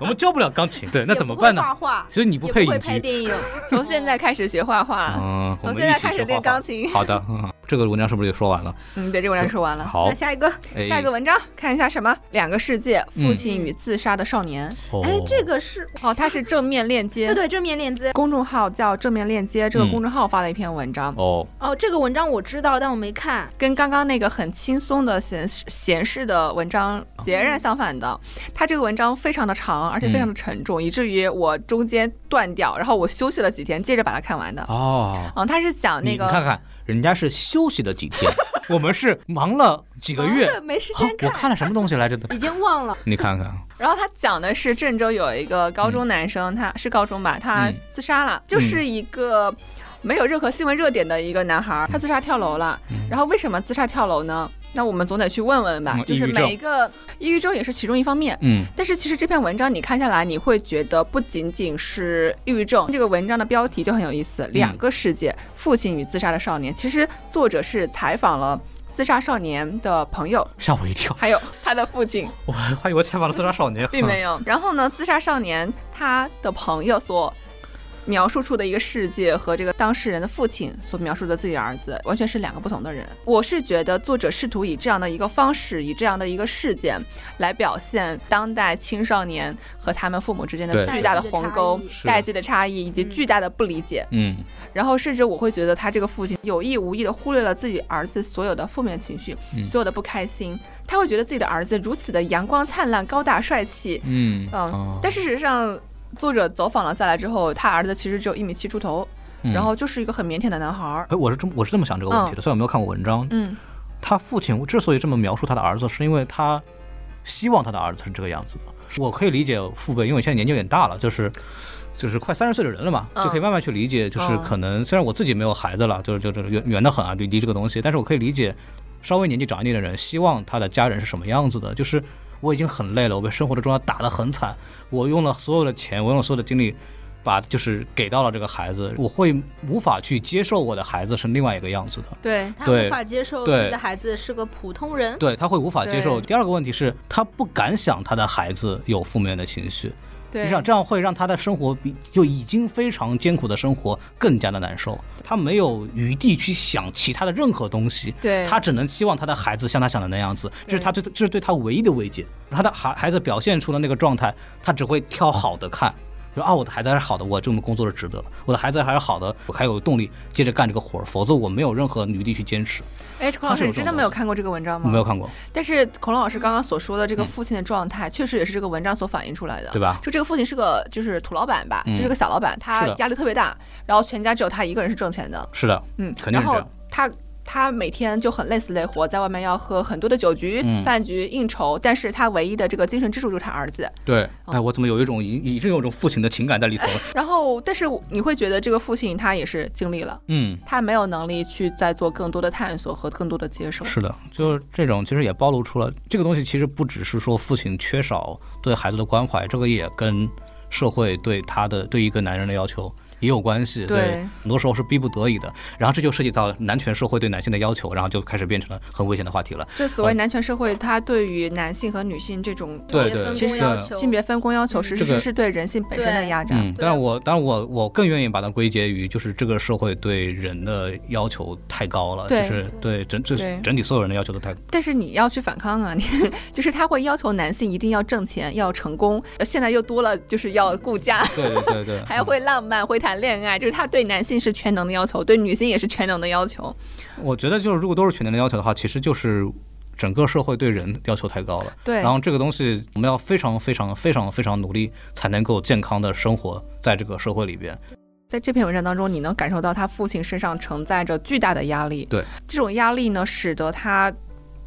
Speaker 3: 我们教不了钢琴，对，那怎么办呢
Speaker 1: 也不？会画画，
Speaker 3: 所以你不
Speaker 1: 也
Speaker 3: 配
Speaker 1: 不会
Speaker 3: 隐
Speaker 1: 拍
Speaker 3: 居。
Speaker 1: 电影，
Speaker 2: 从现在开始学画画，
Speaker 3: 嗯，我
Speaker 2: 啊从
Speaker 3: 们
Speaker 2: 现在
Speaker 3: 一起
Speaker 2: 开始
Speaker 3: 学
Speaker 2: 练
Speaker 3: 画画
Speaker 2: 钢琴
Speaker 3: 好的，嗯，这个文章是不是就说完了？
Speaker 2: 嗯，对，这个文章说完了。
Speaker 3: 好哦
Speaker 1: 那，下一个，
Speaker 3: 哎
Speaker 2: 下一个文章看一下什么？两个世界：
Speaker 3: 嗯
Speaker 2: 父亲与自杀的少年。
Speaker 1: 哎
Speaker 3: 哎，
Speaker 1: 这个是
Speaker 2: 哦，它是正面链
Speaker 1: 对
Speaker 2: 接，
Speaker 1: 对正面链接
Speaker 2: 公众号叫正面链接，这个
Speaker 3: 嗯
Speaker 2: 公众号发了一篇文章，
Speaker 3: 哦，
Speaker 1: 哦，这个文章我知道，但我没看。
Speaker 2: 跟刚刚那个很轻松的闲闲适的文章截然相反的。他这个文章非常的长，而且非常的沉
Speaker 3: 嗯
Speaker 2: 重，以至于我中间断掉，然后我休息了几天，接着把它看完的。
Speaker 3: 哦，
Speaker 2: 嗯，他是讲那
Speaker 3: 你你看
Speaker 2: 个
Speaker 3: 看，人家是休息了几天，我们是忙了几个月。
Speaker 1: 忙了哦没时
Speaker 3: 啊
Speaker 1: 间
Speaker 3: 我
Speaker 1: 看，
Speaker 3: 看了什么东西来着的？
Speaker 1: 已经忘了。
Speaker 3: 你看看，
Speaker 2: 然后他讲的是郑州有一个高中男生，他是高中吧，他
Speaker 3: 嗯
Speaker 2: 自杀了，就是一个没有任何新闻热点的一个男
Speaker 3: 嗯
Speaker 2: 孩，他自杀跳楼了。然后为什么自杀跳楼呢？那我们总得去问问吧
Speaker 3: 嗯，
Speaker 2: 就
Speaker 3: 抑
Speaker 2: 是
Speaker 3: 郁症
Speaker 2: 每一个抑郁症也是其中一方面。
Speaker 3: 嗯
Speaker 2: 但是其实这篇文章你看下来，你会觉得不仅仅是抑郁症。这个文章的标题就很有意思，《两个世界：父亲与自杀的少年》。其实作者是采访了自杀少年的朋友，
Speaker 3: 吓我一跳，
Speaker 2: 还有他的父亲。
Speaker 3: 我还以为采访了自杀少年。
Speaker 2: 并 没有。然后呢，自杀少年他的朋友所描述出的一个世界和这个当事人的父亲所描述的自己的儿子，完全是两个不同的人。我是觉得作者试图以这样的一个方式，以这样的一个事件来表现当代青少年和他们父母之间的
Speaker 3: 对
Speaker 2: 巨大的鸿沟
Speaker 1: 代际的差异、
Speaker 3: 是
Speaker 2: 代际的差异以及巨大的不理解。
Speaker 3: 嗯，
Speaker 2: 然后甚至我会觉得他这个父亲有意无意的忽略了自己儿子所有的负面情绪，
Speaker 3: 嗯
Speaker 2: 所有的不开心。他会觉得自己的儿子如此的阳光灿烂、高大帅气，
Speaker 3: 嗯
Speaker 2: 嗯
Speaker 3: 哦
Speaker 2: 但事实上，作者走访了下来之后，他儿子其实只有一米七出头，
Speaker 3: 嗯
Speaker 2: 然后就是一个很腼腆的男孩儿。
Speaker 3: 哎，我是这么我是这么想这个问题的，虽然我没有看过文章，
Speaker 2: 嗯，
Speaker 3: 他父亲之所以这么描述他的儿子，是因为他希望他的儿子是这个样子的。我可以理解父辈，因为我现在年纪有点大了，就是就是快三十岁的人了嘛，
Speaker 2: 嗯
Speaker 3: 就可以慢慢去理解。就是
Speaker 2: 嗯
Speaker 3: 可能虽然我自己没有孩子了，就是就是远远的很啊，离离这个东西，但是我可以理解稍微年纪长一点的人，希望他的家人是什么样子的。就是我已经很累了，我被生活的重压打得很惨，我用了所有的钱，我用了所有的精力。把就是给到了这个孩子，我会无法去接受我的孩子是另外一个样子的。
Speaker 2: 对，
Speaker 1: 他
Speaker 3: 对
Speaker 1: 无法接受
Speaker 3: 对
Speaker 1: 自己的孩子是个普通人，
Speaker 3: 对他会无法接受。
Speaker 2: 对
Speaker 3: 第二个问题是，他不敢想他的孩子有负面的情绪，
Speaker 2: 对，
Speaker 3: 你想这样会让他的生活比就已经非常艰苦的生活更加的难受。他没有余地去想其他的任何东西，
Speaker 2: 对
Speaker 3: 他只能期望他的孩子像他想的那样子，这是他对这是对他唯一的慰藉。他的孩孩子表现出的那个状态，他只会挑好的看。说啊，我的孩子还是好的，我这么工作是值得的。我的孩子还是好的，我还有动力接着干这个活儿，否则我没有任何余地去坚持。
Speaker 2: 哎，孔老
Speaker 3: 他是
Speaker 2: 师，
Speaker 3: 有
Speaker 2: 你真的没有看过这个文章
Speaker 3: 我
Speaker 2: 吗？
Speaker 3: 没有。看过，
Speaker 2: 但是孔老师刚刚所说的这个
Speaker 3: 嗯
Speaker 2: 父亲的状态，确实也是这个文章所反映出来的，
Speaker 3: 对吧？
Speaker 2: 就这个父亲是个就是土老板吧，
Speaker 3: 嗯
Speaker 2: 就是个小老板，他
Speaker 3: 是的
Speaker 2: 压力特别大，然后全家只有他一个人是挣钱的，
Speaker 3: 是的，
Speaker 2: 嗯，
Speaker 3: 肯定
Speaker 2: 然
Speaker 3: 是这
Speaker 2: 后
Speaker 3: 样
Speaker 2: 他他每天就很累死累活，在外面要喝很多的酒局、
Speaker 3: 嗯
Speaker 2: 饭局、应酬，但是他唯一的这个精神支柱就是他儿子。
Speaker 3: 对，哎，我怎么有一种已已经有一种父亲的情感在里头了？
Speaker 2: 然后，但是你会觉得这个父亲他也是经历了，
Speaker 3: 嗯，
Speaker 2: 他没有能力去再做更多的探索和更多的接受。
Speaker 3: 是的，就是这种，其实也暴露出了这个东西，其实不只是说父亲缺少对孩子的关怀，这个也跟社会对他的对一个男人的要求。也有关系，
Speaker 2: 对
Speaker 3: 很多时候是逼不得已的。然后这就涉及到男权社会对男性的要求，然后就开始变成了很危险的话题了。
Speaker 2: 就所谓男权社会，他对于男性和女性这种
Speaker 3: 啊对
Speaker 1: 别分
Speaker 3: 对
Speaker 1: 工要
Speaker 3: 对
Speaker 1: 求，
Speaker 2: 性别分工要求，
Speaker 1: 嗯
Speaker 2: 实
Speaker 3: 这个
Speaker 2: 是是对人性本身的
Speaker 1: 对
Speaker 2: 压榨。
Speaker 3: 嗯，
Speaker 1: 对
Speaker 3: 但是我，但是我，我更愿意把它归结于，就是这个社会对人的要求太高了，就
Speaker 2: 对
Speaker 3: 是对整这
Speaker 2: 对
Speaker 3: 整体所有人的要求都太高。
Speaker 2: 但是你要去反抗啊！你 就是他会要求男性一定要挣钱，要成功，呃现在又多了就是要顾家，
Speaker 3: 对对对对， 嗯
Speaker 2: 还会浪漫，会谈恋爱，就是他对男性是全能的要求，对女性也是全能的要求。
Speaker 3: 我觉得就是如果都是全年的要求的话，其实就是整个社会对人要求太高了。
Speaker 2: 对
Speaker 3: 然后这个东西我们要非常非常非常非常努力才能够健康的生活在这个社会里边。
Speaker 2: 在这篇文章当中，你能感受到他父亲身上承载着巨大的压力。
Speaker 3: 对，
Speaker 2: 这种压力呢，使得他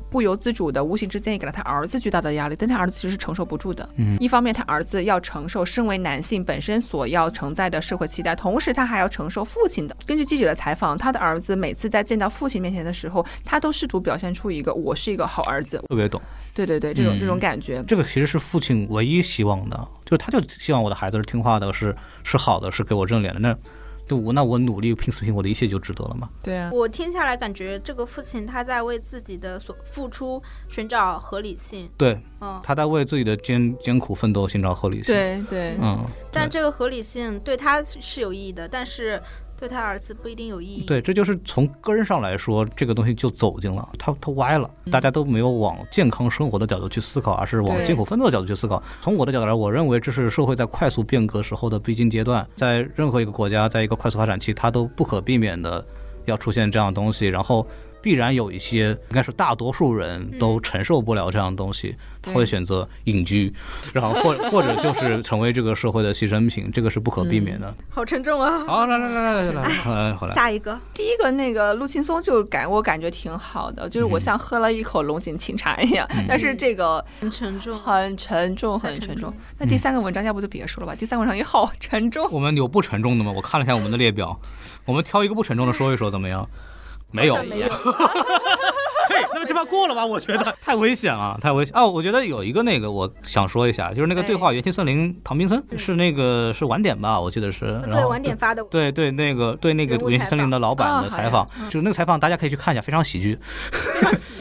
Speaker 2: 不由自主的、无形之间也给了他儿子巨大的压力，但他儿子其实是承受不住的。
Speaker 3: 嗯
Speaker 2: 一方面他儿子要承受身为男性本身所要承载的社会期待，同时他还要承受父亲的。根据记者的采访，他的儿子每次在见到父亲面前的时候，他都试图表现出一个“我是一个好儿子
Speaker 3: 特别懂，”，
Speaker 2: 对对对，这
Speaker 3: 嗯
Speaker 2: 种、这种感觉。
Speaker 3: 这个其实是父亲唯一希望的，就是他就希望我的孩子是听话的，是是好的，是给我正脸的。那就我那我努力拼死拼活的一切就值得了嘛？
Speaker 2: 对啊，
Speaker 1: 我听下来感觉，这个父亲他在为自己的所付出寻找合理性，
Speaker 3: 对，
Speaker 1: 嗯，
Speaker 3: 他在为自己的艰艰苦奋斗寻找合理性。，
Speaker 2: 对对，
Speaker 3: 嗯，
Speaker 1: 但
Speaker 3: 对
Speaker 1: 这个合理性对他是有意义的，但是对他儿子不一定有意义。
Speaker 3: 对，这就是从根儿上来说，这个东西就走进了，它它歪了，大家都没有往健康生活的角度去思考，而是往
Speaker 2: 对
Speaker 3: 艰苦奋斗的角度去思考。从我的角度来，我认为这是社会在快速变革时候的必经阶段，在任何一个国家，在一个快速发展期，它都不可避免的要出现这样的东西，然后。必然有一些，应该说大多数人都承受不了这样的东西，他会选择隐居，然后或或者就是成为这个社会的牺牲品，这个是不可避免的。
Speaker 1: 好沉重啊！
Speaker 3: 好，来来来来来来，好来好来，
Speaker 1: 下一个，
Speaker 4: 第一个那个陆青松就感我感觉挺好的，就是我像喝了一口龙井清茶一样，
Speaker 3: 嗯
Speaker 4: 但是这个
Speaker 1: 很沉重。
Speaker 4: 很沉重，很沉重。那第三个文章要不就别说
Speaker 1: 嗯
Speaker 4: 了吧，第三个文章也好沉重。
Speaker 3: 我们有不沉重的吗？我看了一下我们的列表，我们挑一个不沉重的说一说，怎么样？没有，
Speaker 1: 没有，
Speaker 3: 嘿，那么这把过了吧？我觉得太危险了，太危险哦！我觉得有一个那个我想说一下，就是那个对话《元气森林》，唐冰森是那个是晚点吧？我记得是，然
Speaker 1: 嗯对，
Speaker 3: 后
Speaker 1: 晚点发的。
Speaker 3: 对对，那个对那个
Speaker 1: 人物
Speaker 3: 《元
Speaker 1: 采
Speaker 3: 气森林》
Speaker 1: 访
Speaker 3: 的老板的
Speaker 4: 啊
Speaker 3: 采访，就是那个采访，大家可以去看一下，非常喜剧，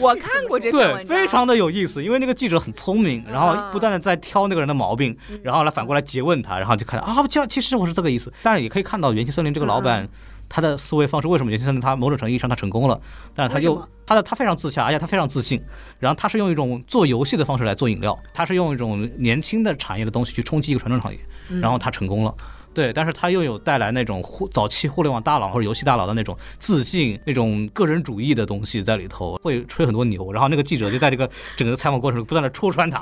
Speaker 4: 我看过这篇
Speaker 3: 对，
Speaker 4: 文章，
Speaker 3: 非常的有意思，因为那个记者很聪明，然
Speaker 1: 嗯
Speaker 3: 后不断的在挑那个人的毛病，然后来反过来诘问他，然后就看啊，这其实我是这个意思，但是也可以看到元气森林这个老
Speaker 1: 嗯
Speaker 3: 板。他的思维方式为什么元气森林他某种程度意义上他成功了，但是他
Speaker 1: 为什
Speaker 3: 又
Speaker 1: 么
Speaker 3: 他的他非常自洽，而且他非常自信。然后他是用一种做游戏的方式来做饮料，他是用一种年轻的产业的东西去冲击一个传统产业，
Speaker 1: 嗯
Speaker 3: 然后他成功了。对，但是他又有带来那种互早期互联网大佬或者游戏大佬的那种自信、那种个人主义的东西在里头，会吹很多牛。然后那个记者就在这个整个采访过程中不断的戳穿他，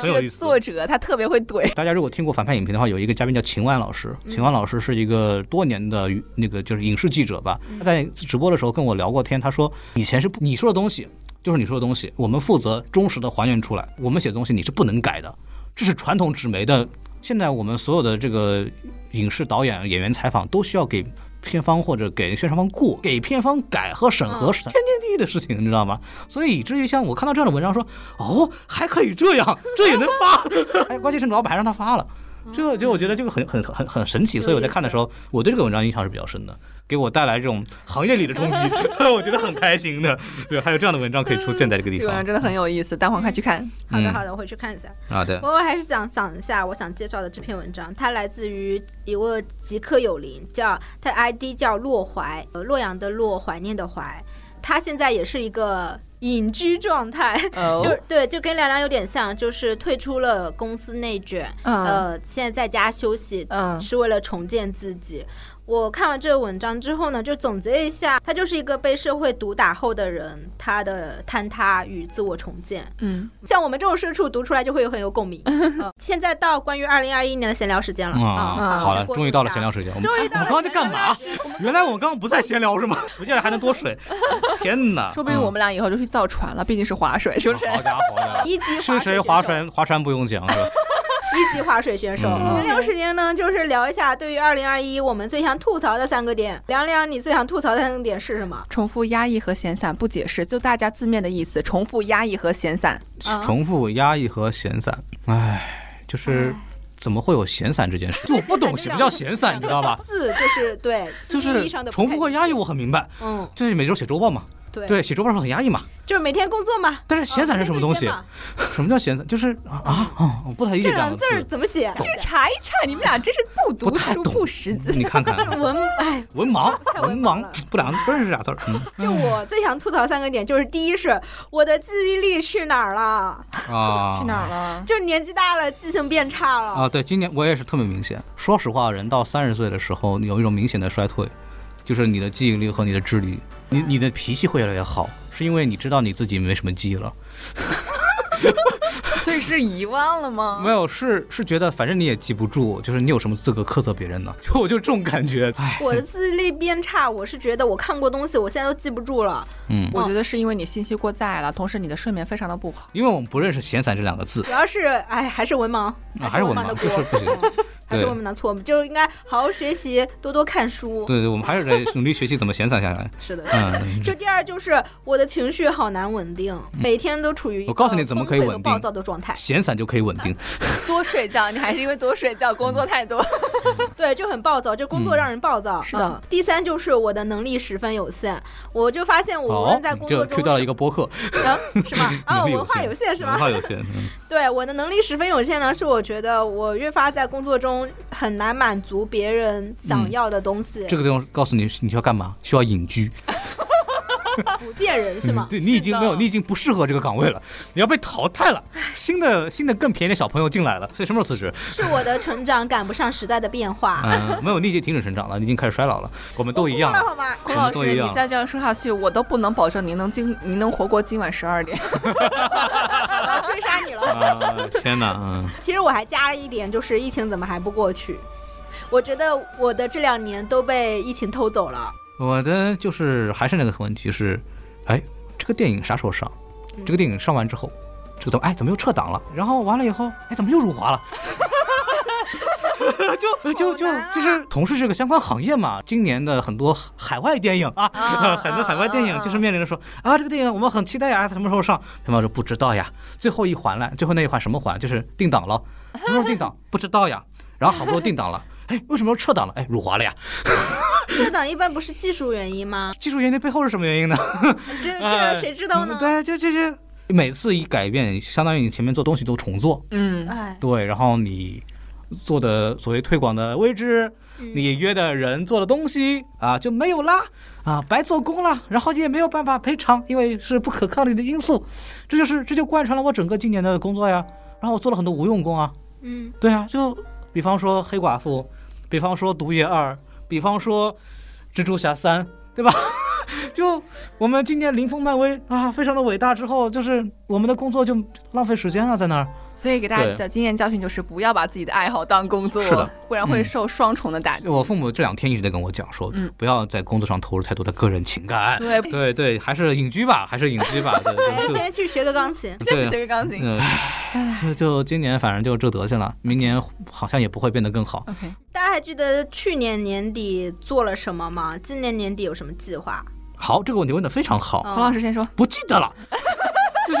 Speaker 3: 很有
Speaker 4: 这
Speaker 3: 意
Speaker 4: 个
Speaker 3: 思。
Speaker 4: 作者他特别会怼，
Speaker 3: 大家如果听过反派影评的话，有一个嘉宾叫秦万老师，秦万老师是一个多年的娱那个就是影视记者吧。他在直播的时候跟我聊过天，他说以前是不你说的东西就是你说的东西，我们负责忠实的还原出来，我们写的东西你是不能改的，这是传统纸媒的。现在我们所有的这个影视导演、演员采访都需要给片方或者给宣传方过，给片方改和审核是天经地义的事情，你知道吗？所以以至于像我看到这样的文章说，哦，还可以这 样，这也能发， 哦哎，关键是老板还让他发了。这就我觉得这个很很很很很神奇，所以我在看的时候，我对这个文章印象是比较深的，给我带来这种行业里的冲 击，我觉得很开心的。对，还有这样的文章可以出现在这个地
Speaker 4: 这个文
Speaker 3: 方
Speaker 4: 章真的很有意思，蛋黄快去看。
Speaker 1: 好的，
Speaker 3: 嗯
Speaker 1: 好的，我回去看一下。
Speaker 3: 啊，对
Speaker 1: 不，过我还是想想一下我想介绍的这篇文章，它来自于一个极客有灵，叫它 ID 叫洛怀，呃洛阳的洛，怀念的怀。他现在也是一个隐居状态， 嗯
Speaker 4: 哦
Speaker 1: 就对，就跟凉凉有点像，就是退出了公司内卷，
Speaker 4: 嗯
Speaker 1: 呃，现在在家休息，
Speaker 4: 嗯
Speaker 1: 是为了重建自己。我看完这个文章之后呢，就总结一下，他就是一个被社会毒打后的人，他的坍塌与自我重建。
Speaker 4: 嗯，
Speaker 1: 像我们这种社畜读出来就会有很有共鸣。呃现在到关于二零二一年的闲聊时间了
Speaker 3: 啊，好了，终于到了闲聊
Speaker 1: 时
Speaker 3: 时间，我
Speaker 1: 间，
Speaker 3: 们哎
Speaker 1: 终于
Speaker 3: 我
Speaker 1: 到
Speaker 3: 们
Speaker 1: 了
Speaker 3: 刚刚在
Speaker 1: 闲聊
Speaker 3: 干嘛
Speaker 1: 时间？
Speaker 3: 原来我们刚刚不在闲聊是吗？我竟然还能 多水，天哪！
Speaker 4: 说不定我们俩以后就去造船了，毕竟是划水，是
Speaker 3: 嗯
Speaker 4: 不是？
Speaker 3: 啊 好家伙的，
Speaker 1: 一级
Speaker 3: 是谁划
Speaker 1: 划水选手？
Speaker 3: 船？划船不用讲是吧？
Speaker 1: 一级划水选手。
Speaker 3: 嗯
Speaker 1: 闲聊时间呢，就是聊一下对于二零二一我们最想吐槽的三个点。凉凉，你最想吐槽的三个点是什么？
Speaker 4: 重复压抑和闲散不解释，就大家字面的意思。重复压抑和闲散，
Speaker 1: 啊
Speaker 3: 重复、压抑和闲散，唉，就是怎么会有闲散这件事？就我不懂什么叫闲散，你知道吧？
Speaker 1: 字就是对，
Speaker 3: 就
Speaker 1: 字面
Speaker 3: 是
Speaker 1: 意义上的不太
Speaker 3: 重复和压抑，我很明白，
Speaker 1: 嗯，
Speaker 3: 就是每周写周报嘛，
Speaker 1: 对，哦
Speaker 3: 对，写周报的时候很压抑嘛。
Speaker 1: 就是每天工作嘛。
Speaker 3: 但是闲散是什么东西
Speaker 1: 啊？
Speaker 3: 什么叫闲散？就是啊啊，哦我不太理
Speaker 1: 这
Speaker 3: 解这
Speaker 1: 两
Speaker 3: 样
Speaker 1: 个
Speaker 3: 的
Speaker 1: 字儿
Speaker 3: 词，
Speaker 1: 怎么写？
Speaker 4: 去查一查，你们俩真是不
Speaker 3: 不
Speaker 4: 读
Speaker 3: 太
Speaker 4: 书
Speaker 3: 懂
Speaker 4: 不识字。
Speaker 3: 你 看看，
Speaker 1: 文哎，
Speaker 3: 文盲，
Speaker 1: 太文
Speaker 3: 文
Speaker 1: 盲
Speaker 3: 盲
Speaker 1: 了，
Speaker 3: 不俩不认识俩字儿。 嗯
Speaker 1: 就我最想吐槽三个点，就是第一是我的记忆力去哪儿了？
Speaker 3: 啊，
Speaker 4: 去哪 儿了？
Speaker 1: 就是年纪大了，记性变差了。
Speaker 3: 啊，对，今年我也是特别明显。说实话，人到三十岁的时候，有一种明显的衰退，就是你的记忆力和你的智力，
Speaker 1: 嗯
Speaker 3: 你你的脾气会越来越好，是因为你知道你自己没什么记忆了。
Speaker 4: 所以是遗忘了
Speaker 1: 嗯
Speaker 4: 吗？
Speaker 3: 没有，是是觉得反正你也记不住，就是你有什么资格苛责别人呢？ 就我就这种感觉。唉，
Speaker 1: 我的记忆力变差，我是觉得我看过东西，我现在都记不住了。
Speaker 3: 嗯，
Speaker 4: 我觉得是因为你信息过载了，同时你的睡眠非常的不好。
Speaker 3: 因为我们不认识“闲散”这两个字
Speaker 1: 主，要是哎，还是文盲，
Speaker 3: 啊，
Speaker 1: 还
Speaker 3: 还是
Speaker 1: 文
Speaker 3: 文
Speaker 1: 盲的
Speaker 3: 盲，
Speaker 1: 锅
Speaker 3: 就，是不行。
Speaker 1: 还是文盲的错，就是应该好好学习，多多看书。
Speaker 3: 对对，我们还是得努力学习怎么闲散下来。
Speaker 1: 是的。
Speaker 3: 嗯，
Speaker 1: 就第二就是我的情绪好难稳定，每天都处于一个
Speaker 3: 我告诉你怎么可
Speaker 1: 崩
Speaker 3: 以
Speaker 1: 溃
Speaker 3: 稳
Speaker 1: 和
Speaker 3: 定
Speaker 1: 暴躁的状态，
Speaker 3: 闲散就可以稳定。
Speaker 4: 多睡觉，你还是因为多睡觉，工作太多。
Speaker 1: 对，就很暴躁，就工作让人暴躁。
Speaker 4: 是的
Speaker 1: 嗯第三就是我的能力十分有限，我就发现 我无
Speaker 3: 好
Speaker 1: 论在工，作
Speaker 3: 就
Speaker 1: 中
Speaker 3: Q 掉了一个播客，
Speaker 1: 嗯是吗？啊，
Speaker 3: 能力
Speaker 1: 文
Speaker 3: 有
Speaker 1: 化
Speaker 3: 限，
Speaker 1: 有限是
Speaker 3: 文化
Speaker 1: 吗？
Speaker 3: 有限， 嗯
Speaker 1: 对，我的能力十分有限呢，是我觉得我越发在工作中很难满足别人想
Speaker 3: 嗯
Speaker 1: 要的东西。
Speaker 3: 这个地方告诉你你需要干嘛，需要隐居。
Speaker 1: 啊不见人是吗？
Speaker 3: 嗯对你已经没有，
Speaker 2: 的
Speaker 3: 你已经不适合这个岗 位了，你要被淘汰了。新的新的更便宜的小朋友进来了，所以什么时候 辞职？
Speaker 1: 是我的成长赶不上时代的变化。
Speaker 3: 嗯，没有，你已经停止成长了，你已经开始衰老了，我们都一样
Speaker 1: 哎我哭了好
Speaker 3: 了。
Speaker 1: 吗？
Speaker 2: 孔老
Speaker 3: 都
Speaker 2: 师，
Speaker 3: 一
Speaker 2: 你
Speaker 3: 样啊
Speaker 2: 再这样说下去，我都不能保证您能今您能活过今晚十二点。
Speaker 1: 我要追杀你了。
Speaker 3: 啊，天哪，嗯，
Speaker 1: 其实我还加了一点，就是疫情怎么还不过去？我觉得我的这两年都被疫情偷走了。
Speaker 3: 我的就是还是那个问题是，哎，这个电影啥时候上
Speaker 1: 嗯？
Speaker 3: 这个电影上完之后，这个怎么哎怎么又撤档了？然后完了以后，哎怎么又辱华了？就 就就
Speaker 1: 好难啊
Speaker 3: 就是从事这个相关行业嘛，今年的很多海外电影啊，
Speaker 2: 啊
Speaker 3: 很多海外电影就是面临着说啊，这个电影我们很期待呀，什么时候上？片方说不知道呀，最后一环了，最后那一环什么环？就是定档了，什么时候定档？不知道呀。然后好不容易定档了，哎，为什么又撤档了？哎，辱华了呀。
Speaker 1: 社长一般不是技术原因吗？
Speaker 3: 技术原因背后是什么原因呢？
Speaker 1: 这这
Speaker 3: 呃
Speaker 1: 个谁知道呢
Speaker 3: 嗯？对，就这些，每次一改变，相当于你前面做东西都重做，
Speaker 2: 嗯，
Speaker 1: 哎，
Speaker 3: 对，然后你做的所谓推广的位置，
Speaker 1: 嗯
Speaker 3: 你约的人做的东西啊就没有啦，啊白做工了，然后你也没有办法赔偿，因为是不可抗力的因素，这就是这就贯穿了我整个今年的工作呀，然后我做了很多无用功啊，
Speaker 1: 嗯，
Speaker 3: 对啊，就比方说黑寡妇，比方说毒液二，比方说蜘蛛侠三，对吧？ 就我们今年零封漫威啊，非常的伟大之后，就是我们的工作就浪费时间了，在那儿。
Speaker 2: 所以给大家
Speaker 3: 对
Speaker 2: 的经验教训就是不要把自己的爱好当工作，
Speaker 3: 是的
Speaker 2: 不然会
Speaker 3: 嗯
Speaker 2: 受双重的打击。
Speaker 3: 我父母这两天一直在跟我讲说，
Speaker 2: 嗯
Speaker 3: 不要在工作上投入太多的个人情感。
Speaker 2: 对，
Speaker 3: 对对，还是隐居吧，还是隐 居吧。对
Speaker 1: 嗯还是
Speaker 3: 对
Speaker 1: 先去学个钢琴。
Speaker 3: 对
Speaker 2: 学个钢琴。
Speaker 3: 对，嗯，就 就今年反正就这德行了，明年好像也不会变得更好。
Speaker 2: OK，
Speaker 1: 大家还记得去年年底做了什么吗？今年年底有什么计划？
Speaker 3: 好，这个问题问得非常好。
Speaker 1: 嗯
Speaker 2: 孔老师先说。
Speaker 3: 不记得了，就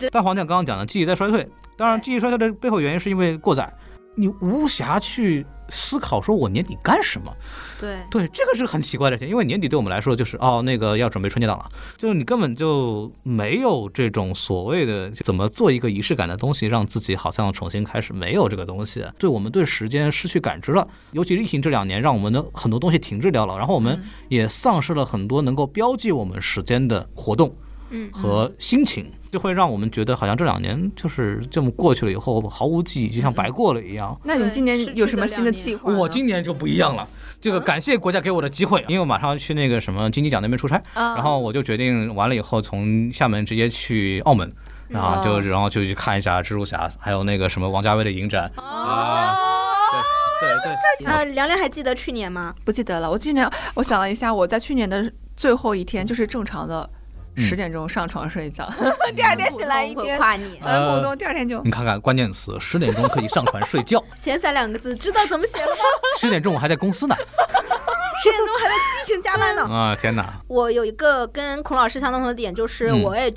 Speaker 3: 是大黄酱刚刚讲的记忆在衰退。当然，记忆衰退的背后原因是因为过载，你无暇去思考说我年底干什么。
Speaker 1: 对，
Speaker 3: 对，这个是很奇怪的事情，因为年底对我们来说就是哦，那个要准备春节档了，就是你根本就没有这种所谓的怎么做一个仪式感的东西，让自己好像重新开始，没有这个东西。对我们对时间失去感知了，尤其是疫情这两年，让我们的很多东西停滞掉了，然后我
Speaker 1: 嗯
Speaker 3: 们也丧失了很多能够标记我们时间的活动。
Speaker 1: 嗯
Speaker 3: 和心情，就会让我们觉得好像这两年就是这么过去了以后毫无记忆，
Speaker 1: 嗯
Speaker 3: 就像白过了一样。
Speaker 2: 那你
Speaker 1: 对
Speaker 2: 今年
Speaker 1: 失去
Speaker 2: 有什
Speaker 1: 的
Speaker 2: 么
Speaker 1: 两
Speaker 2: 新的
Speaker 1: 年
Speaker 2: 计划呢？
Speaker 3: 我今年就不一样了，
Speaker 1: 嗯
Speaker 3: 这个感谢国家给我的机会，因为我马上要去那个什么金鸡奖那边出差，
Speaker 1: 嗯
Speaker 2: 啊
Speaker 3: 然后我就决定完了以后从厦门直接去澳门，
Speaker 1: 嗯
Speaker 3: 啊，
Speaker 1: 哦
Speaker 3: 就然后就去看一下蜘蛛侠，还有那个什么王家卫的影展
Speaker 1: 哦
Speaker 3: 啊，对对对，
Speaker 1: 啊，凉凉还记得去年吗？
Speaker 2: 不记得了。我今年我想了一下，我在去年的最后一天就是正常的
Speaker 3: 嗯
Speaker 2: 十点钟上床睡觉， 第二天醒来一
Speaker 1: 普通
Speaker 2: 天
Speaker 1: 会。夸你，
Speaker 2: 很
Speaker 3: 呃
Speaker 2: 普通，第二天就
Speaker 3: 你看看关键词，十点钟可以上船睡觉，
Speaker 1: 闲散两个字，知道怎么写了吗？
Speaker 3: 十点钟我还在公 司呢，
Speaker 1: 十点钟还在激情加班呢。
Speaker 3: 啊，天 哪，
Speaker 1: 我有一个跟孔老师相同的点，就是
Speaker 3: 嗯
Speaker 1: 我也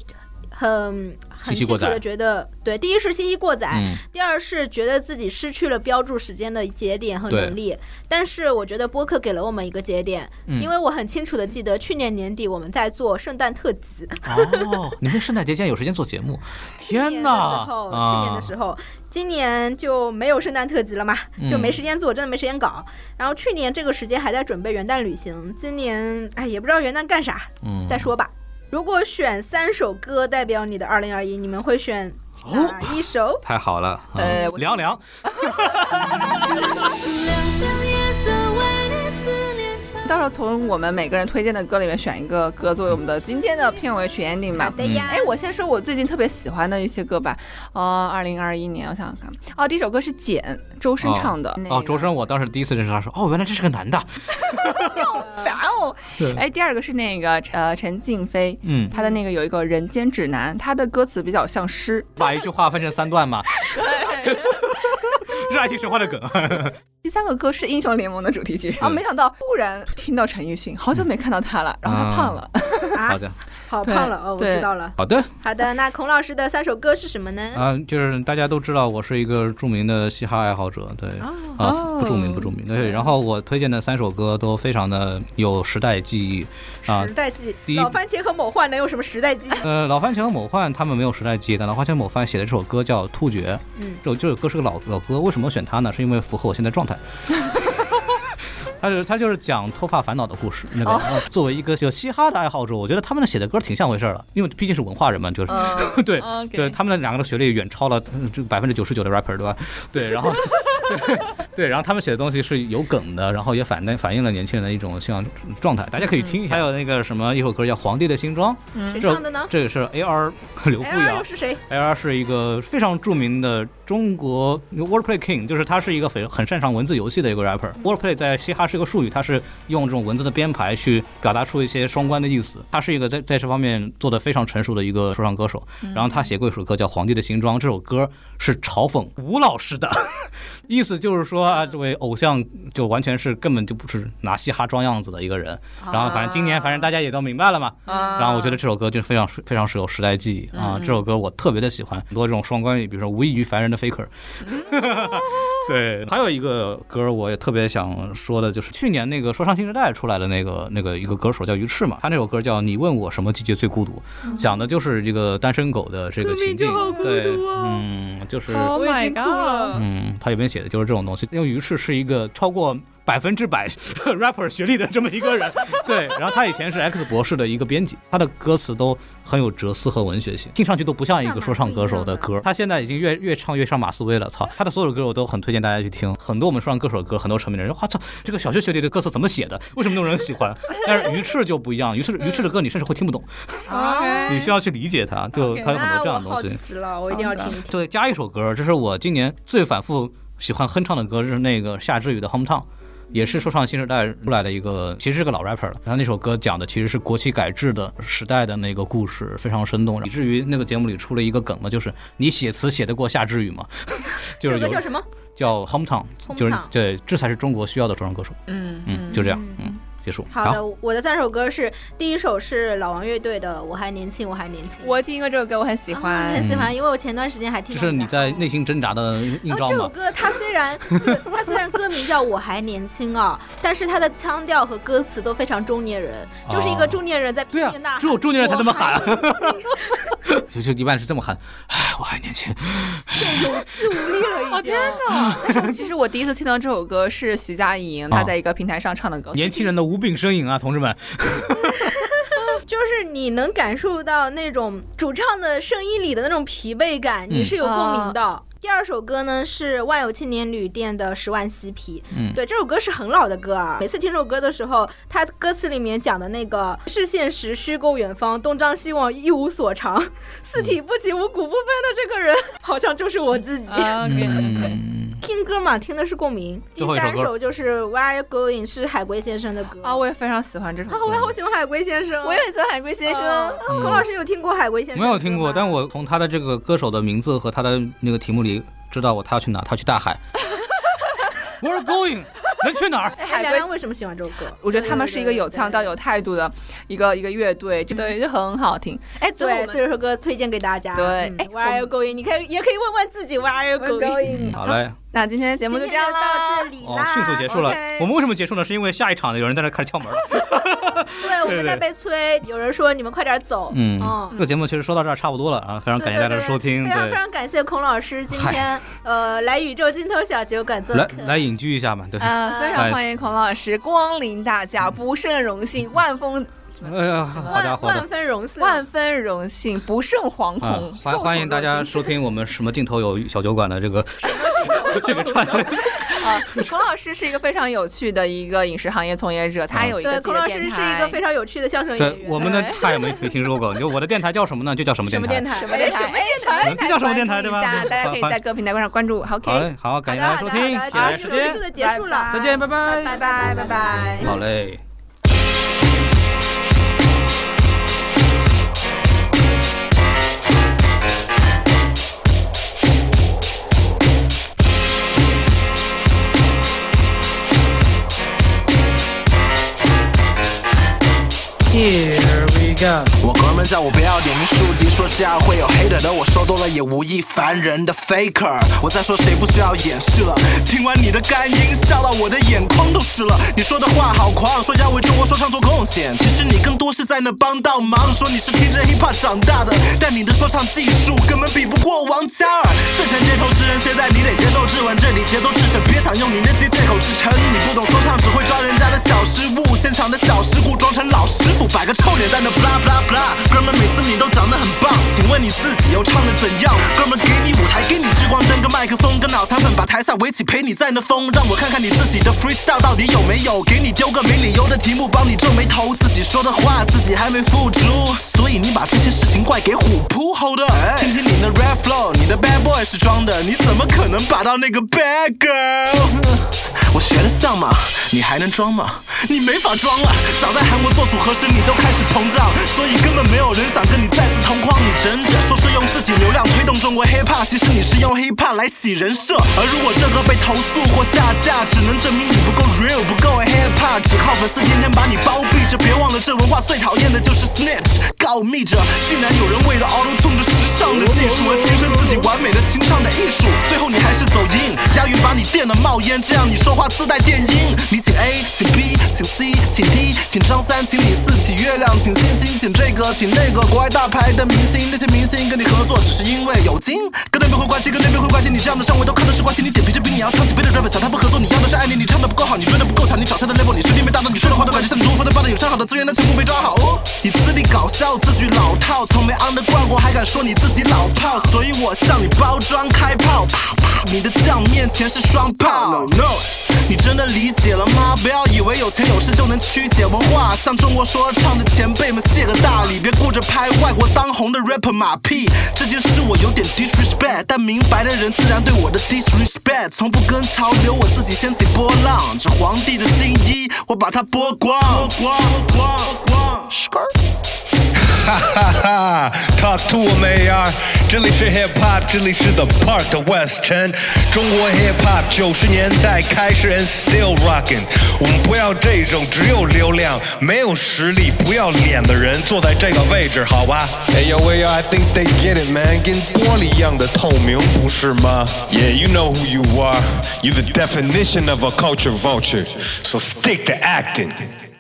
Speaker 1: 很很
Speaker 3: 信息
Speaker 1: 清
Speaker 3: 过
Speaker 1: 楚
Speaker 3: 载
Speaker 1: 的觉得，对，第一是信息过载，
Speaker 3: 嗯
Speaker 1: 第二是觉得自己失去了标注时间的节点和能力。但是我觉得播客给了我们一个节点，
Speaker 3: 嗯
Speaker 1: 因为我很清楚的记得去年年底我们在做圣诞特辑，
Speaker 3: 哦，你们圣诞节竟然有时间做节目，
Speaker 1: 去
Speaker 3: 天
Speaker 1: 年
Speaker 3: 哪！
Speaker 1: 的
Speaker 3: 啊
Speaker 1: 时候，去年的时候，今年就没有圣诞特辑了嘛，
Speaker 3: 嗯
Speaker 1: 就没时间做，真的没时间搞。然后去年这个时间还在准备元旦旅行，今年哎也不知道元旦干啥，
Speaker 3: 嗯
Speaker 1: 再说吧。如果选三首歌代表你的二零二一，你们会选
Speaker 3: 哦
Speaker 1: 哪一首？
Speaker 3: 太好了，
Speaker 2: 呃
Speaker 3: 嗯
Speaker 2: 我
Speaker 3: 凉凉，
Speaker 2: 到时候从我们每个人推荐的歌里面选一个歌作为我们的今天的片尾曲 ending
Speaker 1: 好
Speaker 2: 吧。
Speaker 1: 的呀，
Speaker 2: 哎，我先说我最近特别喜欢的一些歌吧。呃，二零二一年，我想想看，哦，第一首歌是《简》，周深唱的。那
Speaker 3: 哦，
Speaker 2: 个
Speaker 3: 周深，我当时第一次认识他说，哦，原来这是个男的，
Speaker 2: 哇哦
Speaker 3: 对，
Speaker 2: 哎，第二个是那个呃陈静飞，
Speaker 3: 嗯，
Speaker 2: 他的那个有一个《人间指南》，他的歌词比较像诗。
Speaker 3: 把一句话分成三段 嘛，对，是爱情神话的梗，
Speaker 2: 第三个歌是《英雄联盟》的主题曲啊，
Speaker 3: 是
Speaker 2: 没想到突然听到陈奕迅，好久没看到他了，然后他胖了。
Speaker 1: 啊
Speaker 3: 好，的，
Speaker 1: 好
Speaker 2: 对
Speaker 1: 胖了哦，我
Speaker 2: 对
Speaker 1: 知道了。
Speaker 3: 好的，
Speaker 1: 好 的，那孔老师的三首歌是什么
Speaker 2: 嗯
Speaker 1: 呢？
Speaker 3: 啊，就是大家都知道我是一个著名的嘻哈爱好者，对，啊，
Speaker 2: 哦
Speaker 3: 不不著名不著名，对，然后我推荐的三首歌都非常的有时代记忆，啊
Speaker 1: 时，代记
Speaker 3: 第
Speaker 1: 忆，
Speaker 3: 一
Speaker 1: 老番茄和某幻能有什么时代记忆？
Speaker 3: 呃，老番茄和某范他们没有时代记忆，但老番茄和某范写的这首歌叫《突厥》，
Speaker 1: 嗯
Speaker 3: 这首这首歌是个老老歌，为什么选它呢？是因为符合我现在状态。他是他就是讲脱发烦恼的故事。那个、然后作为一个就嘻哈的爱好者，我觉得他们写的歌挺像回事儿的，因为毕竟是文化人嘛，就是、
Speaker 4: 嗯
Speaker 3: 对
Speaker 4: ，OK
Speaker 3: 对，他们两个的学历远超了嗯这个百分之九十九的 rapper，对吧？对，然后 对对，然后他们写的东西是有梗的，然后也反反映了年轻人的一种信仰状态，大家可以听一下。还有那个什么一首歌叫《皇帝的新装》，
Speaker 1: 谁
Speaker 3: 这
Speaker 1: 唱的呢？
Speaker 3: 这也是 AR 刘富
Speaker 1: 哎，
Speaker 3: 阳
Speaker 1: 又。是谁？
Speaker 3: AR 是一个非常著名的中国 Wordplay King，就是他是一个非很擅长文字游戏的一个 rapper。Wordplay 在嘻哈是一个术语，它是用这种文字的编排去表达出一些双关的意思。他是一个在在这方面做的非常成熟的一个说唱歌手。
Speaker 1: 嗯
Speaker 3: 然后他写过一首歌叫《皇帝的新装》，这首歌是嘲讽吴老师的， 意思就是说啊，这位偶像就完全是根本就不是拿嘻哈装样子的一个人。然后反正今年反正大家也都明白了嘛，
Speaker 4: 啊
Speaker 3: 然后我觉得这首歌就非常非常是有时代记
Speaker 1: 嗯
Speaker 3: 忆啊，这首歌我特别的喜欢，很多这种双关语，比如说无异于凡人的 faker。对， 还有一个歌我也特别想说的，就是去年那个说唱新时代出来的那个那个一个歌手叫于赤嘛，他那首歌叫《你问我什么季节最孤独》，讲的就是这个单身狗的这个
Speaker 1: 生
Speaker 3: 情
Speaker 1: 命嗯
Speaker 3: 境
Speaker 1: 就好。孤
Speaker 3: 对
Speaker 1: 独，啊
Speaker 3: 嗯，就是
Speaker 4: ，Oh
Speaker 1: 我已
Speaker 4: my
Speaker 1: 经哭了
Speaker 4: god！
Speaker 3: 嗯，他里面写的就是这种东西。因为于是是一个超过百分之百 rapper 学历的这么一个人， 对。然后他以前是 X 博士的一个编辑，他的歌词都很有哲思和文学性，听上去都不像一个说唱歌手的歌。
Speaker 1: 嗯
Speaker 3: 他现在已经越越唱越上马思威了，操！他的所有的歌我都很推荐大家去听，很多我们说唱歌手的歌，很多成名的人，哇操，这个小学学历的歌词怎么写的？为什么那么多人喜欢？但是于赤就不一样，于赤于赤的歌你甚至会听不懂，
Speaker 1: 嗯
Speaker 3: 你需要去理解他，就
Speaker 4: OK，
Speaker 3: 他有很
Speaker 1: 那
Speaker 3: 多这
Speaker 1: 啊我
Speaker 3: 样的
Speaker 1: 好
Speaker 3: 东西。
Speaker 1: 奇了，我一定要听一听。
Speaker 3: 对，加一首歌，这是我今年最反复喜欢哼唱的歌，是那个夏之雨的《Hometown》。也是说唱新时代出来的一个，其实是个老 rapper 了。他那首歌讲的其实是国企改制的时代的那个故事，非常生动，以至于那个节目里出了一个梗嘛，就是你写词写得过夏之雨吗？ 就是
Speaker 1: 这个
Speaker 3: 有
Speaker 1: 叫什么？
Speaker 3: 叫 hometown，就是
Speaker 1: ？Hometown
Speaker 3: 对，这才是中国需要的说唱歌手。
Speaker 4: 嗯
Speaker 3: 嗯，就这样，嗯，结束。
Speaker 1: 好的，我的三首歌是第一首是老王乐队的《我还年轻，我还年轻》，
Speaker 4: 我听过这首歌，我很喜
Speaker 1: 啊
Speaker 4: 欢。
Speaker 1: 很喜欢，因为我前段时间还听
Speaker 3: 这
Speaker 1: 到
Speaker 3: 是你在
Speaker 1: 它
Speaker 3: 内心挣扎的映
Speaker 1: 然
Speaker 3: 照
Speaker 1: 哦后这首
Speaker 3: 吗？
Speaker 1: 歌它虽然 就是它虽然歌名叫我还年轻啊，但是它的腔调和歌词都非常中年人，就是一个
Speaker 3: 哦
Speaker 1: 中年人在拼
Speaker 3: 对啊
Speaker 1: 命呐喊。
Speaker 3: 只有中年人才这么喊啊
Speaker 1: 我还年轻
Speaker 3: 就就一般是这么喊，唉，我还年轻。
Speaker 1: 有气无力了已
Speaker 3: 哦
Speaker 1: 经。
Speaker 4: 呐！但是其实我第一次听到这首歌是徐佳莹，她在一个平台上唱的
Speaker 1: 哦
Speaker 4: 歌。
Speaker 3: 啊年轻人的无病呻吟啊，同志们！
Speaker 1: 就是你能感受到那种主唱的声音里的那种疲惫感，
Speaker 4: 嗯
Speaker 1: 你是有共鸣的。
Speaker 4: 啊
Speaker 1: 第二首歌呢是万有青年旅店的《十万嬉皮》，
Speaker 3: 嗯
Speaker 1: 对，这首歌是很老的歌啊。每次听这首歌的时候，它歌词里面讲的那个是现实，虚构远方，东张西望，一无所长，
Speaker 4: 嗯
Speaker 1: 四体不勤，五谷不分的这个人，好像就是我自己。
Speaker 4: 啊，OK，
Speaker 3: 嗯，
Speaker 1: 听歌嘛，听的是共鸣。第
Speaker 3: 最后一首
Speaker 1: 三
Speaker 3: 歌
Speaker 1: 首就是《Where Are You Going》是海龟先生的歌
Speaker 4: 啊，我也非常喜欢这首
Speaker 1: 啊
Speaker 4: 歌。
Speaker 1: 我也好喜欢海龟先生啊，
Speaker 4: 我也喜欢啊海龟先生
Speaker 1: 嗯。孔老师有听过海龟先生？
Speaker 3: 没有听过，但我从他的这个歌手的名字和他的那个题目里知道我他要去哪，他要去大海。Where going？能 去哪儿？
Speaker 1: 哎凉凉为什么喜欢这首歌？
Speaker 4: 我觉得他们是一个有腔调、有态度的一个一个乐队，就对，就很好听。哎，最后
Speaker 1: 对，
Speaker 4: 我
Speaker 1: 所以这首歌推荐给大家。
Speaker 4: 对
Speaker 1: 嗯
Speaker 4: 哎
Speaker 1: ，Where are you going？你可以也可以问问自己 Where are you
Speaker 4: 们
Speaker 1: going？
Speaker 3: 嗯好嘞，
Speaker 4: 那今天的节目就这样
Speaker 1: 今
Speaker 4: 啦
Speaker 1: 天。就到这里
Speaker 3: 哦
Speaker 1: 啦，，
Speaker 3: 迅速结束了
Speaker 4: OK。
Speaker 3: 我们为什么结束呢？是因为下一场有人在那开始敲门了。
Speaker 1: 对，我们在被催，有人说你们快点走。
Speaker 3: 嗯
Speaker 1: 哦
Speaker 3: 这个节目其实说到这儿差不多了啊，非常
Speaker 1: 对
Speaker 3: 感谢大家的收听。
Speaker 1: 对非常
Speaker 3: 对
Speaker 1: 非，常感谢孔老师今天呃来宇宙尽头小酒馆做
Speaker 3: 来
Speaker 1: 客。
Speaker 3: 来隐居一下嘛，对。
Speaker 1: 呃
Speaker 4: 嗯，非常欢迎孔老师光临大家，
Speaker 3: 嗯
Speaker 4: 不胜荣幸，万分
Speaker 3: 哎呀，好家
Speaker 1: 万
Speaker 3: 伙的
Speaker 1: 万。分荣幸，
Speaker 4: 万分荣幸，不胜惶
Speaker 3: 啊
Speaker 4: 恐。，
Speaker 3: 欢欢迎大家收听我们什么镜头有小酒馆的这个 这个串联。
Speaker 4: 啊，孔老师是一个非常有趣的一个饮食行业从业者，他有一个
Speaker 1: 对，
Speaker 4: 自己
Speaker 1: 孔
Speaker 4: 的
Speaker 1: 老
Speaker 4: 电
Speaker 1: 师是
Speaker 4: 台
Speaker 1: 一个非常有趣的相声演
Speaker 3: 对
Speaker 1: 员。
Speaker 3: 我们的
Speaker 4: 对
Speaker 3: 太没没听说过，就我的电台叫什么呢？就叫什么
Speaker 1: 什
Speaker 3: 电
Speaker 1: 么
Speaker 3: 台。
Speaker 1: 电台？
Speaker 4: 什么电台？
Speaker 1: 哎
Speaker 4: 哎什么
Speaker 3: 什么这叫什么电台对吧
Speaker 4: 关注一下大家可以在各平台上关注。
Speaker 3: 好
Speaker 4: OK，
Speaker 3: 嘞，好，感谢
Speaker 1: 好
Speaker 3: 大
Speaker 1: 的
Speaker 3: 家收
Speaker 1: 好的
Speaker 3: 听，
Speaker 1: 好的这
Speaker 3: 节约时
Speaker 1: 个迅
Speaker 3: 间
Speaker 1: 速，的结束了，
Speaker 3: 再见，拜拜。
Speaker 1: 拜
Speaker 4: 拜
Speaker 1: 拜
Speaker 4: 拜
Speaker 1: 拜
Speaker 4: 拜
Speaker 1: 拜。
Speaker 3: 好嘞。
Speaker 5: Here we go.
Speaker 6: Well, Carmen
Speaker 5: 们叫我不要脸，你树敌说这样会有 hater 的，我说多了也无益烦人的 faker。我在说谁不需要掩饰了？听完你的干音，笑到我的眼眶都湿了。你说的话好狂，说要为中国说唱做贡献，其实你更多是在那帮倒忙。说你是听着 hiphop 长大的，但你的说唱技术根本比不过王嘉尔。这全街头诗人，现在你得接受质问，这里节奏制胜，别想用你那些借口支撑。你不懂说唱，只会抓人家的小失误，现场的小事故装成老师傅，摆个臭脸在那 blah blah blah。哥们，每次你都讲得很棒，请问你自己又唱得怎样？哥们，给你舞台，给你聚光灯，跟麦克风，跟脑残粉，把台下围起陪你在那疯，让我看看你自己的 freestyle 到底有没有。给你丢个没理由的题目，帮你皱眉头，自己说的话自己还没付诸，所以你把这些事情怪给虎扑 hold up，听 听你的 rap flow，你的 bad boy 是装的，你怎么可能把到那个 bad girl？我学得像吗？你还能装吗？你没法装了。早在韩国做组合时你就开始膨胀，所以根本没有人想跟你再次同框。你整整说是用自己流量推动中国 hiphop，其实你是用 hiphop 来洗人设。而如果这个被投诉或下架，只能证明你不够 real，不够 hiphop，只靠粉丝天天把你包庇着。别忘了，这文化最讨厌的就是 snitch，告密者。竟然有人为了 auto tune 的时尚的技术而牺牲自己完美的清唱的艺术，最后你还是走音，押韵把你电的冒烟，这样你说话自带电音。你请 A，请 B，请 C，请 D，请张三，请李四，请月亮，请星星，请这个，请那个，国外大牌的明星，那些明星跟你合作只是因为有金，跟那边会关系，跟那边会关系，你这样的上位都看的是关系，你点评这比你要强几倍的 rapper，想他不合作，你要的是爱你，你唱的不够好，你追的不够强，你找他的 level，你实力没达到，你说的话都感觉像你中锋的棒的，有上好的资源但全部没抓好。哦你自力搞笑，字句老套，从没 underground 过，还敢说你自己老炮，所以我向你包装开炮，啪啪，你的酱面前是双炮。No, no. 你真的理解了吗？不要以为有钱有势就能曲解文化，向中国说唱的前辈们谢个大礼，别顾着拍外国当红的 rapper 马屁。这件事我有点 disrespect，但明白的人自然对我的 disrespect，从不跟潮流，我自己掀起波浪。这皇帝的新衣，我把它剥光。剥光剥光剥光 Skirt
Speaker 6: 哈 哈，他吐我妹儿！这里是 hip hop，这里是 the park 的 West 城，中国 hip hop 九十年代开始 and still rocking。我们不要这种只有流量没有实力不要脸的人坐在这个位置，好吧？Hey yo, hey yo, I think they get it, man，跟玻璃一样的透明，不是吗？Yeah, you know who you are. You the definition of a culture vulture. So stick to acting.